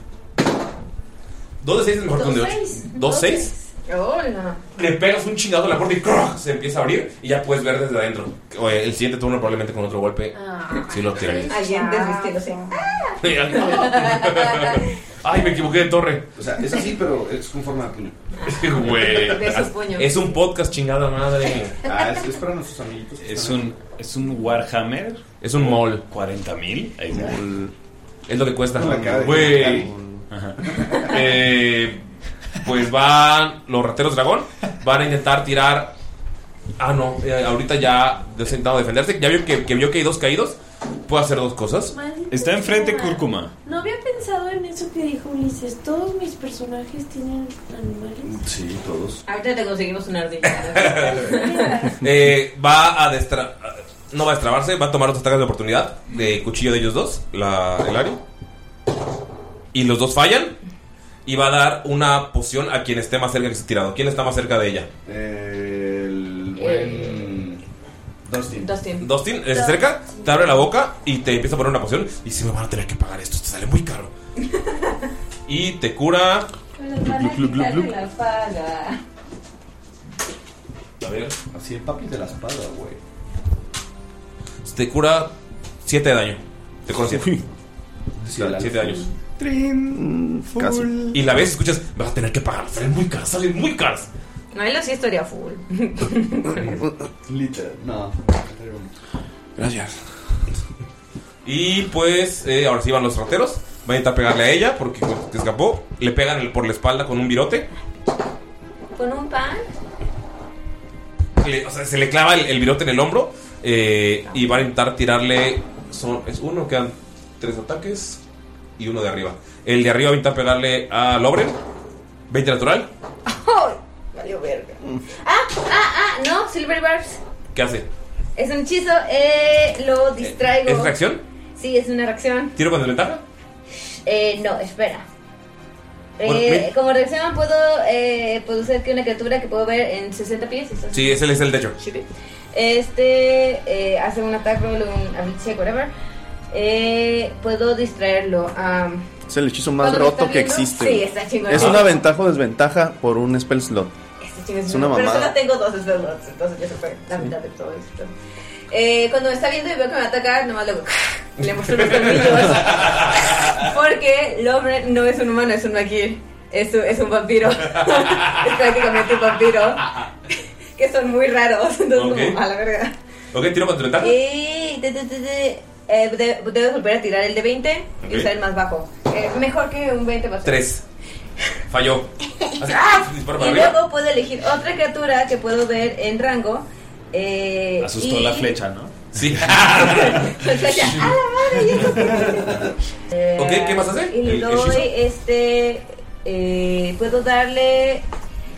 S7: 2 de 6 es mejor que un de 8. 2
S13: Dos
S7: de 6.
S13: Hola.
S7: Le pegas un chingado a la puerta y ¡cruj! se empieza a abrir y ya puedes ver desde adentro. O, eh, el siguiente turno probablemente con otro golpe.
S13: Ah.
S7: Sí, lo tiraría. <laughs>
S13: Alguien desvistiéndose.
S7: Ay, me equivoqué de torre.
S8: O sea, es así, pero es con forma de puño.
S7: <laughs> Güey.
S13: De esos Ah. puños.
S7: Es un podcast chingada madre.
S8: Ah, es, es para nuestros amiguitos.
S16: Es un, es un Warhammer.
S7: Es un mol.
S16: ¿40 mil?
S7: Es lo que cuesta.
S16: No, la cara de-
S7: Güey.
S16: Ajá.
S7: Eh, pues van los rateros dragón. Van a intentar tirar. Ah, no. eh, ahorita ya sentado a defenderse. Ya vio que, que vio que hay dos caídos. Puede hacer dos cosas.
S10: Maldita
S16: Está enfrente
S10: sea.
S16: Cúrcuma.
S10: No había pensado en eso que dijo Ulises. Todos mis personajes tienen animales.
S8: Sí, todos.
S13: <laughs> Ahorita te conseguimos una ardilla.
S7: Eh, va a destra No va a destrabarse. Va a tomar dos ataques de oportunidad. De cuchillo de ellos dos. La, el Ari. Y los dos fallan. Y va a dar una poción a quien esté más cerca que esté tirado. ¿Quién está más cerca de ella?
S8: El buen. Dustin.
S13: Eh, Dustin.
S7: Dustin, eh, se acerca, te abre la boca y te empieza a poner una poción. Y si me van a tener que pagar esto, te sale muy caro. y te cura.
S13: la paga.
S7: A ver.
S8: Así el papi de la espada, güey.
S7: Te cura 7 de daño. Te cura 7.
S8: Sí, el
S7: 7
S8: alfa.
S7: daños.
S8: Trin.
S7: Casi. Y la ves, escuchas, me vas a tener que pagar. Salen muy caras, salen muy caras.
S13: No, él hacía historia full.
S8: Liter, no.
S12: Gracias.
S7: Y pues, eh, ahora sí van los rateros. Va a intentar pegarle a ella porque pues, te escapó. Le pegan el- por la espalda con un virote.
S13: Con un pan.
S7: que le- o sea, se le clava el, el virote en el hombro eh, y va a intentar tirarle. Son, es uno, quedan tres ataques y uno de arriba. El de arriba va a intentar pegarle a Lobren. 20 natural.
S11: ¡Ay! Valió verga.
S13: Ah, ah, ah, no, Silver Barbs.
S7: ¿Qué hace?
S13: Es un hechizo, eh, lo distraigo.
S7: ¿Es reacción?
S13: Sí, es una reacción.
S7: ¿Tiro con desventaja?
S13: Eh, no, espera. Eh,
S7: Bueno, ven.
S13: como reacción puedo eh, producir que una criatura que puedo ver en 60 pies. ¿estás?
S7: Sí, ese es el techo.
S13: Este eh, hace un ataque, un ability check, whatever. Eh, puedo distraerlo. am,
S12: Es el hechizo más
S13: ¿Cuándo lo
S12: roto
S13: está
S12: que
S13: viendo?
S12: existe.
S13: Sí, está chingón.
S12: Es una ventaja o desventaja por un spell slot.
S13: este chingo
S12: Es una
S13: Pero
S12: mamada.
S13: solo tengo dos spell slots, entonces ya se fue la mitad de todo esto. Eh, cuando me está viendo y veo que me va a atacar, nomás le
S12: <laughs>
S13: hago- le muestro los colmillos. Porque Lovren no es un humano, es un maquil. Es un, es un
S12: <laughs>
S13: vampiro. <laughs> es prácticamente un vampiro. que son muy raros. <laughs> Entonces,
S7: Ok.
S13: como, a la verga.
S7: Ok, tiro con desventaja.
S13: Eh. Y. te- te- te- te- eh, de- debes volver a tirar el de 20 y
S7: Ok.
S13: usar el más bajo. Eh, mejor que un 20 más
S7: 3. Falló. Hace- ¡ah! Dispara para
S13: y
S7: arriba.
S13: luego puedo elegir otra criatura que puedo ver en rango. eh,
S16: Asustó
S13: y-
S16: la flecha, ¿no?
S7: Sí. <laughs>
S13: La flecha. ¡Ah, la madre! ya-
S7: Ok, ¿qué más hace?
S13: Y le
S7: ¿El
S13: doy
S7: hechizo?
S13: este. eh, puedo darle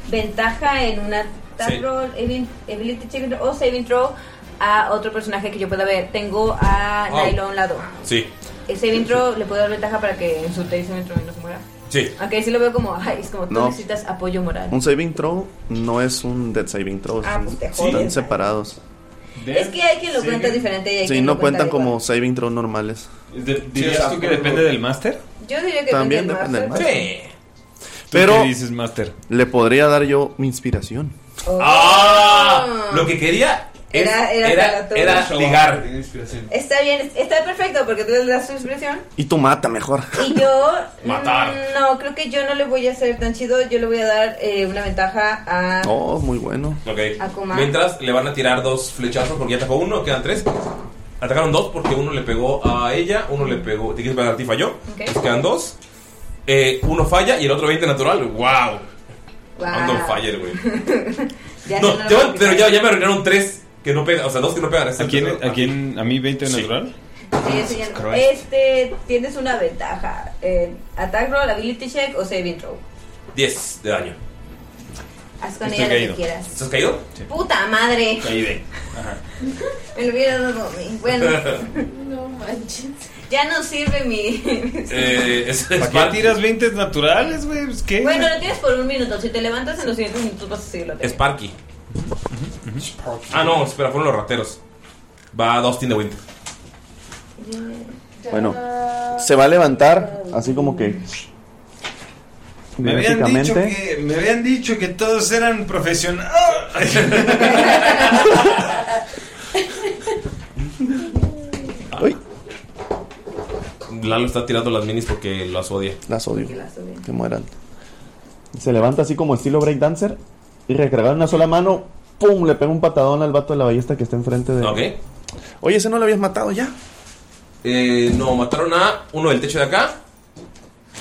S13: ventaja en una attack
S7: Sí.
S13: roll, abil- ability check o saving throw a otro personaje que yo pueda ver. Tengo a
S7: Oh.
S13: Nailo a un lado.
S7: Sí,
S13: El saving throw le puedo dar ventaja para que en su saving throw no se muera.
S7: sí.
S13: Ok, sí lo veo como, ay, es como tú
S12: No.
S13: necesitas apoyo moral.
S12: Un saving throw no es un dead saving throw.
S13: Ah,
S12: son-
S13: pues te
S12: están
S13: jodes.
S12: separados.
S13: Es que hay quien lo
S12: Sí.
S13: cuenta diferente y hay
S12: Sí,
S13: quien
S12: no
S13: lo cuenta
S12: cuentan
S13: igual.
S12: como saving throw normales.
S16: ¿Dirías tú que depende del máster?
S13: Yo diría que
S12: También
S13: depende del
S12: depende
S13: master.
S12: del
S13: Sí.
S12: Pero
S16: qué dices, Master?
S12: le podría dar yo mi inspiración.
S13: Oh.
S7: ¡Ah! Lo que quería es-
S13: Era-
S7: era,
S13: era para
S7: era,
S13: todo.
S7: ligar.
S13: Está bien, está perfecto porque tú le das su expresión.
S12: Y tú
S13: <laughs>
S12: mata mejor.
S13: Y yo.
S12: Matar.
S13: mm, No, creo que yo no le voy a hacer tan chido. Yo le voy a dar eh, una ventaja a.
S12: Oh, muy bueno.
S7: Ok.
S13: Akuma.
S7: Mientras le van a tirar dos flechazos porque ya atacó uno, quedan tres. Atacaron dos porque uno le pegó a ella, uno le pegó. Te quieres pegar a ti, falló. Entonces quedan dos. Eh, uno falla y el otro 20 natural. ¡Wow!
S13: Wow.
S7: I'm on fire,
S13: <laughs>
S7: güey.
S13: Ya
S7: No,
S13: no lo
S7: ya
S13: voy
S7: me- pero ya, ya me arruinaron tres que no pegan, o sea, dos que no pegan. ¿A quién? ¿A,
S16: mí 20 natural?
S13: a- sí, sí, ya no.
S16: Christ.
S13: Este. Tienes una ventaja: eh, Attack Roll, Ability Check o Saving Throw.
S7: 10 de daño.
S13: Haz con ella lo que quieras.
S7: ¿Estás caído? Sí.
S13: ¡Puta madre!
S7: Caído. Ajá.
S13: Me lo hubiera dado a mí. Bueno. <laughs> no manches. Ya no sirve mi.
S7: Eh, es, es
S16: ¿Para qué tiras 20 naturales, güey? Pues, ¿Qué?
S13: Bueno, lo tienes por un minuto. Si te levantas en los siguientes minutos vas a seguirlo teniendo.
S7: Sparky. Ah, no, espera, fueron los rateros. Va Dustin de Wind.
S12: Bueno, se va a levantar así como que.
S16: Me habían, dicho
S12: Básicamente.
S16: que, me habían dicho que todos eran
S7: <laughs>
S16: profesionales.
S7: Lalo está tirando las minis porque las odia.
S12: Las odio. Que mueran. Se levanta así como estilo breakdancer y recargado en una sola mano, ¡pum! Le pega un patadón al vato de la ballesta que está enfrente de.
S7: Ok.
S12: Oye, ese no lo habías matado ya.
S7: Eh, no, mataron a uno del techo de acá.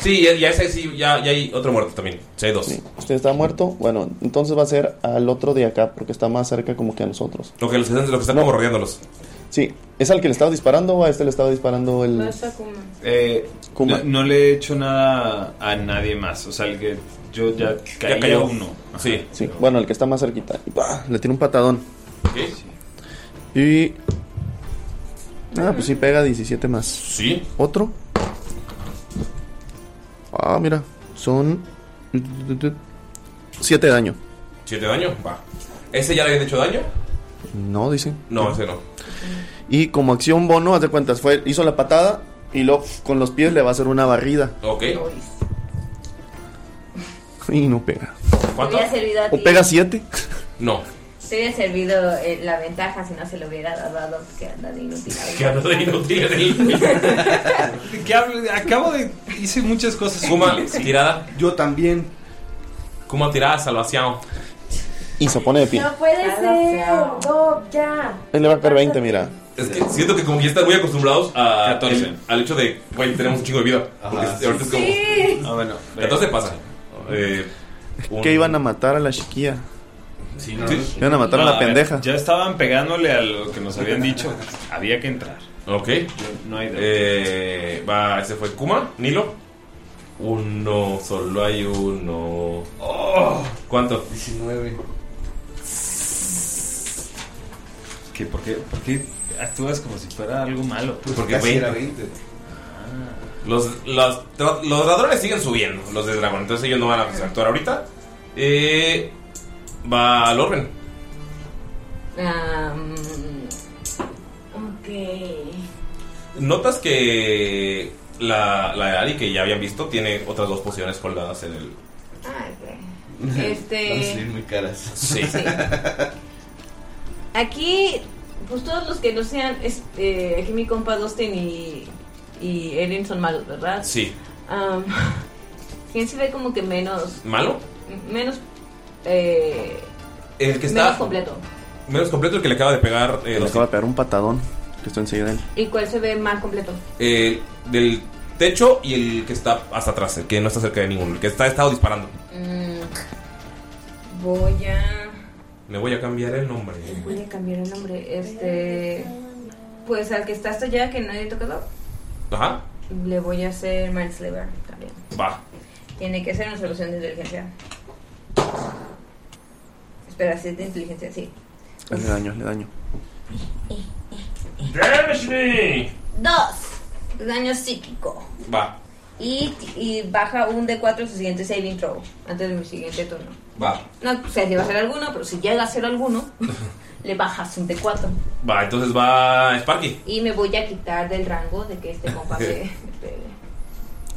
S7: Sí, ya, ya ese sí, ya, ya hay otro muerto también. Sí, hay dos.
S12: Usted está muerto. Bueno, entonces va a ser al otro de acá porque está más cerca como que a nosotros.
S7: Lo que, los, que están- los que están como rodeándolos.
S12: Sí, ¿es al que le estaba disparando o a este le estaba disparando el.
S16: Eh,
S12: Kuma.
S16: No, no le he hecho nada a nadie más. O sea, el que yo ya caí a
S12: cayó.
S16: uno. Ajá.
S12: Sí, bueno, el que está más cerquita. Y ¡pah! Le tiene un patadón.
S7: ¿Qué?
S12: Y. Ah, pues sí pega 17 más.
S7: Sí.
S12: Otro. Ah, mira. Son. 7 daño.
S7: Siete daño, va. ¿Ese ya le habían hecho daño?
S12: No, dice.
S7: No, ese no.
S12: Y como acción bono, haz de cuentas, fue, hizo la patada y luego con los pies le va a hacer una barrida. <laughs>
S7: Ok.
S12: Y no pega.
S13: ¿Cuánto? Hubiera servido a
S12: ¿O
S13: ti.
S12: pega 7?
S7: No.
S13: Te hubiera servido eh, la ventaja si no se lo hubiera dado a Doc, que anda de inútil.
S7: <laughs> Que hablo de inútil.
S16: ¿De qué hablo? Acabo de. Hice muchas cosas.
S7: Kuma, tirada.
S8: Yo también.
S7: Kuma, tirada, salvación.
S12: Y se pone de pie.
S10: No puede ser. Doc, ya.
S12: Él le va a caer 20, mira.
S7: Es que siento que como que ya están muy acostumbrados a, el- al hecho de, güey, tenemos un chingo de vida. Porque
S16: Ajá.
S7: este, ahorita es como...
S16: Sí. Ah, bueno.
S7: Entonces pasa. Eh, un-
S12: Que iban a matar a la chiquilla.
S16: Sí, no.
S12: Sí. Iban a matar a la
S16: ver,
S12: pendeja.
S16: Ya estaban pegándole a lo que nos habían dicho. Había que entrar.
S7: Ok.
S16: No hay
S7: eh, Va, ese fue Kuma, Nilo. Uno, solo hay uno.
S16: Oh.
S7: ¿Cuánto?
S18: 19.
S16: ¿Qué, por, qué, ¿Por qué actúas como si fuera algo malo? Pues
S7: Porque veinte.
S16: Ah.
S7: Los, los, tra- los ladrones siguen subiendo, los de dragón. Entonces ellos no van a actuar ahorita. Eh, va Lorben.
S13: Am, ok.
S7: Notas que la, la Ari que ya habían visto tiene otras dos pociones colgadas en el.
S13: Ah,
S16: <laughs>
S13: ok. Este- Van a salir
S7: muy caras.
S18: <laughs>
S7: Sí.
S13: Aquí, pues todos los que no sean. Este, aquí mi compa Dustin y. Y Erin son malos, ¿verdad?
S7: Sí.
S13: Am, <laughs> ¿Quién se ve como que menos.
S7: ¿Malo?
S13: Menos. eh,
S7: El que
S13: menos
S7: está.
S13: completo.
S7: Menos completo el que le acaba de pegar. eh,
S12: Le
S7: los-
S12: acaba de pegar un patadón que está enseguida de él.
S13: ¿Y cuál se ve más completo?
S7: eh, del techo y el que está hasta atrás, el que no está cerca de ninguno, el que está ha estado disparando.
S13: Mm, voy a.
S7: Me voy a cambiar el nombre.
S13: Voy a cambiar el nombre. Este. Pues al que está hasta allá, que nadie ha tocado,
S7: Ajá,
S13: le voy a hacer Manslaver también.
S7: va.
S13: Tiene que ser una solución de inteligencia. Espera, si es de inteligencia, sí.
S12: Hazle daño, hazle daño.
S7: ¡Damage me!
S13: Dos. Daño psíquico.
S7: Va,
S13: Y, y baja un D4 su siguiente saving throw. Antes de mi siguiente turno.
S7: va,
S13: No, o sea, si va a ser alguno, pero si llega a ser alguno,
S7: <laughs>
S13: le bajas un D4.
S7: va. Entonces va Sparky.
S13: Y me voy a quitar del rango de que este
S7: <laughs>
S13: compa me-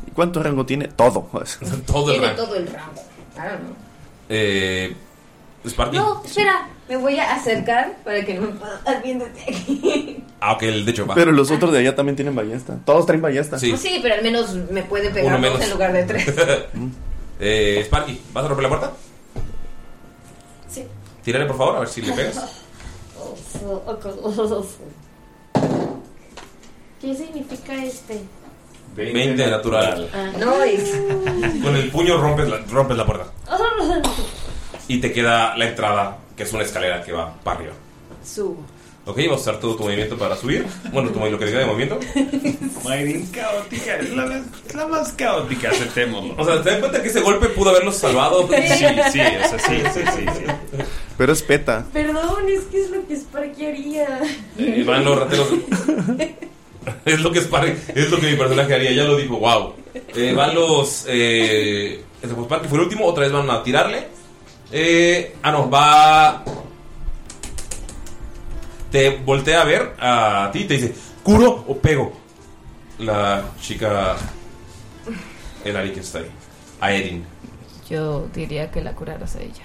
S12: ¿Y cuánto rango tiene? Todo. <laughs>
S7: Todo
S13: tiene todo el rango. I don't know.
S7: Eh, Sparky.
S13: No, espera, me voy a acercar para que no me pueda estar viéndote aquí.
S7: Ah, ok, el de hecho va.
S12: Pero los otros de allá también tienen ballesta. Todos traen ballesta.
S13: Sí. Pues sí, pero al menos me puede pegar
S7: Ah, Uno
S13: dos
S7: menos.
S13: en lugar de tres.
S7: <laughs> eh, Sparky, ¿vas a romper la puerta?
S15: Sí.
S7: Tírale por favor, a ver si le pegas.
S15: <laughs> ¿Qué significa este? Ah.
S7: 20, natural.
S13: No,
S15: <laughs>
S7: Con el puño rompes la, rompes la puerta. Y te queda la entrada, que es una escalera que va para arriba.
S15: Subo.
S7: Ok, vas a usar todo tu movimiento para subir. Bueno, tu, lo que te queda
S16: <laughs>
S7: de movimiento.
S16: Mayrin caótica, es la, es la más caótica, aceptémoslo.
S7: O sea, te das cuenta que ese golpe pudo haberlos salvado.
S16: Sí, sí, o sea, sí, sí, sí.
S12: Pero es peta.
S15: Perdón, es que es lo que Sparky haría.
S7: Eh, van los rateros. es lo que Spark- es lo que mi personaje haría, ya lo dijo, wow. Eh, van los. Eh, ese fue Spark, que fue el último, otra vez van a tirarle. Eh, ah, no, va. Te voltea a ver a ti y te dice: ¿Curo o pego? La chica. El Ari que está ahí. A Erin.
S14: Yo diría que la curaras a ella.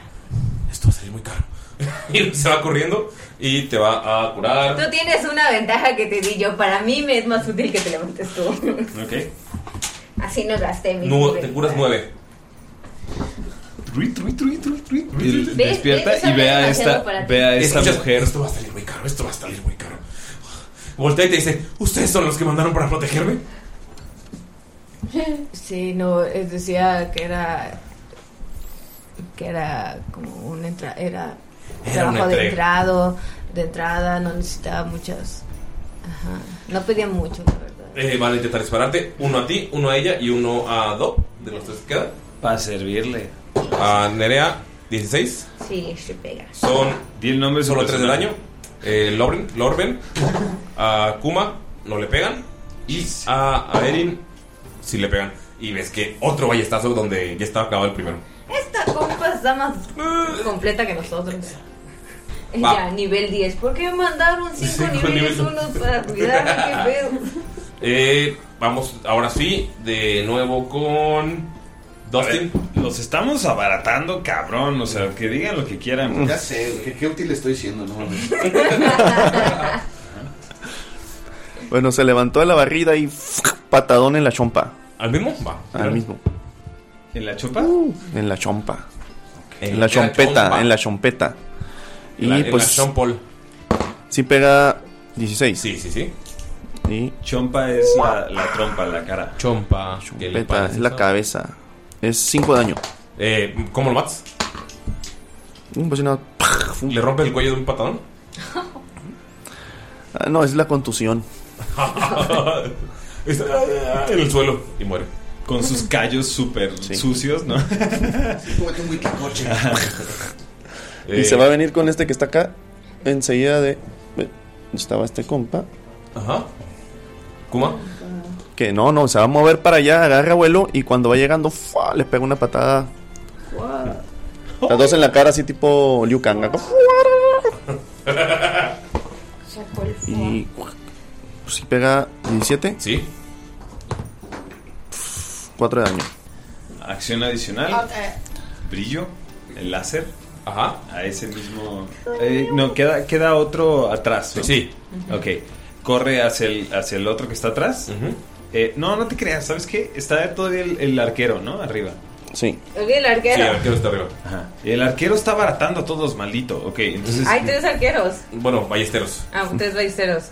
S7: Esto va a salir muy caro. <laughs> Y se va corriendo y te va a curar.
S13: Tú tienes una ventaja que te di yo. Para mí me es más útil que te levantes tú. <laughs>
S7: Ok.
S13: Así no gasté mi
S7: No, te curas nueve.
S16: Y
S13: ¿Ves?
S16: despierta
S13: ¿Ves? Eso
S16: y ve
S13: es
S16: a
S13: demasiado
S16: esta,
S13: para ti.
S16: ve a esta
S7: Escuchas,
S16: mujer.
S7: Esto va a salir muy caro, esto va a salir muy caro. Voltea y te dice, ¿ustedes son los que mandaron para protegerme?
S14: Sí, no, es- decía que era. que era como un entra, era,
S7: Era una
S14: trabajo de
S7: entrega.
S14: entrado, de entrada, no necesitaba muchas. Ajá. No pedía mucho, la verdad.
S7: Eh, van a intentar dispararte, uno a ti, uno a ella y uno a Dob, de los tres que quedan.
S16: Para servirle.
S7: A Nerea, 16.
S13: Sí, se pega.
S7: Son
S16: Di el nombre de su
S7: solo tres del
S16: personaje.
S7: año. Eh, Lorben, Lorben, a Kuma, no le pegan. Y a, a Erin, sí le pegan. Y ves que otro ballestazo donde ya estaba acabado el primero.
S13: Esta compa está más completa que nosotros.
S7: Va.
S13: Ya, nivel 10. ¿Por qué me mandaron 5
S7: Cinco
S13: niveles
S7: niveles.
S13: 1 para
S7: <laughs>
S13: cuidarme? ¿Qué pedo?
S7: Eh, vamos ahora sí, de nuevo con Dustin.
S16: Los estamos abaratando, cabrón. O sea, que digan lo que quieran.
S18: Ya sé, güey, qué, qué útil estoy siendo, ¿no?
S13: <laughs>
S18: mames.
S12: Bueno, se levantó de la barrida y patadón en la chompa.
S7: ¿Al mismo? Va.
S12: Al mismo.
S16: ¿En la chupa?
S12: En la chompa.
S7: En
S12: En
S7: la
S12: la chompeta.
S7: chompa.
S12: En la chompeta. Y
S7: En la- en
S12: pues.
S7: la chompol.
S12: Sí pega 16. Sí,
S7: sí, sí.
S12: Y
S16: Chompa es la, la trompa, la cara.
S7: Chompa. que le
S12: peta,
S7: parece
S12: es la
S7: eso.
S12: cabeza. Es 5 daño.
S7: Eh, ¿Cómo lo matas?
S12: Un bocinado. ¡pah!
S7: ¿Le rompe el cuello de un patadón?
S12: Ah, no, es la contusión.
S7: <laughs> Está eh, en el suelo y muere.
S3: Con sus callos súper sucios, ¿no?
S8: Tómate un huitlacoche.
S7: Eh.
S12: Y se va a venir con este que está acá. Enseguida de. eh, Estaba este compa.
S7: Ajá. ¿Kuma?
S12: Que no, no, se va a mover para allá, agarra vuelo y cuando va llegando, ¡fua! le pega una patada. Las dos en la cara, así tipo Liu Kang. acá. Y. Pues si pega 17.
S7: Sí.
S12: 4 de daño.
S3: <laughs> Acción adicional. Brillo. El láser.
S7: Ajá.
S3: A ese mismo. Eh, no, queda, queda otro atrás.
S7: Sí.
S3: Ok. Corre hacia el, hacia el otro que está atrás. Eh, no, no te creas. ¿Sabes qué? Está todavía el, el arquero, ¿no? Arriba.
S12: Sí.
S13: Ok, el arquero.
S7: está arriba.
S3: Ajá. El arquero está abaratando a todos, maldito. Ok, entonces.
S13: Hay tres arqueros.
S7: Bueno, ballesteros.
S13: Ah, tres ballesteros.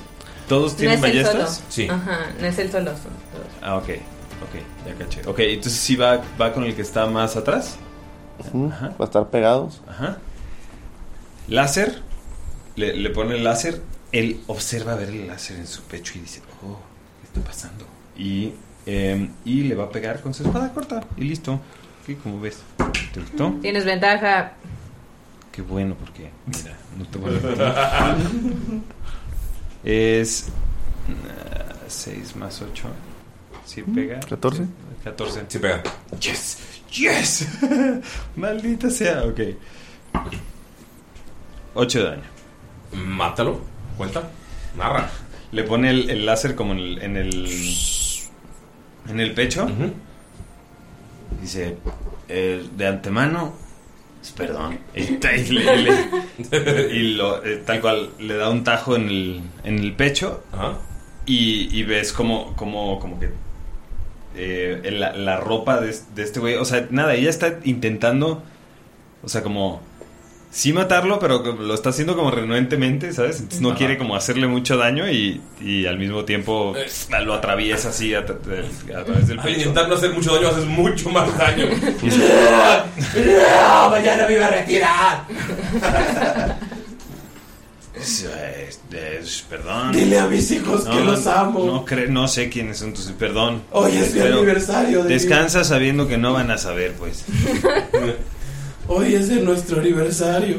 S3: ¿Todos
S13: No
S3: tienen
S13: es el solo.
S3: ballestas?
S13: Ajá, no es el solo. son todos.
S3: Ah, ok. Ok, ya caché. Ok, entonces sí va, va con el que está más atrás.
S12: Ujú, Va a estar pegados.
S3: Ajá. Láser. Le, le pone el láser. Él observa ver el láser en su pecho y dice, oh, ¿qué está pasando? Y, eh, y le va a pegar con su espada corta. Y listo. Ok, como ves. ¿Te gustó?
S13: Tienes ventaja.
S3: Qué bueno, porque... Mira, no te voy a mentir. Es 6 más 8. Si pega.
S12: 14.
S3: 14.
S7: Si pega.
S3: Yes. Yes. Maldita sea. Ok. 8 de daño.
S7: Mátalo. Cuenta. Narra.
S3: Le pone el, el láser como en el. En el, en el pecho. Dice. eh, de antemano. pues, Perdón.
S7: <laughs>
S3: Y, ta- y le- y le- y lo, eh, tal cual le da un tajo en el, en el pecho. Y, y ves como, como, como que eh, la, la ropa de, es- de este güey. O sea, nada, ella está intentando. O sea, como. Sí matarlo, pero como lo está haciendo como renuentemente, ¿sabes? Entonces no
S7: Ajá.
S3: quiere como hacerle mucho daño y, y al mismo tiempo
S1: Eh.
S3: lo atraviesa así a, tra- tra- a través del
S7: Al
S3: pecho.
S7: intentar no hacer mucho daño, haces mucho más daño.
S1: <laughs> Mañana me iba a retirar.
S3: Eh, eh, perdón.
S1: Dile a mis hijos que los amo.
S3: No, cre- no sé quiénes son tus... Perdón.
S1: Hoy es mi
S3: Pero
S1: aniversario de mi-
S3: Descansa sabiendo que no van a saber, pues.
S1: Hoy es de nuestro aniversario.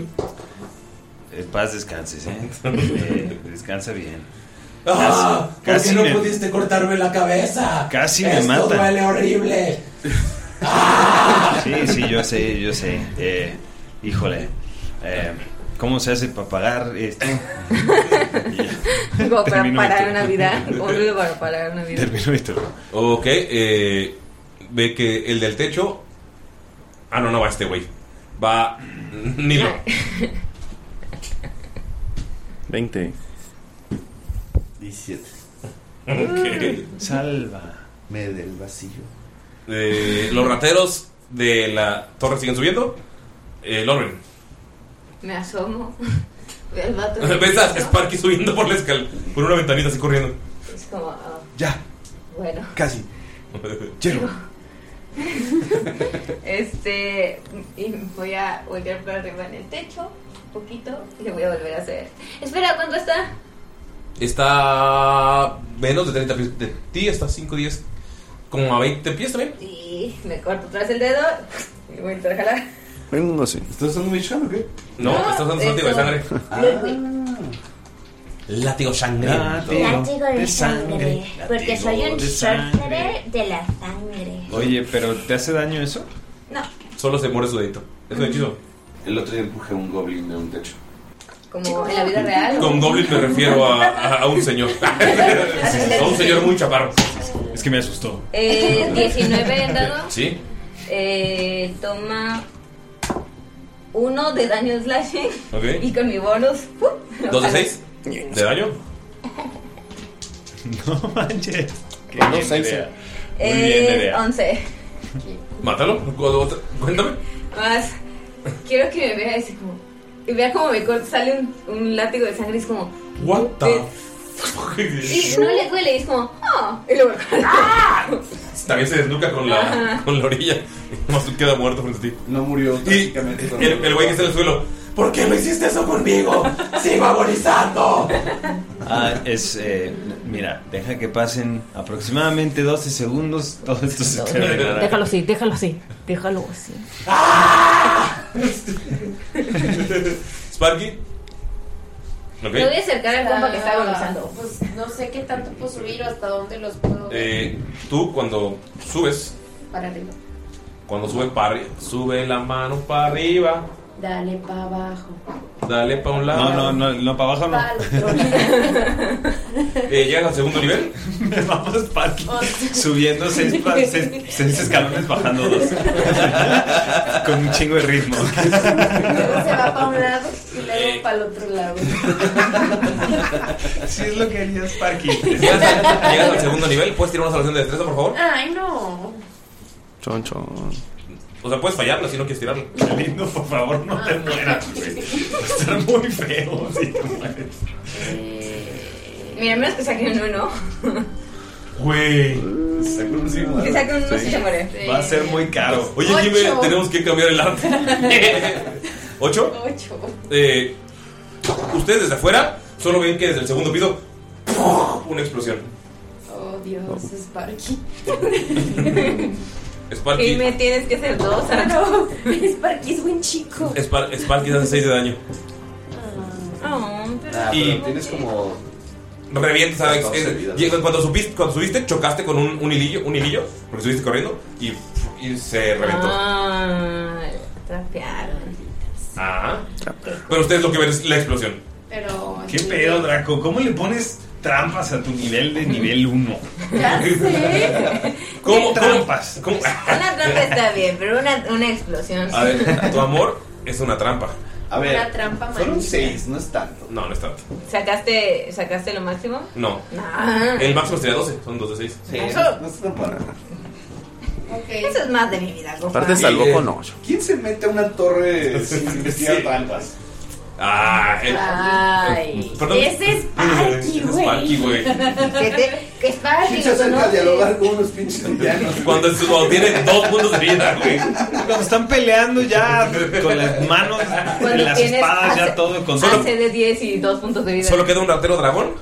S3: En paz descanses,
S1: <laughs>
S3: ¿eh? Eh, descansa bien.
S1: Ah, ¿Por
S3: Casi-
S1: qué no
S3: casi me-
S1: pudiste cortarme la cabeza?
S3: Casi me
S1: Esto
S3: matan.
S1: duele horrible.
S3: Sí, sí, yo sé, yo sé. Eh, híjole. Eh, ¿Cómo se hace para pagar este? esto?
S13: <laughs> Como para
S3: Termino
S13: parar
S3: mi
S13: una
S3: turno.
S13: vida. Un ruido para parar una vida.
S7: Ok, eh, ve que el del techo. Ah, no, no va este güey. Va Nilo.
S12: 20.
S8: 17.
S7: Ok.
S3: Salva.
S8: Me del vacío.
S7: Eh, los rateros de la torre siguen subiendo. Eh, Loren.
S13: Me asomo. <laughs> Veo al
S7: <laughs>
S13: vato.
S7: ¿Ves a Sparky subiendo por la escalera? Por una ventanita así corriendo.
S13: Es como. ah,
S7: Ya.
S13: Bueno.
S7: <laughs> Casi.
S13: Este, y voy a voltear para arriba en el techo, un poquito, y le voy a volver a hacer. Espera, ¿cuánto está?
S7: Está menos de 30 pies de ti, está 5, 10, como a 20 pies también.
S13: Y me corto tras el dedo y voy a entrar a jalar.
S12: No sé.
S8: ¿Estás usando Michan o qué?
S7: No, estás usando su látigo de sangre.
S13: Ah.
S3: Ah.
S7: Látigo sangrante.
S10: Látigo de
S3: de
S10: sangre.
S3: sangre,
S10: Porque soy un
S3: de sangre.
S10: sorcerer de la sangre.
S3: Oye, pero ¿te hace daño eso?
S13: No.
S7: Solo se muere su dedito. Es un hechizo.
S8: El otro día empujé un goblin de un techo.
S13: Como en la vida real.
S7: Con Goblin me refiero a, a- a un señor. a un señor muy chaparro.
S3: Es que me asustó.
S13: <laughs> Eh, 19 en dado.
S7: ¿Sí?
S13: Eh, toma uno de daño slashing.
S7: Ok.
S13: Y con mi bonus. ¡pum! <laughs>
S7: ¿Dos de seis? ¿De daño?
S3: No manches. Qué
S7: Bueno,
S3: bien,
S7: seis,
S3: Nerea. Muy bien,
S13: Eh,
S3: Nerea.
S13: 11.
S7: Mátalo. Cu- Cuéntame.
S13: Más, quiero que me vea ese como. Y vea como me corta, sale un, un látigo de sangre y es como.
S7: What the
S13: Y no le duele, y es como. ¡Ah! Y luego. <laughs>
S7: También se desnuca con la,
S13: Ajá.
S7: con la orilla. Más queda muerto frente a ti. No murió. Y el el güey que está en el suelo.
S9: ¿Por qué no hiciste
S3: <laughs>
S9: eso conmigo? ¡Sigo agonizando!
S3: Ah, es. eh, mira, deja que pasen aproximadamente 12 segundos. Todo esto se terminará.
S14: Déjalo así, déjalo así, déjalo así.
S7: Sparky. Ok.
S11: Me voy a acercar al compa que está agonizando.
S15: Ah, Pues no sé qué tanto puedo subir o hasta dónde los puedo
S7: Eh, tú cuando subes,
S15: para arriba.
S7: cuando sube para arri- sube la mano para arriba,
S15: Dale para abajo.
S7: dale para un lado.
S3: No, no, no, no para abajo
S15: Pa' otro.
S7: Eh, llegas al segundo nivel.
S3: Vamos, Sparky. Subiendo 6 <laughs> escalones, bajando <laughs> 2. Con un chingo de ritmo.
S15: Luego se va para un lado y
S16: Eh.
S15: luego para el otro lado.
S3: Sí, es lo que haría Sparky.
S7: <laughs> Llegas al, llegas al segundo nivel, puedes tirar una salvación de destreza, por favor.
S15: Ay, no.
S12: Chon, chon.
S7: O sea, puedes fallarla si no quieres tirarla.
S3: lindo, por favor, no te mueras, güey. Va a estar muy feo si te mueres.
S13: Mira, menos que saquen un uno.
S7: Güey.
S13: Que saquen un uno
S7: Sí.
S13: si se muere.
S7: Va a ser muy caro. Oye,
S13: Ocho.
S7: Jimmy, tenemos que cambiar el arte. ¿Ocho?
S15: Ocho.
S7: Eh, ustedes desde afuera solo ven que desde el segundo piso ¡pum! una explosión.
S15: Oh, Dios, Sparky.
S7: Sparky,
S15: me tienes que hacer dos. Ah, no.
S13: <laughs>
S15: Sparky es buen chico.
S7: Spar- Sparky hace 6 de daño. Ah,
S18: y tienes como.
S7: Revientas a Alex.
S18: Dos
S7: Eh,
S18: heridas.
S7: y cuando, subiste, cuando subiste, chocaste con un, un hilillo, un hilillo, porque subiste corriendo y, y se reventó.
S13: Ah, trapearon.
S7: Ah. Pero ustedes lo que ven es la explosión.
S15: Pero.
S3: ¿Qué pedo, Draco? ¿Cómo le pones trampas a tu nivel de nivel 1?
S13: Ya sé.
S7: ¿Cómo? <laughs> Trampas.
S13: Una trampa está bien, pero una, una explosión.
S7: A ver, tu amor es una trampa. A
S13: ver, Una trampa fueron maldita.
S7: seis, no es tanto. No, no es tanto.
S13: ¿Sacaste, ¿Sacaste lo máximo?
S7: No.
S13: No.
S7: El máximo sería 12, son 2 de 6.
S13: Sí, Eso- no
S7: está
S13: Eso es más de mi vida, compa.
S12: Aparte salvó con 8.
S18: ¿Quién se mete a una torre sin investigar
S7: Sí.
S18: trampas?
S7: Ah, el-
S13: Ay,
S7: Perdón.
S13: ese es Sparky,
S7: Ese es Sparky, güey.
S13: Que te- que Sparky
S18: ¿Quién se
S13: lo
S18: acerca a
S13: conoce.
S18: dialogar con unos pinches <laughs> villanos?
S7: Cuando, es- cuando tiene dos puntos de vida, güey.
S3: Cuando están peleando ya con las manos,
S13: Cuando
S3: las
S13: tienes
S3: espadas,
S13: hace-
S3: ya todo con
S13: Hace de 10 y 2 puntos de vida.
S7: Solo queda un ratero dragón.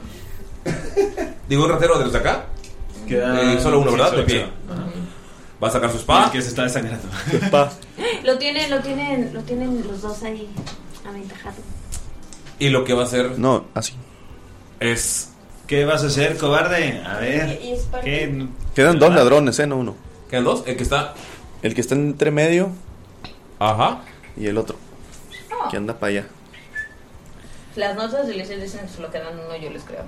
S7: Digo, un ratero de los de acá.
S3: Queda-
S7: Eh, solo uno,
S3: sí,
S7: ¿verdad?
S3: solo
S7: de pie. Va a sacar su espada. Que se está desangrando.
S11: Lo tienen, lo tienen, lo tienen los dos ahí aventajado.
S7: Y lo que va a hacer.
S12: No, así.
S7: Es.
S3: ¿Qué vas a hacer, cobarde? A ver.
S15: Y Sparky.
S3: ¿Qué?
S12: Quedan dos ladrones, ¿eh? No uno.
S7: ¿Quedan dos? El que está.
S12: El que está entre medio.
S7: Ajá.
S12: Y el otro.
S15: Oh.
S12: Que anda
S7: <laughs>
S12: para allá.
S13: Las notas de Ulises dicen que solo quedan uno, yo les creo.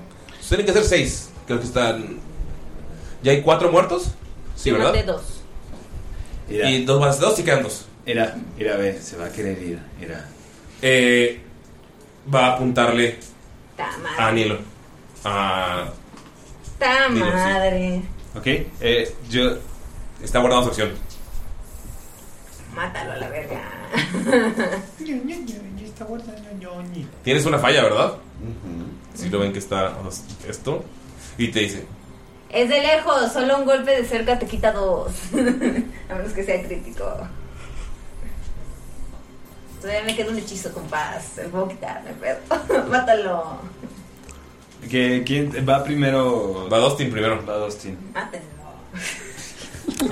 S7: Tienen que hacer seis. Creo que están. ¿Ya hay cuatro muertos? Sí,
S13: Yo
S7: ¿verdad?
S13: maté dos.
S7: Y dos más dos y quedan dos.
S3: Era, era, a ver, se va a querer ir. Era.
S7: Eh, va a apuntarle
S13: Ta madre.
S7: a Nilo. A.
S13: Ta
S7: Dilo, sí.
S13: madre.
S7: Ok, eh, yo. Está guardado su acción.
S13: Mátalo a la verga.
S7: Tienes una falla, ¿verdad? Si lo ven que está esto. Y te dice:
S13: Es de lejos, solo un golpe de cerca te quita dos. <laughs> a menos que sea crítico. Todavía me queda un hechizo, compás. Se lo puedo quitar, me pedo. <laughs> Mátalo.
S3: ¿Qué- ¿Quién va primero?
S7: Va Dustin primero.
S3: Va Dustin.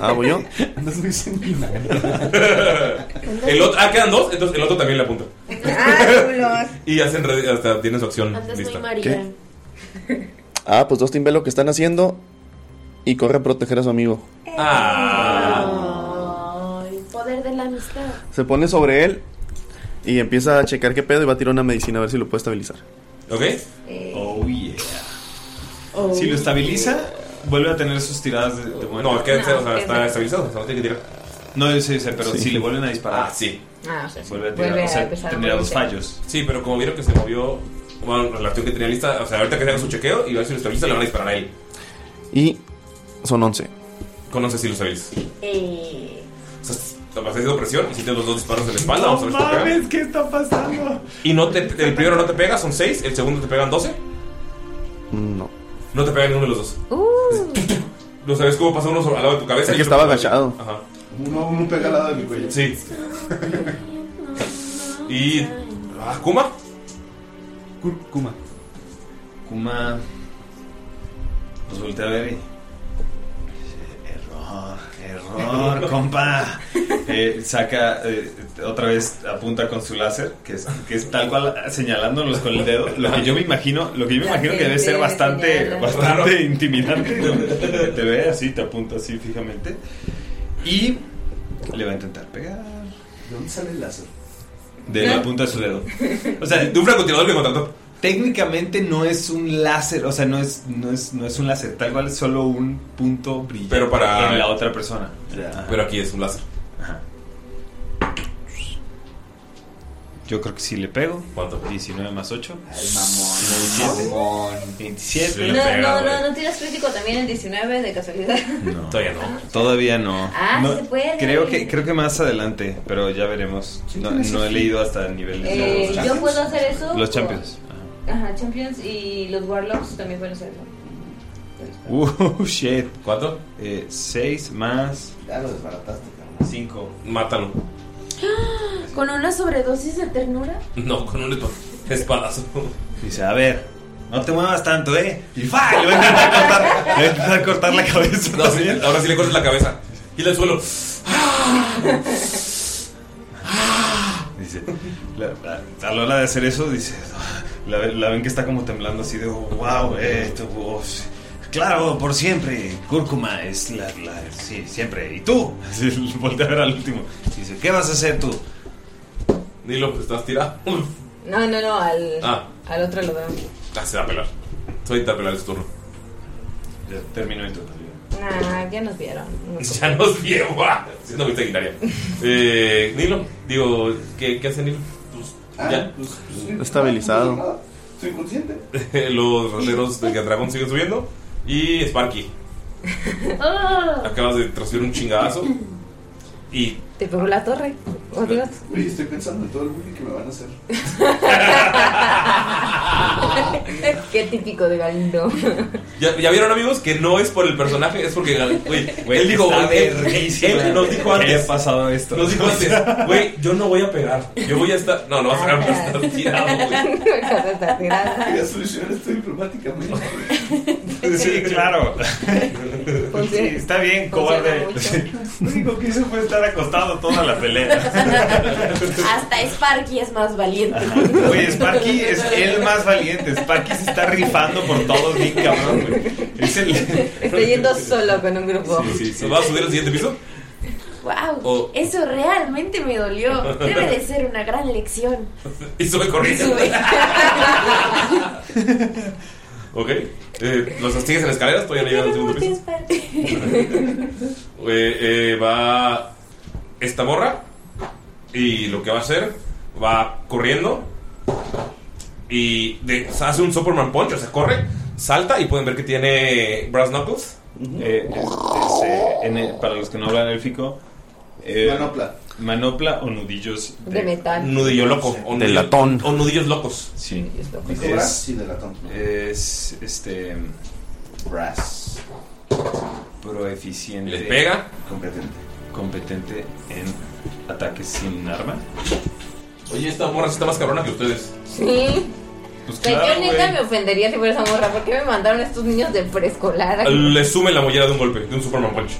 S12: Ah, voy yo.
S3: Andas muy
S7: <laughs> El otro, ah, quedan dos, entonces el otro también le apunta. y hacen re- hasta tiene su acción
S15: Andas muy
S7: lista.
S15: María.
S12: Ah, pues Dustin ve lo que están haciendo. Y corre a proteger a su amigo.
S15: Ay, poder de la amistad.
S12: Se pone sobre él. Y empieza a checar qué pedo. Y va a tirar una medicina a ver si lo puede estabilizar.
S7: ¿Ok?
S2: Eh,
S3: Oh, yeah.
S2: oh,
S3: Si lo estabiliza, vuelve a tener sus tiradas de, de muerte.
S7: No, queda en cero, o sea, está estabilizado, o sea, no tiene que tirar.
S3: No, yo sé, sé, pero
S7: Sí.
S3: si le vuelven a disparar.
S7: Ah, sí.
S13: Ah, o sea, sí.
S3: Vuelve a tirar, Vuelve o sea, a empezar a tendría dos moverse. fallos.
S7: Sí, pero como vieron que se movió, bueno, la acción que tenía lista, o sea, ahorita que haga su chequeo y va a ver si lo estabiliza, le van a disparar a él.
S12: Y son 11.
S7: Con 11 si lo estabiliza.
S13: Eh,
S7: O sea, te vas haciendo presión y si tienes los dos disparos en la
S3: Ah,
S7: espalda, vamos a ver si te pega.
S2: mames, ¿qué está pasando?
S7: Y no te, el primero no te pega, son 6, el segundo te pegan 12.
S12: No.
S7: No te pega ninguno de los dos. ¿Lo sabes cómo pasa uno sobre- al lado de tu cabeza?
S12: Es
S7: y
S12: que
S7: otro-
S12: estaba agachado.
S7: Ajá.
S18: Uno, uno pega al lado de mi cuello.
S7: Sí. Y ¿Kuma?
S3: Kuma. Kuma. Pues voltea a ver y. Error,
S19: <laughs>
S3: error, compa. Eh, saca, eh, otra vez apunta con su láser, que es, que es tal cual señalándonos con el dedo. Lo que yo me imagino, lo que yo me
S19: La
S3: imagino que debe
S19: gente
S3: ser bastante,
S19: señala.
S3: bastante intimidante.
S19: <laughs>
S3: Te, te ve así, te apunta así fijamente. Y le va a intentar pegar.
S4: ¿De dónde sale el láser?
S3: De la punta de su dedo. O sea, de un francotirador que contrató. Técnicamente no es un láser, o sea, no es, no es, no es un láser, tal cual es solo un punto brillante
S7: Pero para-
S3: en la otra persona. Ajá.
S7: Pero aquí es un láser.
S3: Yo creo que sí le pego. ¿Cuánto? 19 más 8.
S4: Ay,
S3: mamón. 27.
S4: Sí
S3: Sí
S4: le
S13: No, no, no, no tiras crítico también en 19 de casualidad.
S3: Todavía no. Todavía no.
S13: Ah,
S3: No,
S13: sí se puede.
S3: Creo que, creo que más adelante, pero ya veremos. No,
S13: tiene ese
S3: no he
S13: fin?
S3: leído hasta el nivel de
S13: Eh,
S3: los
S13: yo
S3: Champions.
S13: puedo hacer eso,
S3: Los
S13: o-
S3: Champions.
S13: Ajá, Champions y los Warlocks también pueden ser. ¿no?
S3: Uh, shit. ¿Cuánto? 6 más. Ya lo desbarataste, 5.
S7: Mátalo.
S10: <gasps> Con una sobredosis de ternura.
S7: No, con un espadazo.
S3: Dice, a ver, no te muevas tanto, ¿eh? Y fa, le voy a intentar cortar, le voy a intentar cortar la cabeza.
S7: ahora sí le cortas la cabeza. Y el suelo.
S3: Dice, la- a la hora de hacer eso, dice, la, ve- la ven que está como temblando así de, oh, wow, eh, esto, oh, sí. claro, por siempre, cúrcuma es la, la- sí, siempre. ¿Y tú? Así, <laughs> voltea a ver al último. Dice, ¿qué vas a hacer tú?
S7: Dilo, pues estás tirado.
S13: No, no, no, al,
S7: Ah.
S13: al otro lo veo.
S7: Ah, se va a pelar. Soy a pelar este turno.
S3: Ya terminó el turno.
S13: Nah, ya
S3: <laughs>
S13: nos vieron.
S7: <laughs> Ya nos vio, va. Siendo vista guinaria. Eh, Nilo, digo, ¿qué, qué hace Nilo? Pues,
S4: Ah,
S7: ya.
S4: pues,
S12: Estabilizado.
S4: Soy consciente.
S7: <laughs> Los roleros de Dragón siguen subiendo. Y Sparky,
S10: ¡Oh!
S7: acabas de recibir un chingadazo. Y
S13: Te pegó la torre. Oh, Dios.
S4: Oye, estoy pensando en todo el bullying que me van a hacer.
S13: Qué típico de Galindo.
S7: ¿Ya, ya vieron amigos que no es por el personaje, es porque
S4: <laughs>
S7: güey, él dijo,
S3: está
S7: güey, él,
S3: verguísima.
S7: él nos dijo
S3: ¿Qué
S7: antes,
S3: ha pasado esto?
S7: nos dijo antes, güey, yo no voy a pegar, yo voy a estar, no, no vas a pegar, vas a estar tirado.
S4: Quería solucionar esto diplomáticamente.
S3: <laughs> Sí, claro.
S4: Pues,
S3: Sí, está bien, cobarde. <laughs> Lo único que hizo fue estar acostado toda la pelea.
S10: Hasta Sparky es más valiente.
S3: Oye, Sparky es el más valiente. Sparky se está rifando por todos, bien cabrón, güey. Es el.
S13: Estoy yendo solo con un grupo.
S7: ¿Nos vas a subir al siguiente piso?
S10: ¡Wow!
S7: O-
S10: Eso realmente me dolió. Debe de ser una gran lección.
S7: Y sube corriendo. <laughs> ok, eh, los sigues en la escalera, todavía no llegan al segundo piso. Eh, eh, va esta morra y lo que va a hacer, va corriendo y de- o sea, hace un Superman Punch, o sea, corre, salta y pueden ver que tiene Brass Knuckles.
S3: Eh, es- es, eh, en el- para los que no hablan élfico, eh,
S7: Manopla.
S3: Manopla o nudillos
S13: De metal.
S7: Nudillo loco. O
S3: De
S7: nudillo-
S3: latón.
S7: O nudillos locos.
S3: Sí.
S4: ¿Dijo brass? Sí, de latón.
S3: Es este. Brass. Proeficiente.
S7: Les pega.
S3: Competente. Competente en ataques sin arma.
S7: Oye, esta morra sí está más cabrona que ustedes.
S13: Sí.
S7: Pues
S13: O sea,
S7: claro,
S13: yo neta
S7: güey.
S13: me ofendería si fuera esa morra. ¿Por qué me mandaron a estos niños de preescolar?
S7: Le sume la mollera de un golpe, de un Superman Punch.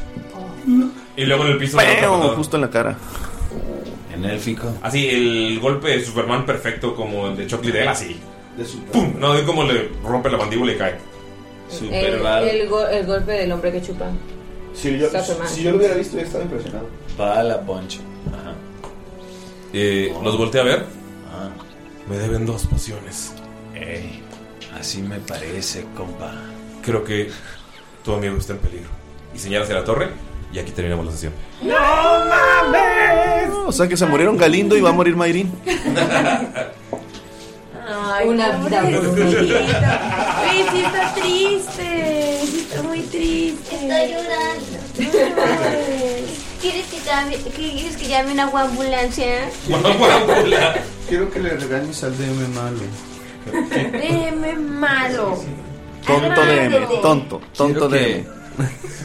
S7: Y luego en el piso.
S12: Pero,
S7: la otra
S12: justo en la cara.
S3: En élfico.
S7: Así, el golpe de Superman perfecto, como el de Chuck Liddell, así.
S4: De
S7: ¡Pum! No, de cómo le rompe la mandíbula y cae.
S13: el, el go- el golpe del hombre que chupa.
S4: Si yo,
S13: Está mal.
S4: si yo lo hubiera visto, ya estaba impresionado.
S3: Va la punch. Ajá.
S7: Eh, Los volteé a ver.
S3: Ah.
S7: Me deben dos pociones.
S3: Ey, así me parece, compa.
S7: Creo que tu amigo está en peligro. Y señala hacia la torre. Y aquí terminamos la sesión.
S20: ¡No mames!
S12: O sea que se murieron Galindo y va a
S20: <laughs>
S12: morir Mayrin.
S10: Una
S12: vida
S10: Sí, sí está triste. Sí está muy triste.
S21: Estoy llorando. <laughs> ¿Quieres que, llame, ¿Quieres que llamen a una ambulancia?
S8: Quiero que le regañes al DM malo.
S10: Deme malo.
S12: Tonto DM. Tonto. Tonto DM.
S7: <laughs>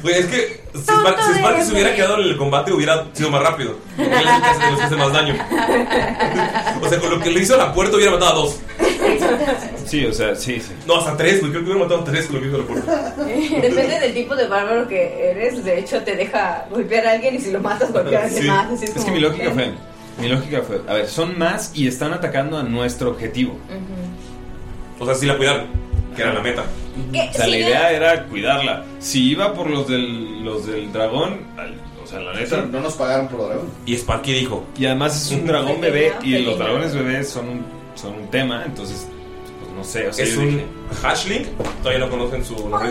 S7: Güey, es que si, Spar- si Sparky se hubiera quedado en el combate hubiera sido más rápido. Porque él es el que hace- de los que hace más daño. O sea, con lo que le hizo a la puerta hubiera matado a dos.
S3: Sí, o sea, sí, sí.
S7: No, hasta tres, güey. Creo que hubiera matado a tres con lo que hizo a la puerta.
S13: Depende del tipo de bárbaro que eres. De hecho, te deja golpear a alguien y si lo matas, golpear a alguien
S3: Sí.
S13: más. Así
S3: Es
S13: como-
S3: que mi lógica fue. Mi lógica fue. A ver, son más y están atacando a nuestro objetivo.
S13: Ujú.
S7: O sea, sí la cuidaron, que era la meta.
S13: ¿Qué?
S3: O sea, la
S13: Sigue-
S3: idea era cuidarla. Si iba por los del, los del dragón, al- o sea, la neta.
S8: Sí, no nos pagaron por dragón.
S7: Y Sparky dijo.
S3: Y además es un dragón bebé y
S8: pequeño.
S3: los dragones bebés son un, son un tema, entonces, pues no sé. O sea,
S7: Es
S3: yo
S7: un
S3: dije,
S7: Hashling, todavía no conocen su nombre.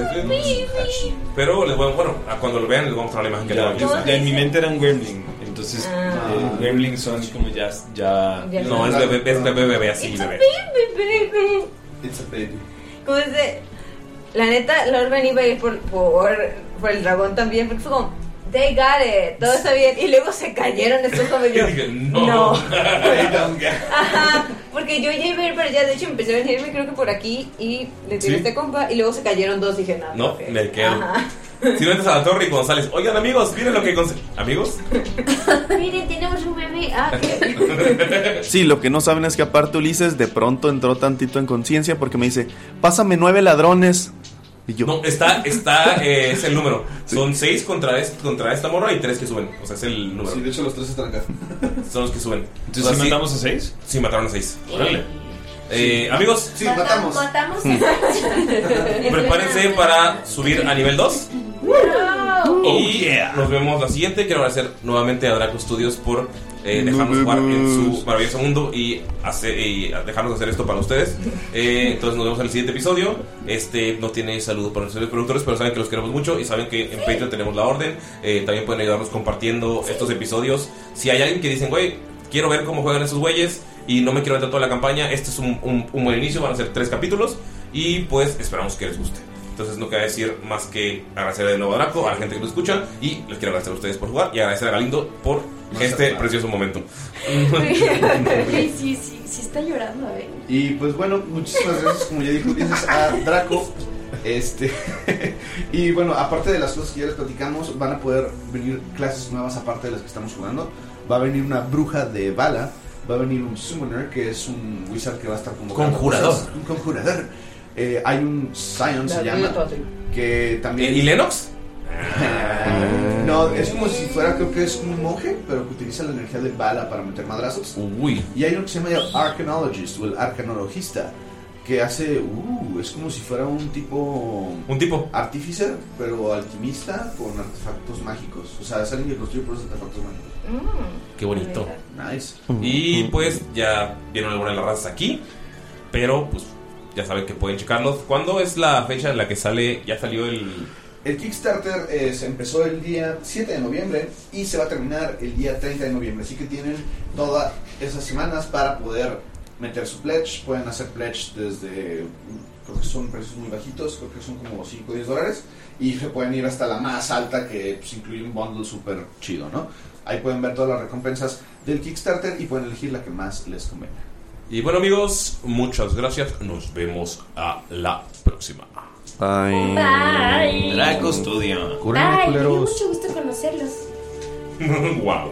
S7: Pero les voy a, bueno, a cuando lo vean les voy a mostrar la imagen que
S3: ya,
S7: le
S3: yo-
S7: voy
S3: ya en mi mente era un gremlin, entonces
S13: Ah.
S3: eh, gremlins son como ya. ya
S13: Ya No, no. es bebé-
S7: es bebé, bebé, así,
S3: It's
S13: Baby, baby. Como dice, la neta, Lord Ben iba a ir por, por, por el dragón también, porque fue como, they got it, todo está bien. Y luego se cayeron estos como yo.
S7: <laughs>
S3: <laughs>
S7: no.
S13: Ajá, porque yo ya iba a ir para allá, de hecho empecé a venirme creo que por aquí y le tiré
S7: Sí.
S13: este compa y luego se cayeron dos, dije, nada.
S7: No, me quedo.
S13: Ajá.
S7: Si no entras a la torre y González, oigan amigos, miren lo que conseguí. ¿Amigos?
S22: Miren, tenemos un bebé. Ah, ¿qué?
S12: Sí, lo que no saben es que aparte Ulises de pronto entró tantito en conciencia porque me dice, pásame nueve ladrones. Y yo,
S7: No, está, está, eh, es el número. Son seis contra, es- contra esta morra y tres que suben. O sea, es el número.
S8: Sí, de hecho los tres están acá.
S7: <laughs> Son los que suben.
S3: Entonces, ¿sí matamos a seis?
S7: Sí, mataron a seis.
S3: Órale.
S7: Eh, amigos, sí.
S8: matamos.
S10: Matamos.
S13: <laughs>
S7: Mm. prepárense para subir a nivel 2.
S5: Oh,
S7: y nos vemos la siguiente. Quiero agradecer nuevamente a Draco Studios por eh, dejarnos jugar en su maravilloso mundo y, hacer, y dejarnos hacer esto para ustedes. Eh, entonces nos vemos en el siguiente episodio. Este no tiene saludos para nuestros productores, pero saben que los queremos mucho y saben que en Patreon tenemos la orden. Eh, también pueden ayudarnos compartiendo estos episodios. Si hay alguien que dicen, güey, quiero ver cómo juegan esos güeyes y no me quiero meter toda la campaña, este es un, un- un buen inicio, van a ser tres capítulos y pues esperamos que les guste. Entonces no queda decir más que agradecer de nuevo a Draco, a la gente que lo escucha y les quiero agradecer a ustedes por jugar y agradecer a Galindo por este precioso momento.
S10: Sí, sí, sí, sí está llorando, eh.
S8: Y pues bueno, muchísimas gracias, como ya dijo, dices a Draco. Este, <laughs> y bueno, aparte de las cosas que ya les platicamos, van a poder venir clases nuevas aparte de las que estamos jugando. Va a venir una bruja de bala, va a venir un summoner, que es un wizard que va a estar como
S7: Conjurador.
S8: Un conjurador. Eh, hay un Scion, se
S13: La-
S8: llama,
S13: la-
S8: que también...
S7: ¿Y Lennox? Eh.
S8: No, es como si fuera, creo que es un monje, pero que utiliza la energía de bala para meter madrazos.
S7: Uy.
S8: Y hay uno que se llama el Arcanologist o el Arcanologista, que hace. Uh, es como si fuera un tipo.
S7: Un tipo.
S8: Artífice, pero alquimista con artefactos mágicos. O sea, es alguien que construye puros artefactos mágicos.
S7: <laughs> Qué bonito.
S8: Nice.
S7: Y pues ya vieron alguna de las razas aquí, pero pues ya saben que pueden checarlos. ¿Cuándo es la fecha en la que sale? Ya salió el...
S8: El Kickstarter eh, se empezó el día 7 de noviembre y se va a terminar el día 30 de noviembre. Así que tienen todas esas semanas para poder meter su pledge. Pueden hacer pledge desde, creo que son precios muy bajitos, creo que son como 5 o 10 dólares. Y se pueden ir hasta la más alta que pues, incluye un bundle súper chido, ¿no? Ahí pueden ver todas las recompensas del Kickstarter y pueden elegir la que más les convenga.
S7: Y bueno amigos, muchas gracias. Nos vemos a la próxima.
S10: Bye.
S3: Draco Studio.
S10: Bye,
S7: <laughs>
S10: me <laughs> dio mucho gusto conocerlos.
S7: wow.